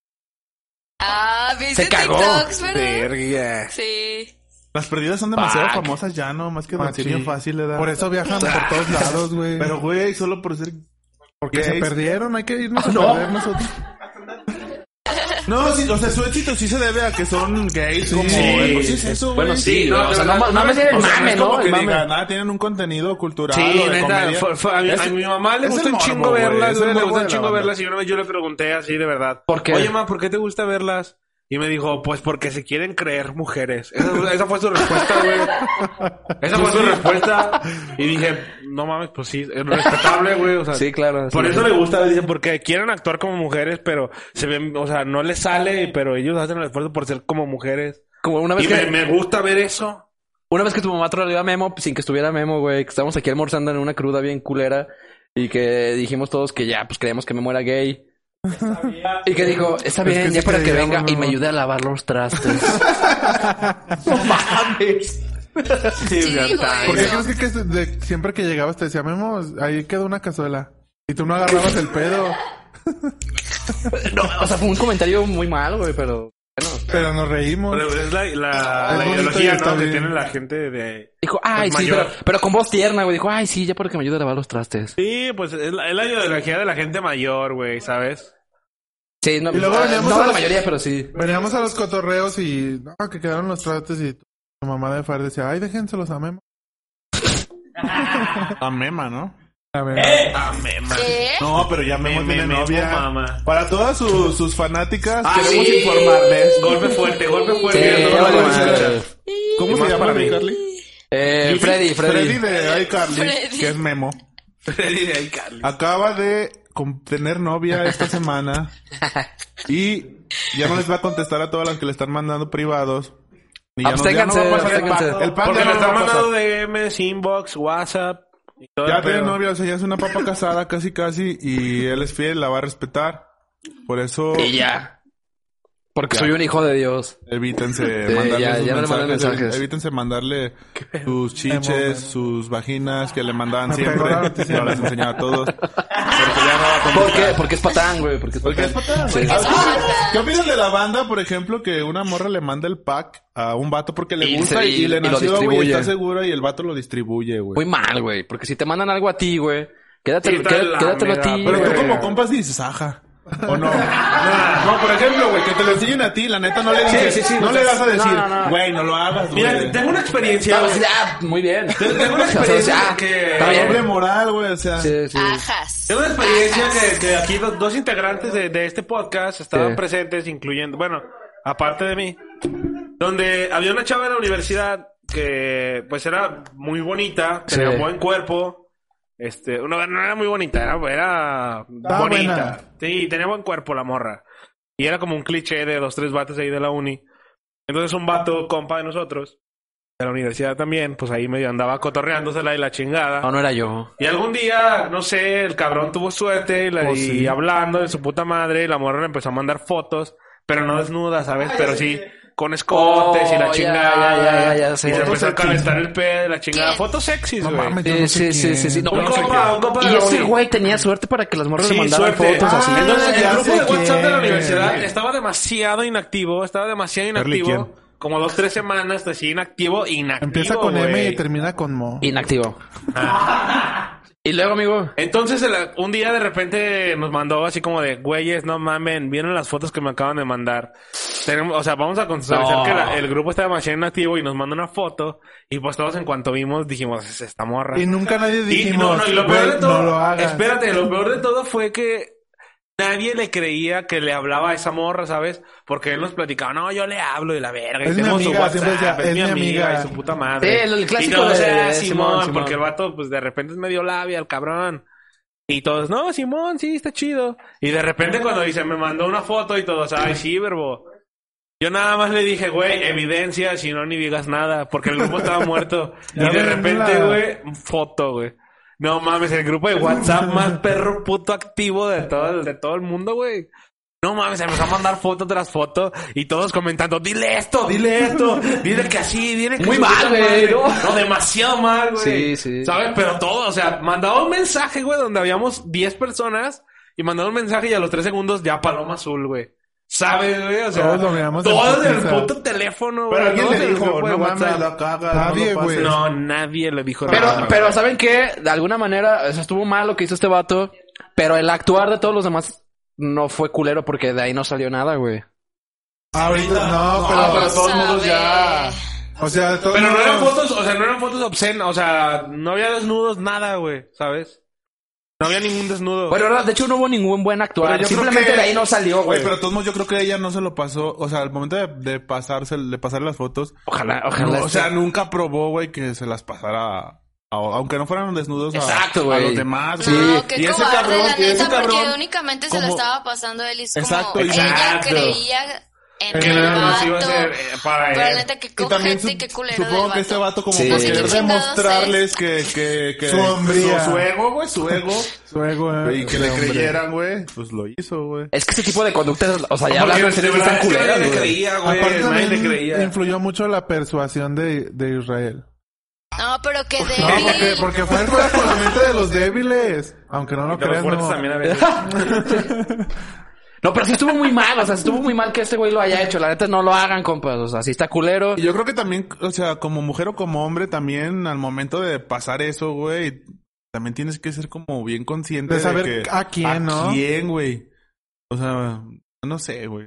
S4: Ah, ¿viste
S2: Se cagó.
S4: TikToks, verdad?
S3: Verga. Ah,
S4: Sí.
S5: las perdidas son demasiado
S2: Fuck.
S5: famosas ya, ¿no? Más que
S6: Ah, Machín.
S5: demasiado fácil, ¿verdad?
S6: Por eso Ah. viajan por todos lados, güey.
S5: Pero, güey, solo por ser...
S6: porque se
S5: gays.
S6: perdieron, hay que irnos a
S2: no.
S6: perder nosotros.
S5: No, sí, o sea, su éxito sí se debe a que son gays como... pues sí es eso, güey.
S2: Bueno, sí,
S3: no,
S2: no, o sea, no,
S3: no,
S2: ma-
S3: no,
S2: no me tienen
S5: O sea, no
S2: mame,
S5: es como
S2: ¿no?
S5: que
S2: El
S5: digan,
S2: mame.
S5: ah, tienen un contenido cultural
S3: Sí,
S5: o de
S3: neta,
S5: comedia.
S3: fue- fue- a, mí-
S5: Es-
S3: a mi mamá le
S5: es
S3: gusta
S5: el
S3: un
S5: morbo,
S3: chingo
S5: güey,
S3: verlas,
S5: es
S3: güey,
S5: el
S3: le
S5: morbo
S3: gusta un
S5: de la
S3: chingo
S5: banda.
S3: verlas y una vez yo le pregunté así de verdad.
S2: ¿Por qué?
S3: Oye, mamá, ¿por qué te gusta verlas? Y me dijo, pues porque se quieren creer mujeres. Esa, esa fue su respuesta, güey. Esa fue su respuesta. Y dije, no mames, pues sí, es respetable, güey. O sea,
S2: Sí, claro.
S3: Por
S2: sí.
S3: eso le gusta, dice, porque quieren actuar como mujeres, pero se ven, o sea, no les sale, pero ellos hacen el esfuerzo por ser como mujeres.
S2: Como una vez
S3: Y
S2: que.
S3: me, me gusta ver eso.
S2: Una vez que tu mamá troleó a Memo, sin que estuviera Memo, güey, que estábamos aquí almorzando en una cruda bien culera y que dijimos todos que ya, pues creíamos que Memo era gay. Y que dijo, está bien,
S6: que sí
S2: ya para que
S6: creíamos,
S2: venga y
S6: Memo.
S2: me ayude a lavar los trastes. no mames.
S4: Sí, dijo
S6: ¿Por qué
S4: eso.
S6: crees que, que se- de- siempre que llegabas te decía, Memo, ahí quedó una cazuela? Y tú no agarrabas el pedo,
S2: No, o sea, fue un comentario muy malo, güey, pero bueno.
S6: pero nos reímos.
S3: Pero es la, la,
S6: Es
S3: la
S6: bonito
S3: ideología
S6: y está
S3: ¿no? que
S6: bien.
S3: tiene la gente de...
S2: Dijo, ay,
S3: Es
S2: sí,
S3: mayor.
S2: pero, pero con voz tierna, güey. Dijo, ay, sí, ya para que me ayude a lavar los trastes.
S3: Sí, pues es la, es la ideología de la gente mayor, güey, ¿sabes?
S2: Sí, no,
S6: Y luego
S2: ah,
S6: veníamos
S2: no
S6: a
S2: la
S6: los-
S2: mayoría, pero sí.
S6: Veníamos a los cotorreos y no, que quedaron los trates y tu tu mamá de Fer decía, ay, déjenselos a Memo.
S5: A Ah, Mema, ¿no?
S6: A ver,
S4: ¿Qué?
S5: No, pero ya Memo
S3: Me-
S5: tiene
S3: me-
S5: novia.
S3: Memo, mamá.
S5: Para todas sus, sus fanáticas,
S3: Ah,
S5: queremos
S3: sí.
S5: informarles.
S3: Golpe fuerte, golpe
S2: Sí,
S3: fuerte. Mira, todo lo
S2: vale,
S3: que
S2: madre.
S3: escucha.
S5: ¿Cómo
S3: Y
S5: se
S3: más
S5: llama
S3: para
S5: mi
S3: mí.
S5: Carly?
S2: Eh, Freddy, Freddy.
S5: de iCarly,
S4: Freddy.
S5: que es Memo.
S3: Freddy de ahí, Carly.
S5: Acaba de com- tener novia esta semana. Y ya no les va a contestar a todas las que le están mandando privados.
S3: Ah,
S5: Y ya
S3: pues
S5: no- ya no,
S2: Absténganse,
S5: va a pasar el pack.
S2: absténganse.
S5: El pack
S3: Porque
S5: ya
S3: me
S5: no
S3: están
S5: va a pasar.
S3: mandando DMs, inbox, WhatsApp. y todo
S5: Ya
S3: el
S5: tiene
S3: pedo.
S5: novia, o sea, ya es una papa casada casi casi y él es fiel, la va a respetar. Por eso
S2: Y ya. Porque soy un hijo de Dios.
S5: Evítense
S2: Sí,
S5: mandarle
S2: ya-
S5: sus
S2: ya no le mandan
S5: mensajes, eh,
S2: mensajes.
S5: Evítense mandarle sus
S6: Emo,
S5: chiches, sus vaginas que le mandaban
S6: Me
S5: siempre.
S6: pegó la noticia.
S5: No las enseñaba a todos.
S2: ¿Por qué? Porque es patán, güey. Porque es
S5: Porque es
S2: patán.
S5: patán.
S2: Sí.
S5: A ver, ¿Qué opinas de la banda, por ejemplo, que una morra le manda el pack a un vato porque le
S2: Y
S5: gusta
S2: se-
S5: y,
S2: y-
S5: le
S2: y lo
S5: nació, güey, y
S2: distribuye.
S5: está segura y el vato lo distribuye,
S2: Muy
S5: güey?
S2: mal, güey. Porque si te mandan algo a ti, güey, quédatelo, quédatelo,
S3: Quítala,
S2: quédatelo a
S3: mira,
S2: ti,
S5: Pero tú
S2: güey.
S5: como compas dices, ajá. O no. No, por ejemplo, güey, que te lo enseñen a ti, la neta no le dices.
S2: sí, sí,
S5: no
S2: o
S5: le
S2: sea,
S5: vas a decir,
S2: no, no, no.
S5: güey, no, lo hagas, güey.
S3: Mira, tengo una experiencia.
S2: Ah,
S3: güey.
S2: sí, ah, muy bien.
S3: Tengo una
S2: O sea,
S3: experiencia
S2: sí, ah,
S3: que- Ah.
S2: Está bien.
S5: Doble moral, güey, o sea.
S2: Sí, sí.
S4: Ajas.
S3: Tengo una experiencia que, que aquí los dos integrantes de, de este podcast estaban
S2: Sí.
S3: presentes, incluyendo, bueno, aparte de mí, donde había una chava en la universidad que pues era muy bonita, tenía
S2: Sí.
S3: un buen cuerpo, este, no, no era muy bonita, era, era bonita, sí, tenía buen cuerpo la morra. Y era como un cliché de los tres vatos ahí de la uni. Entonces un vato, compa de nosotros, de la universidad también, pues ahí medio andaba cotorreándosela y la chingada.
S2: No, no era yo.
S3: Y algún día, no sé, el cabrón tuvo suerte y, la- y hablando de su puta madre, y la morra le empezó a mandar fotos, pero no desnuda, ¿sabes? pero sí, con escotes y la
S2: Oh, ya,
S3: chingada.
S2: ya, ya, ya, ya, sí.
S3: y se
S2: Fotos
S3: empezó a
S2: sexys.
S3: calentar el pedo y la chingada.
S4: ¿Quién?
S3: Fotos sexys, güey.
S2: Sí, sí, sí, sí, sí. No,
S3: Un
S2: no sé
S3: compa,
S2: qué.
S3: un compa de
S2: Y
S3: la
S2: ese
S3: uni.
S2: güey tenía suerte para que las morras le
S3: Sí,
S2: mandaran
S3: suerte. Ah.
S2: fotos así.
S3: Entonces, el
S6: ya
S3: grupo
S6: sé
S3: de WhatsApp de la
S6: quién.
S3: universidad estaba demasiado inactivo, estaba demasiado inactivo.
S5: Quién.
S3: Como dos, tres semanas, así inactivo, inactivo.
S6: Empieza con M
S3: güey.
S6: y termina con Mo.
S2: Inactivo.
S3: Ah.
S2: Y luego, amigo.
S3: Entonces, el- un día de repente nos mandó así como de, güeyes, no mamen, vieron las fotos que me acaban de mandar. Tenemos, o sea, vamos a contextualizar
S2: No.
S3: que la- el grupo está demasiado inactivo y nos manda una foto. Y pues todos en cuanto vimos dijimos, es esta morra.
S6: Y nunca nadie
S3: Y-
S6: dijimos,
S3: no, no, y lo peor
S6: "Güey,
S3: de todo,
S6: no lo hagas.
S3: espérate, lo peor de todo fue que nadie le creía que le hablaba a esa morra, ¿sabes? Porque él nos platicaba, no, yo le hablo de la verga. y
S6: Es mi
S3: tengo su
S6: amiga, siempre
S3: WhatsApp,
S6: decía,
S3: es mi amiga, y su puta madre.
S2: Sí, el- el clásico
S3: y todos,
S2: de-
S3: "Ah,
S2: de
S3: Simón,
S2: Simón, Simón.
S3: porque el vato, pues de repente es medio labia, el cabrón. Y todos, no, Simón, sí, está chido. Y de repente cuando dice, me mandó una foto y todos, ay, sí, verbo. Yo nada más le dije, güey, evidencia, si no, ni digas nada, porque el grupo estaba muerto. y
S6: Ya
S3: de
S6: ven
S3: repente,
S6: la-
S3: güey, foto, güey. No mames, el grupo de WhatsApp más perro puto activo de todo, el- de todo el mundo, güey. No mames, se empezó a mandar foto tras foto y todos comentando, dile esto, dile esto, dile que así, dile que
S2: Muy
S3: su
S2: mal,
S3: puta
S2: güey,
S3: madre".
S2: ¿no?
S3: No, demasiado mal, güey.
S2: Sí, sí.
S3: ¿Sabes? Pero todo, o sea, mandaba un mensaje, güey, donde habíamos 10 personas y mandaba un mensaje y a los 3 segundos ya paloma azul, güey. ¿Sabes, güey? O sea,
S6: Todos lo veíamos en
S3: todos en el
S6: putiza.
S3: puto teléfono, güey.
S5: Pero alguien
S3: todos en
S5: le
S3: el
S5: dijo,
S3: grupo de
S5: no mames,
S3: WhatsApp".
S5: la cagas.
S6: Nadie,
S5: no lo pases".
S6: güey.
S3: No, nadie le dijo
S2: Pero,
S5: Ah,
S3: nada.
S2: pero ¿saben qué? De alguna manera, eso estuvo mal lo que hizo este vato. Pero el actuar de todos los demás no fue culero porque de ahí no salió nada, güey.
S6: Ahorita no, pero,
S4: No
S6: pero todos
S4: sabe.
S6: modos ya. O sea, todos
S3: Pero no
S6: modos-
S3: eran fotos, o sea, no eran fotos obscenas, o sea, no había desnudos, nada, güey, ¿sabes? No había ningún desnudo.
S2: Bueno, no, de hecho no hubo ningún buen
S5: Pero
S2: actuar.
S5: yo creo
S2: Simplemente
S5: que-
S2: de ahí no salió, güey.
S5: Güey, pero de todos modos yo creo que ella no se lo pasó. O sea, al momento de, de pasarse, de pasar las fotos.
S2: Ojalá, ojalá. este
S5: o sea, nunca probó, güey, que se las pasara. a- aunque no fueran desnudos a-
S2: Exacto,
S5: a,
S2: güey.
S5: los demás.
S2: Sí.
S4: No, qué
S5: Y ese
S4: cobarde,
S5: cabrón,
S4: la
S5: y ese
S4: neta, porque
S5: cabrón,
S4: únicamente se
S5: como-
S4: lo estaba pasando él y es
S5: Exacto,
S4: como ella
S3: exacto.
S4: creía en
S3: Que
S4: el
S3: nada más
S4: vato.
S3: iba a ser, eh, para
S4: Pero
S3: él.
S4: la neta que
S5: Y también
S4: cojete y qué
S5: su-
S4: culero
S5: supongo
S4: del
S5: que este vato como
S2: Sí.
S5: por
S2: No sé qué
S5: querer
S4: chingados
S5: demostrarles que, que, que
S6: Su hombría.
S5: su, su ego, güey, su ego,
S6: Su ego, eh,
S5: y que le
S6: de hombre.
S5: creyeran, güey, pues lo hizo, güey.
S2: Es que ese tipo de conductas, o sea, ya hablando
S5: este,
S2: en serio, sí están culeras,
S3: Nadie le
S2: güey.
S3: creía, güey.
S6: Aparte
S3: Nadie le
S6: también
S3: creía.
S6: influyó mucho la persuasión de, de Israel.
S4: No, pero que
S6: No, porque,
S4: débil.
S6: porque fue el razonamiento de los débiles. Aunque no lo
S3: De los
S6: creas,
S3: fuertes
S6: no.
S3: también a veces.
S2: No, pero sí estuvo muy mal, o sea, sí estuvo muy mal que este güey lo haya hecho. La neta, no lo hagan, compas. O sea, sí está culero.
S5: Y yo creo que también, o sea, como mujer o como hombre, también al momento de pasar eso, güey, también tienes que ser como bien consciente
S6: De saber
S5: que-
S6: a quién, ¿no?
S5: quién, güey. O sea, no sé, güey.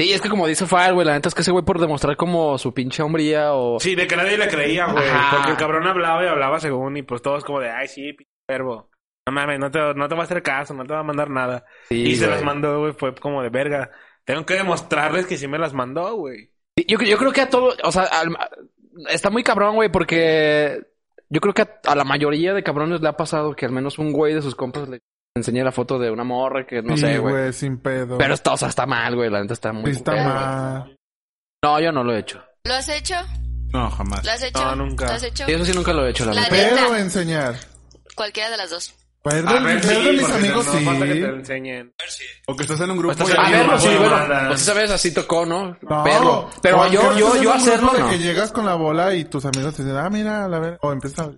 S2: Sí, es que como dice Fire, güey, la neta es que ese güey por demostrar como su pinche hombría o...
S3: Sí, de que nadie le creía, güey.
S2: Ajá.
S3: Porque el cabrón hablaba y hablaba según, y pues todos como de, ay, sí, p- verbo. No mames, no te, no te va a hacer caso, no te va a mandar nada.
S2: Sí,
S3: y se
S2: güey.
S3: las mandó, güey, fue como de verga. Tengo que demostrarles que sí me las mandó, güey.
S2: Sí, Yo, yo creo que a todo, o sea, al- está muy cabrón, güey, porque yo creo que a, a la mayoría de cabrones le ha pasado que al menos un güey de sus compas le enseñe la foto de una morra que no
S6: Sí,
S2: sé, güey.
S6: sin pedo.
S2: Pero está, o sea, está mal, güey, la neta está muy...
S6: está
S2: culero, güey.
S6: mal.
S2: No, yo no lo he hecho.
S4: ¿Lo has hecho?
S5: No, jamás.
S4: ¿Lo has hecho?
S3: No, nunca.
S4: ¿Lo has hecho?
S2: Sí, Eso sí nunca lo he hecho, eh, la
S4: La
S2: neta.
S4: neta.
S6: Pero enseñar.
S4: Cualquiera de las dos.
S6: Para ir
S3: A
S6: de,
S3: ver,
S6: ver de
S3: sí,
S6: mis
S3: porque
S6: amigos,
S3: no falta que
S6: sí.
S3: te lo enseñen.
S7: O que estás en un grupo
S3: Estás
S7: y
S3: en
S2: A
S3: Sí,
S2: ver,
S7: alguien
S2: pues sí,
S3: bueno,
S2: bueno,
S3: bueno.
S2: pues esa vez así tocó, ¿no?
S6: No,
S2: Pero, pero
S6: cuando
S2: yo, yo,
S6: estás en
S2: yo
S6: un grupo
S2: hacerlo,
S6: de
S2: no.
S6: que llegas con la bola y tus amigos te dicen, ah, mira, la ver. O empieza a...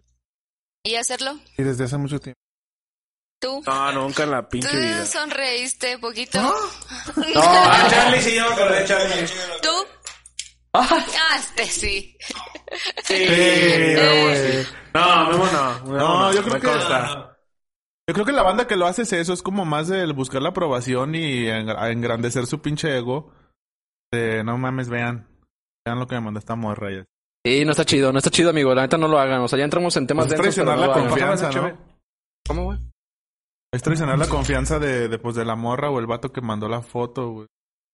S4: ¿Y hacerlo?
S6: Y desde hace mucho tiempo.
S4: ¿Tú?
S3: No, nunca en la
S4: Tú
S3: pinche vida.
S4: sonreíste poquito.
S3: Ah, Charlie sí, yo me acordé, Charlie.
S4: ¿Tú? Ah, este sí.
S3: No, Memo no. Memo
S5: No, yo creo
S3: me
S5: que-
S3: consta.
S5: Yo creo que la banda que lo hace es eso, es como más del buscar la aprobación y engra- engrandecer su pinche ego. De no mames, vean. Vean lo que me mandó esta morra. ya.
S2: Sí, no está chido, no está chido, amigo. La neta no lo hagan. O sea, ya entramos en temas
S5: Pues
S2: de.
S5: es traicionar la confianza,
S3: Cheve.
S5: ¿no?
S2: ¿Cómo, güey?
S5: Es traicionar la confianza de, de, pues, de la morra o el vato que mandó la foto, güey.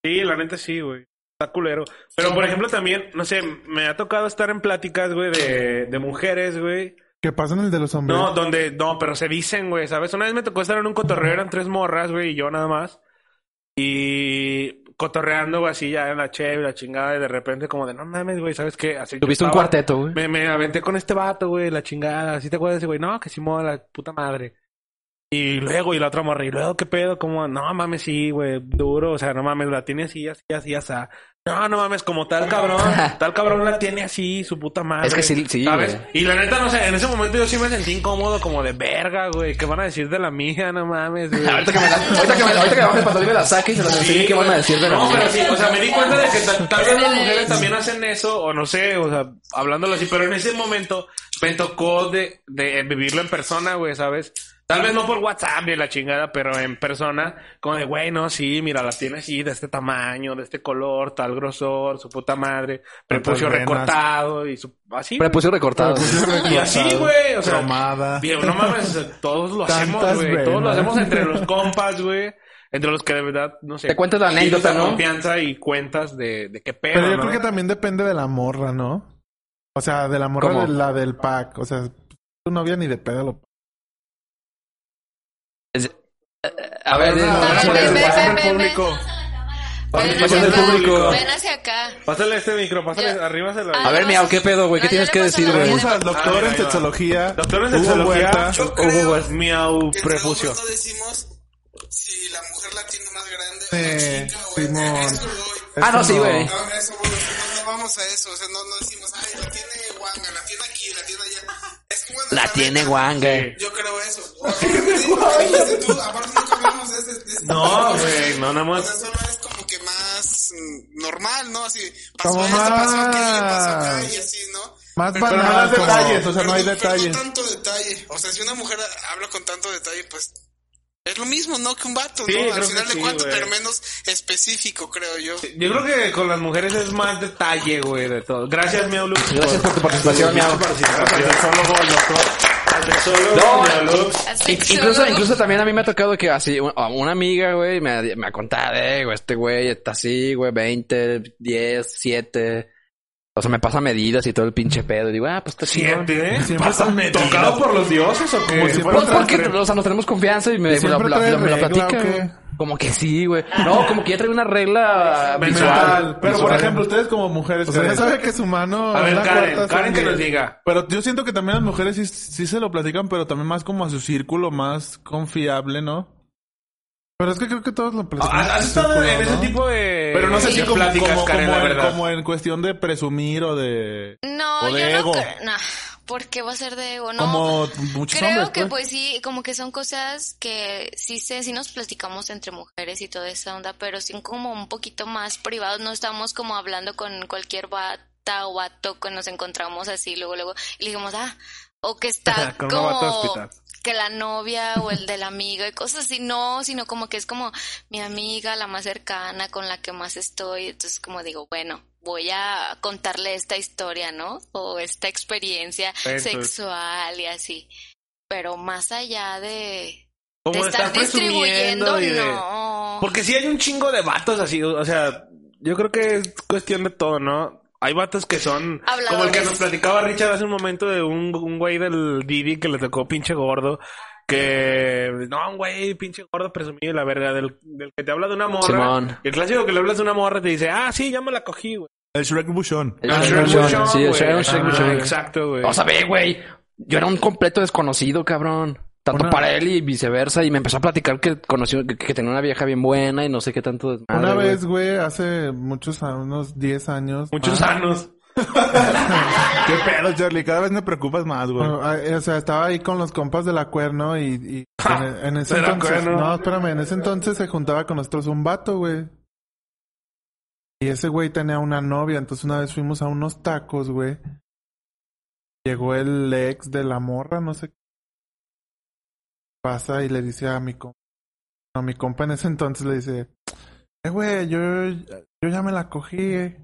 S3: Sí, la neta sí, güey. Está culero. Pero, por ejemplo, también, no sé, me ha tocado estar en pláticas, güey, de, de mujeres, güey.
S6: ¿Qué pasa en el de los hombres?
S3: No, donde, no, pero se dicen, güey, ¿sabes? Una vez me tocó estar en un cotorreo, eran tres morras, güey, y yo nada más. Y cotorreando, güey, así ya en la cheve, la chingada, y de repente como de, no mames, güey, ¿sabes qué? Así
S2: Tuviste
S3: yo
S2: un
S3: estaba-
S2: cuarteto, güey.
S3: Ah, Me, me aventé con este vato, güey, la chingada. ¿Sí te acuerdas de ese güey? No, que sí moda la puta madre. Y luego, y la otra morra, y luego, ¿qué pedo? Como, no mames, sí, güey, duro, o sea, no mames, la tiene así, así, así, así. No, no mames, como tal cabrón, tal cabrón la tiene así, su puta madre.
S2: Es que sí- sí,
S3: ¿sabes?
S2: güey.
S3: Y la neta, no sé, en ese momento yo sí me sentí incómodo, como de verga, güey, ¿qué van a decir de la mía? No mames, güey.
S2: Ahorita que me la, ahorita que me la, ahorita que me baje el pantalón y me la saque y se la enseñe, ¿qué van a decir de la
S3: No,
S2: mía?
S3: pero sí, o sea, me di cuenta de que ta- tal vez las mujeres también hacen eso, o no sé, o sea, hablándolo así, pero en ese momento me tocó de, de vivirlo en persona, güey, ¿sabes? Tal vez no por WhatsApp y la chingada, pero en persona, como de, güey, no, sí, mira, la tiene así, de este tamaño, de este color, tal grosor, su puta madre, prepucio
S5: venas.
S3: recortado y su, así.
S2: Prepucio recortado.
S3: Y así, güey, o sea,
S5: Cromada.
S3: Digo, no mames, o sea, todos lo hacemos,
S6: Tantas
S3: güey. Todos lo
S6: venas.
S3: hacemos entre los compas, güey. Entre los que de verdad, no sé.
S2: Te cuentas la
S3: tienes
S2: anécdota, ¿no?
S3: confianza y cuentas de, de qué pedo,
S6: Pero yo
S3: ¿no?
S6: creo que también depende de la morra, ¿no? O sea, de la morra
S2: ¿Cómo?
S6: de la del pack. O sea, tu novia ni de pedo lo...
S2: A ver, ahora sí,
S4: No, ven, ven,
S2: ahora sí.
S4: ven, ven, ven.
S2: Participación del público.
S4: Ven hacia acá.
S3: Pásale este micro, pásale,
S4: Yo-
S3: arriba se lo...
S4: Ah,
S2: A ver, Miau, ¿qué pedo, güey? ¿Qué
S4: No,
S2: tienes
S4: yo
S2: que
S4: le paso
S2: decir,
S4: la
S2: güey?
S4: vida.
S5: Tenemos al doctor
S3: Ahí va, ahí
S5: en
S3: va.
S5: sexología.
S3: Doctor en
S5: Hugo
S3: sexología.
S5: Huerta.
S8: Yo
S2: Hugo
S8: creo
S2: Huerta.
S3: Miau
S8: que
S3: prepucio.
S8: nosotros no decimos si la mujer la tiene más grande o
S6: Eh,
S8: más chica, güey.
S6: Simón.
S8: A eso voy.
S2: Ah, no, sí, güey.
S8: No, a eso voy. Nosotros no vamos a eso. O sea, no, no decimos, ay, la tiene guanga, la tiene aquí, la tiene allá. Es como en el
S2: La
S8: planeta.
S2: tiene guanga.
S8: Yo creo eso. Porque dijiste tú, aparte nunca hablamos de ese. de ese-
S3: No, güey, no, nada
S8: O sea,
S3: más.
S8: solo es como que más mm, normal, ¿no? Así, pasó
S6: Como
S8: esto, pasó
S6: más-
S8: aquello, pasó acá y así, ¿no?
S6: Más
S8: Pero-
S6: banal,
S5: no hay
S6: como-
S5: detalles, o sea, no hay
S8: Pero- pero
S5: detalles.
S8: no tanto detalle. O sea, si una mujer habla con tanto detalle, pues es lo mismo, ¿no? Que un vato,
S3: Sí, creo
S8: ¿no? Al
S3: que
S8: final de
S3: sí,
S8: cuentas,
S3: güey.
S8: pero menos específico, creo yo.
S3: Yo creo que con las mujeres es más detalle, güey, de todo. Gracias, Miau Lux.
S2: Gracias por tu participación, Miau.
S3: Al sexólogo, al doctor. Al sexólogo,
S2: No,
S3: Miau Lux.
S4: Así
S2: In-
S4: que
S2: Incluso,
S4: solo-
S2: incluso también a mí me ha tocado que así, un- a una amiga, güey, me, me ha contado, eh, güey, este güey está así, güey, 20, 10, 7. O sea, me pasa medidas y todo el pinche pedo. Y digo, ah, pues está chingón.
S3: Siete, ¿eh? Pásame, ¿Tocado por los dioses o qué?
S6: Como
S2: Pues
S6: siempre
S3: Bueno,
S2: porque, o sea, nos tenemos confianza y me,
S6: ¿Y siempre
S2: la- la-
S6: trae
S2: la- me la
S6: regla
S2: platica,
S6: o qué?
S2: güey. Como que sí, güey. No, como que ya trae una regla visual.
S5: Mental. Pero por ejemplo, ustedes como mujeres.
S6: O sea, ya
S5: ¿ustedes
S6: sabe que su mano...
S3: A ver,
S6: la
S3: Karen,
S6: cuarta
S3: Karen que
S6: sangre.
S3: nos diga.
S5: Pero yo siento que también las mujeres sí, sí se lo platican, pero también más como a su círculo más confiable, ¿no?
S6: Pero es que creo que todos lo platicamos.
S3: Ah, ¿Has has estado en ese tipo de
S5: Pero no sé si
S3: de
S5: como,
S3: pláticas,
S5: como,
S3: Karen,
S5: como
S3: la
S5: en,
S3: verdad?
S5: como en cuestión de presumir o de...
S4: No,
S5: o de
S4: yo no
S5: ego.
S4: creo. No, ¿por qué va a ser de ego? No.
S5: Como muchos
S4: Creo
S5: hombres,
S4: que
S5: pues.
S4: pues sí, como que son cosas que sí sé, sí nos platicamos entre mujeres y toda esa onda, pero sí como un poquito más privados, no estamos como hablando con cualquier bata o vato que nos encontramos así, luego, luego, y le dijimos, ah, o que está
S3: Con una bata hospital.
S4: como que la novia o el de la amiga y cosas así, no, sino como que es como mi amiga, la más cercana, con la que más estoy, entonces como digo, bueno, voy a contarle esta historia, ¿no? O esta experiencia
S3: Entonces-
S4: sexual y así. Pero más allá de, de
S3: Como de
S4: estar
S3: estar
S4: distribuyendo,
S3: presumiendo y de-
S4: no.
S3: Porque sí hay un chingo de vatos así, o o sea, yo creo que es cuestión de todo, ¿no? Hay vatos que son como el que
S4: Habladores.
S3: nos platicaba Richard hace un momento de un, un güey del Didi que le tocó pinche gordo. Que no, un güey, pinche gordo presumido, la verga, del, del que te habla de una morra.
S2: Simón.
S3: El clásico que le hablas de una morra te dice, ah, sí, ya me la cogí, güey.
S5: El Shrek Bushon.
S2: El
S3: Ah,
S2: Shrek
S3: Shrek
S2: Bushon,
S3: Bushon,
S2: sí, el
S3: güey.
S2: Shrek Bushon.
S3: Ah, Exacto, güey.
S2: O sea, ve, güey. Yo era un completo desconocido, cabrón. Tanto
S6: Una-
S2: para él y viceversa. Y me empezó a platicar que conoció, que, que tenía una vieja bien buena y no sé qué tanto desmadre,
S6: Una
S2: güey.
S6: vez, güey, hace muchos, a- unos 10 años. Ah,
S3: Muchos años.
S7: ¿Qué pedo, Charlie? Cada vez me preocupas más, güey.
S6: Bueno, ah, eh, o sea, estaba ahí con los compas de la cuerno y, y en, en ese
S3: De la
S6: entonces,
S3: Cuerno.
S6: no, espérame, en ese entonces se juntaba con nosotros un vato, güey. Y ese güey tenía una novia, entonces una vez fuimos a unos tacos, güey. Llegó el ex de la morra, no sé qué. Pasa y le dice a mi compa, a mi compa en ese entonces le dice, eh, güey, yo, yo ya me la cogí, eh.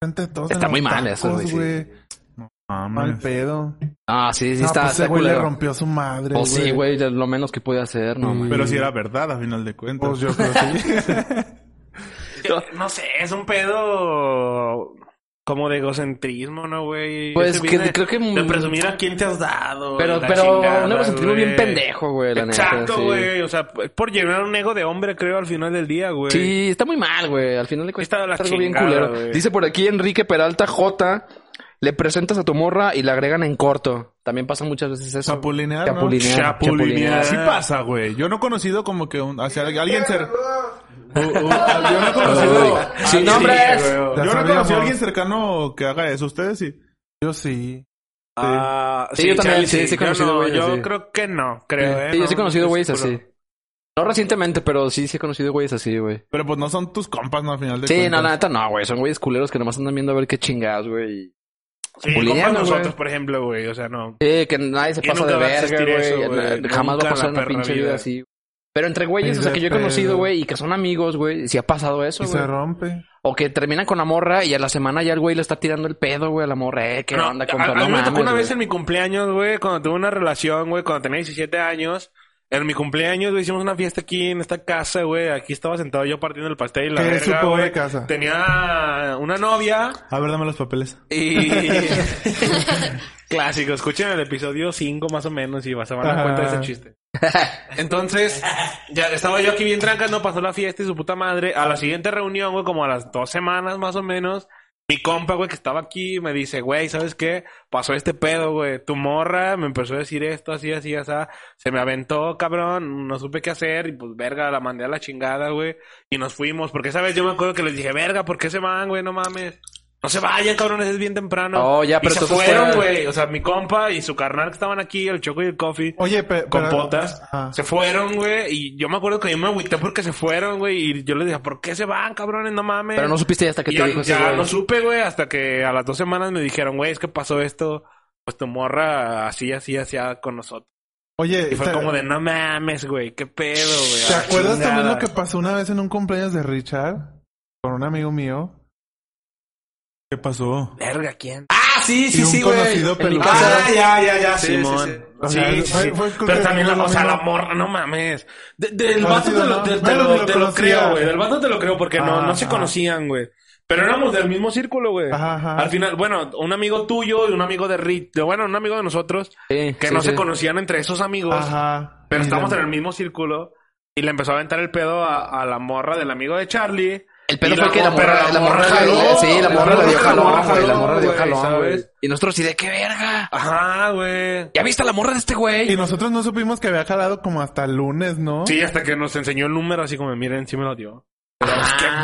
S6: Frente a todos en
S2: Está
S6: los
S2: muy mal eso, güey,
S6: tacos,
S2: sí.
S6: güey. Mal pedo.
S2: Ah, sí, sí,
S6: No,
S2: está,
S6: pues
S2: está
S6: ese güey le
S2: culero.
S6: rompió su madre.
S2: O sí, güey, de lo menos que puede hacer,
S6: Mm.
S2: no mames.
S7: Pero si era verdad, a final de cuentas.
S6: Pues yo creo que sí.
S3: Eh, No sé, es un pedo como de egocentrismo, ¿no, güey?
S2: Pues
S3: Ese
S2: que-
S3: viene
S2: creo que-
S3: De presumir a quién te has dado.
S2: Pero,
S3: la
S2: pero
S3: chingada,
S2: un egocentrismo bien
S3: güey.
S2: pendejo, güey, la neta,
S3: Exacto,
S2: sí.
S3: güey. O sea, p- por llenar un ego de hombre, creo, al final del día, güey.
S2: Sí, está muy mal, güey. Al final le cuesta
S3: Está de la
S2: algo bien
S3: chingada,
S2: culero.
S3: güey.
S2: Dice por aquí Enrique Peralta J. Le presentas a tu morra y la agregan en corto. También pasa muchas veces eso.
S7: Chapulinear, ¿no?
S2: Chapulinear.
S3: Chapulinear.
S7: Sí pasa, güey. Yo no he conocido como que un, hacia alguien ser... Uh, uh, yo no he conocido...
S3: Ah,
S2: Uy, Sin nombres.
S6: Ya
S7: Yo no he
S6: sabíamos.
S7: conocido a alguien cercano que haga eso. Ustedes sí.
S6: Yo sí.
S3: Ah,
S2: Sí, yo también,
S3: Charlie,
S2: sí, sí he
S3: Yo
S2: conocido
S3: no,
S2: güeyes
S3: Yo
S2: así.
S3: creo que no, creo, ¿eh?
S2: Sí, yo
S3: no,
S2: sí he conocido
S3: no
S2: güeyes
S3: estoy
S2: así.
S3: seguro.
S2: No recientemente, pero sí, sí he conocido güeyes así, güey.
S7: Pero pues no son tus compas, ¿no? Al final de
S2: Sí,
S7: cuentas.
S2: no, la neta no, güey. Son güeyes culeros que nomás andan viendo a ver qué chingados, güey.
S3: Sí,
S2: Chapulineando,
S3: compas nosotros,
S2: güey.
S3: por ejemplo, güey. O sea, no.
S2: Sí, que nadie se
S3: ¿Quién
S2: pasa de
S3: nunca va a
S2: verga,
S3: existir eso,
S2: güey.
S3: güey?
S2: Na- Jamás va
S3: Nunca
S2: a
S3: en
S2: pasar
S3: la
S2: una
S3: perra
S2: pinche vida
S3: vida.
S2: así. Pero entre güeyes, o sea, que yo he
S6: Pero-
S2: conocido, güey, y que son amigos, güey, si ha pasado eso,
S6: Y se
S2: güey.
S6: rompe.
S2: O que terminan con la morra y a la semana ya el güey le está tirando el pedo, güey, a la morra. Eh, ¿qué
S3: No,
S2: onda,
S3: a,
S2: compa?
S3: a mí
S2: No
S3: me
S2: mames,
S3: tocó una
S2: güey.
S3: vez en mi cumpleaños, güey, cuando tuve una relación, güey, cuando tenía 17 años. En mi cumpleaños, güey, hicimos una fiesta aquí en esta casa, güey. Aquí estaba sentado yo partiendo el pastel y la
S6: Que
S3: verga,
S6: es su pobre
S3: güey.
S6: casa.
S3: Tenía una novia
S7: A ver, dame los papeles.
S3: y... Clásico, escuchen el episodio 5 más o menos y vas a dar cuenta de ese chiste. Entonces, ya estaba yo aquí bien tranca, no pasó la fiesta y su puta madre. A la siguiente reunión, güey, como a las dos semanas más o menos, mi compa, güey, que estaba aquí, me dice, güey, ¿sabes qué? Pasó este pedo, güey. Tu morra me empezó a decir esto, así, así, así. Se me aventó, cabrón. No supe qué hacer y pues, verga, la mandé a la chingada, güey. Y nos fuimos, porque esa vez yo me acuerdo que les dije, verga, ¿por qué se van, güey? No mames. No se vayan, cabrones, es bien temprano.
S2: Oh, ya, pero
S3: y se
S2: entonces
S3: fueron,
S2: fue-
S3: güey. O sea, mi compa y su carnal que estaban aquí, el Choco y el Coffee
S6: Oye, pe- pero...
S3: con potas.
S6: Ah.
S3: Se fueron, güey. Y yo me acuerdo que yo me agüité porque se fueron, güey. Y yo les dije, ¿por qué se van, cabrones? No mames.
S2: Pero no supiste ya hasta que
S3: Y
S2: te
S3: yo
S2: dijo ese
S3: ya
S2: güey.
S3: no supe, güey, hasta que a las dos semanas me dijeron, güey, es que pasó esto. Pues tu morra así, así, así ah, con nosotros.
S6: Oye,
S3: Y fue
S6: ¿te,
S3: como de, no mames, güey, qué pedo, güey.
S6: ¿te
S3: Ah,
S6: acuerdas
S3: chingada.
S6: también lo que pasó una vez en un cumpleaños de Richard? Con un amigo mío.
S7: ¿Qué pasó?
S3: Verga, ¿quién?
S2: Ah, sí, sí,
S7: Y un
S2: sí, güey.
S7: conocido
S2: En mi
S7: peluquero.
S2: casa.
S3: Ah, ya, ya, ya,
S2: Sí,
S3: Simón.
S2: sí, sí.
S6: O
S3: Sí,
S6: sea,
S3: sí,
S6: fue-
S3: sí.
S6: fue-
S3: Pero también la, o sea,
S6: mismo.
S3: la morra, no mames. De- del
S6: Habrá
S3: vato
S6: sido,
S3: te lo,
S6: ¿no?
S3: te, te
S6: Bueno,
S3: lo,
S6: lo
S3: te lo
S6: conocía.
S3: creo, güey. Del vato te lo creo porque no,
S6: Ah,
S3: no se
S6: ah.
S3: conocían, güey. Pero éramos del mismo círculo, güey.
S6: Ajá, ajá.
S3: Al final, bueno, un amigo tuyo y un amigo de Rick. de- Bueno, un amigo de nosotros.
S2: Sí,
S3: que
S2: sí,
S3: no
S2: sí.
S3: se conocían entre esos amigos.
S2: pues.
S6: Ajá.
S3: Pero
S6: Y
S3: estamos
S6: la-
S3: en el mismo círculo. Y le empezó a aventar el pedo a, a la morra del amigo de Charlie.
S2: El pedo
S3: Y
S2: fue que la
S3: mo- pero
S2: morra, la morra,
S3: jaló.
S2: le- sí, la morra le dio jalón, güey, la
S3: jaló,
S2: morra le dio
S3: güey,
S2: jalón, güey.
S3: ¿sabes?
S2: Y nosotros sí de qué verga.
S3: Ajá, güey.
S2: ¿Ya viste a la morra de este
S6: Y
S2: güey?
S6: nosotros no supimos que había jalado como hasta el lunes, ¿no?
S3: Sí, hasta que nos enseñó el número, así como, miren, sí me lo dio.
S2: Ah,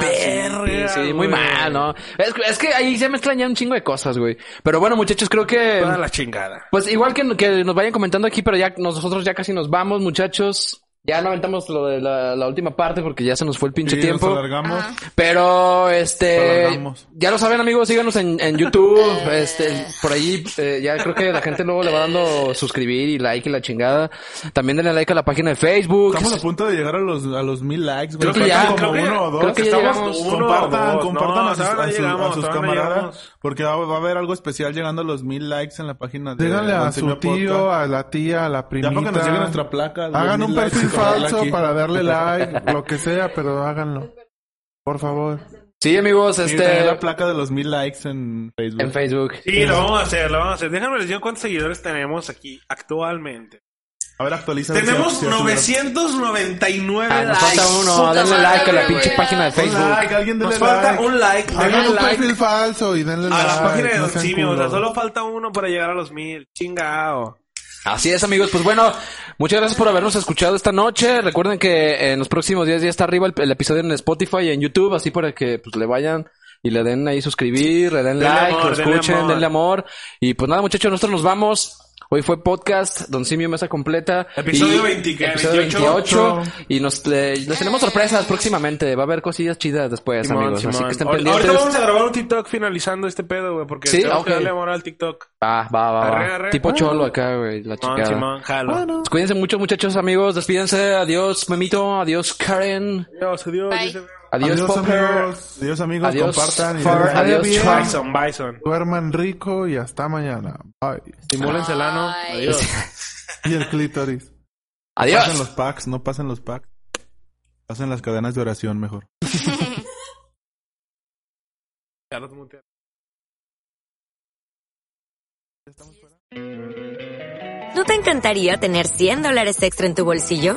S2: Sí,
S3: verga,
S2: sí, muy
S3: güey.
S2: mal, ¿no? Es, es que ahí se me extrañan un chingo de cosas, güey. Pero bueno, muchachos, creo que...
S3: Toda la chingada.
S2: Pues igual que, que nos vayan comentando aquí, pero ya nosotros ya casi nos vamos, muchachos. Ya no aventamos lo de la, la última parte porque ya se nos fue el pinche
S7: Sí,
S2: tiempo.
S7: Nos alargamos.
S4: Ajá.
S2: Pero, este,
S7: Prolongamos.
S2: ya lo saben amigos, síganos en, en YouTube, este, por ahí, eh, ya creo que la gente luego le va dando suscribir y like y la chingada. También denle like a la página de Facebook.
S7: Estamos a punto de llegar a los, a los mil likes, güey.
S2: Creo que
S7: Faltan
S2: ya,
S7: como
S3: creo que-
S7: uno o dos.
S2: creo que ya
S3: Estamos
S2: llegamos.
S3: uno
S7: compartan,
S3: o dos.
S7: compartan
S3: No,
S7: a sus,
S3: todavía no
S7: a sus-
S3: llegamos,
S7: a sus
S3: todavía no
S7: camaradas.
S3: llegamos.
S7: Porque va, va a haber algo especial llegando a los mil likes en la página de.
S6: Díganle a
S7: Monsignor
S6: su tío,
S7: Podcast.
S6: a la tía, a la
S7: Ya
S6: primita.
S7: para que nos llegue nuestra placa. los
S6: Hagan
S7: mil
S6: un
S7: likes y
S6: perfil
S7: ponerla
S6: falso
S7: aquí.
S6: para darle like, lo que sea, pero háganlo. Por favor.
S2: Sí amigos,
S7: Sí, tener
S2: este,
S7: la placa de los mil likes en Facebook.
S2: en Facebook.
S3: Sí, lo vamos a hacer, lo vamos a hacer. Déjame les digo cuántos seguidores tenemos aquí actualmente.
S7: A ver, actualiza.
S3: Tenemos
S7: si- si- si-
S3: 999
S2: Ah, nos
S3: likes.
S2: falta uno,
S4: puta
S2: denle
S4: madre,
S2: like a la
S4: güey.
S2: pinche página de
S7: Un
S2: Facebook.
S7: like, alguien
S3: Nos
S7: denle
S3: falta
S7: like.
S3: un like.
S6: Hagan
S3: denle
S6: un
S3: like
S6: perfil falso y denle
S3: a la
S6: like.
S3: página de
S6: no
S3: Don
S6: sean
S3: Simio. O sea,
S6: culos.
S3: solo falta uno para llegar a los mil. Chingao.
S2: Así es, amigos. Pues bueno, muchas gracias por habernos escuchado esta noche. Recuerden que en los próximos días ya está arriba el, el episodio en Spotify y en YouTube, así para que pues, le vayan y le den ahí suscribir, le den
S3: Denle
S2: like,
S3: amor,
S2: lo
S3: denle
S2: escuchen,
S3: amor.
S2: denle amor. Y pues nada, muchachos, nosotros nos vamos. Hoy fue podcast, Don Simio Mesa Completa.
S3: Episodio
S2: y-
S3: 20, que
S2: episodio
S3: 28.
S2: 28. Y nos, le- les tenemos sorpresas próximamente. Va a haber cosillas chidas después,
S3: Simón,
S2: amigos. Así
S3: Simón.
S2: que estén
S3: Ahor-
S2: pendientes.
S3: Ahorita vamos a grabar un TikTok finalizando este pedo, güey, porque
S2: Sí,
S3: tenemos
S2: ok.
S3: que darle amor al TikTok.
S2: Ah, va, va, va.
S3: Arre, arre.
S2: Tipo
S3: Ah.
S2: cholo acá, güey. La
S3: Simón,
S2: chica.
S3: Simón, jalo.
S2: Pues cuídense mucho, muchachos, amigos. Despídense. Adiós, Memito. Adiós, Karen.
S3: Adiós, adiós.
S4: Bye.
S3: dice-
S2: Adiós,
S5: Adiós,
S2: Popper.
S5: amigos. Adiós, amigos.
S2: Adiós,
S5: Compartan. y
S2: Far.
S5: les vaya
S2: Adiós,
S5: bien.
S2: Far.
S3: Bison, Bison.
S5: Duerman rico y hasta mañana. Bye.
S3: Simúlense el ano.
S4: Ay.
S3: Adiós.
S5: Y el clítoris.
S2: Adiós.
S9: Pasen los packs, no pasen los packs. Pasen las cadenas de oración mejor.
S3: Ya los muteé.
S6: ¿No te encantaría tener 100 dólares extra en tu bolsillo?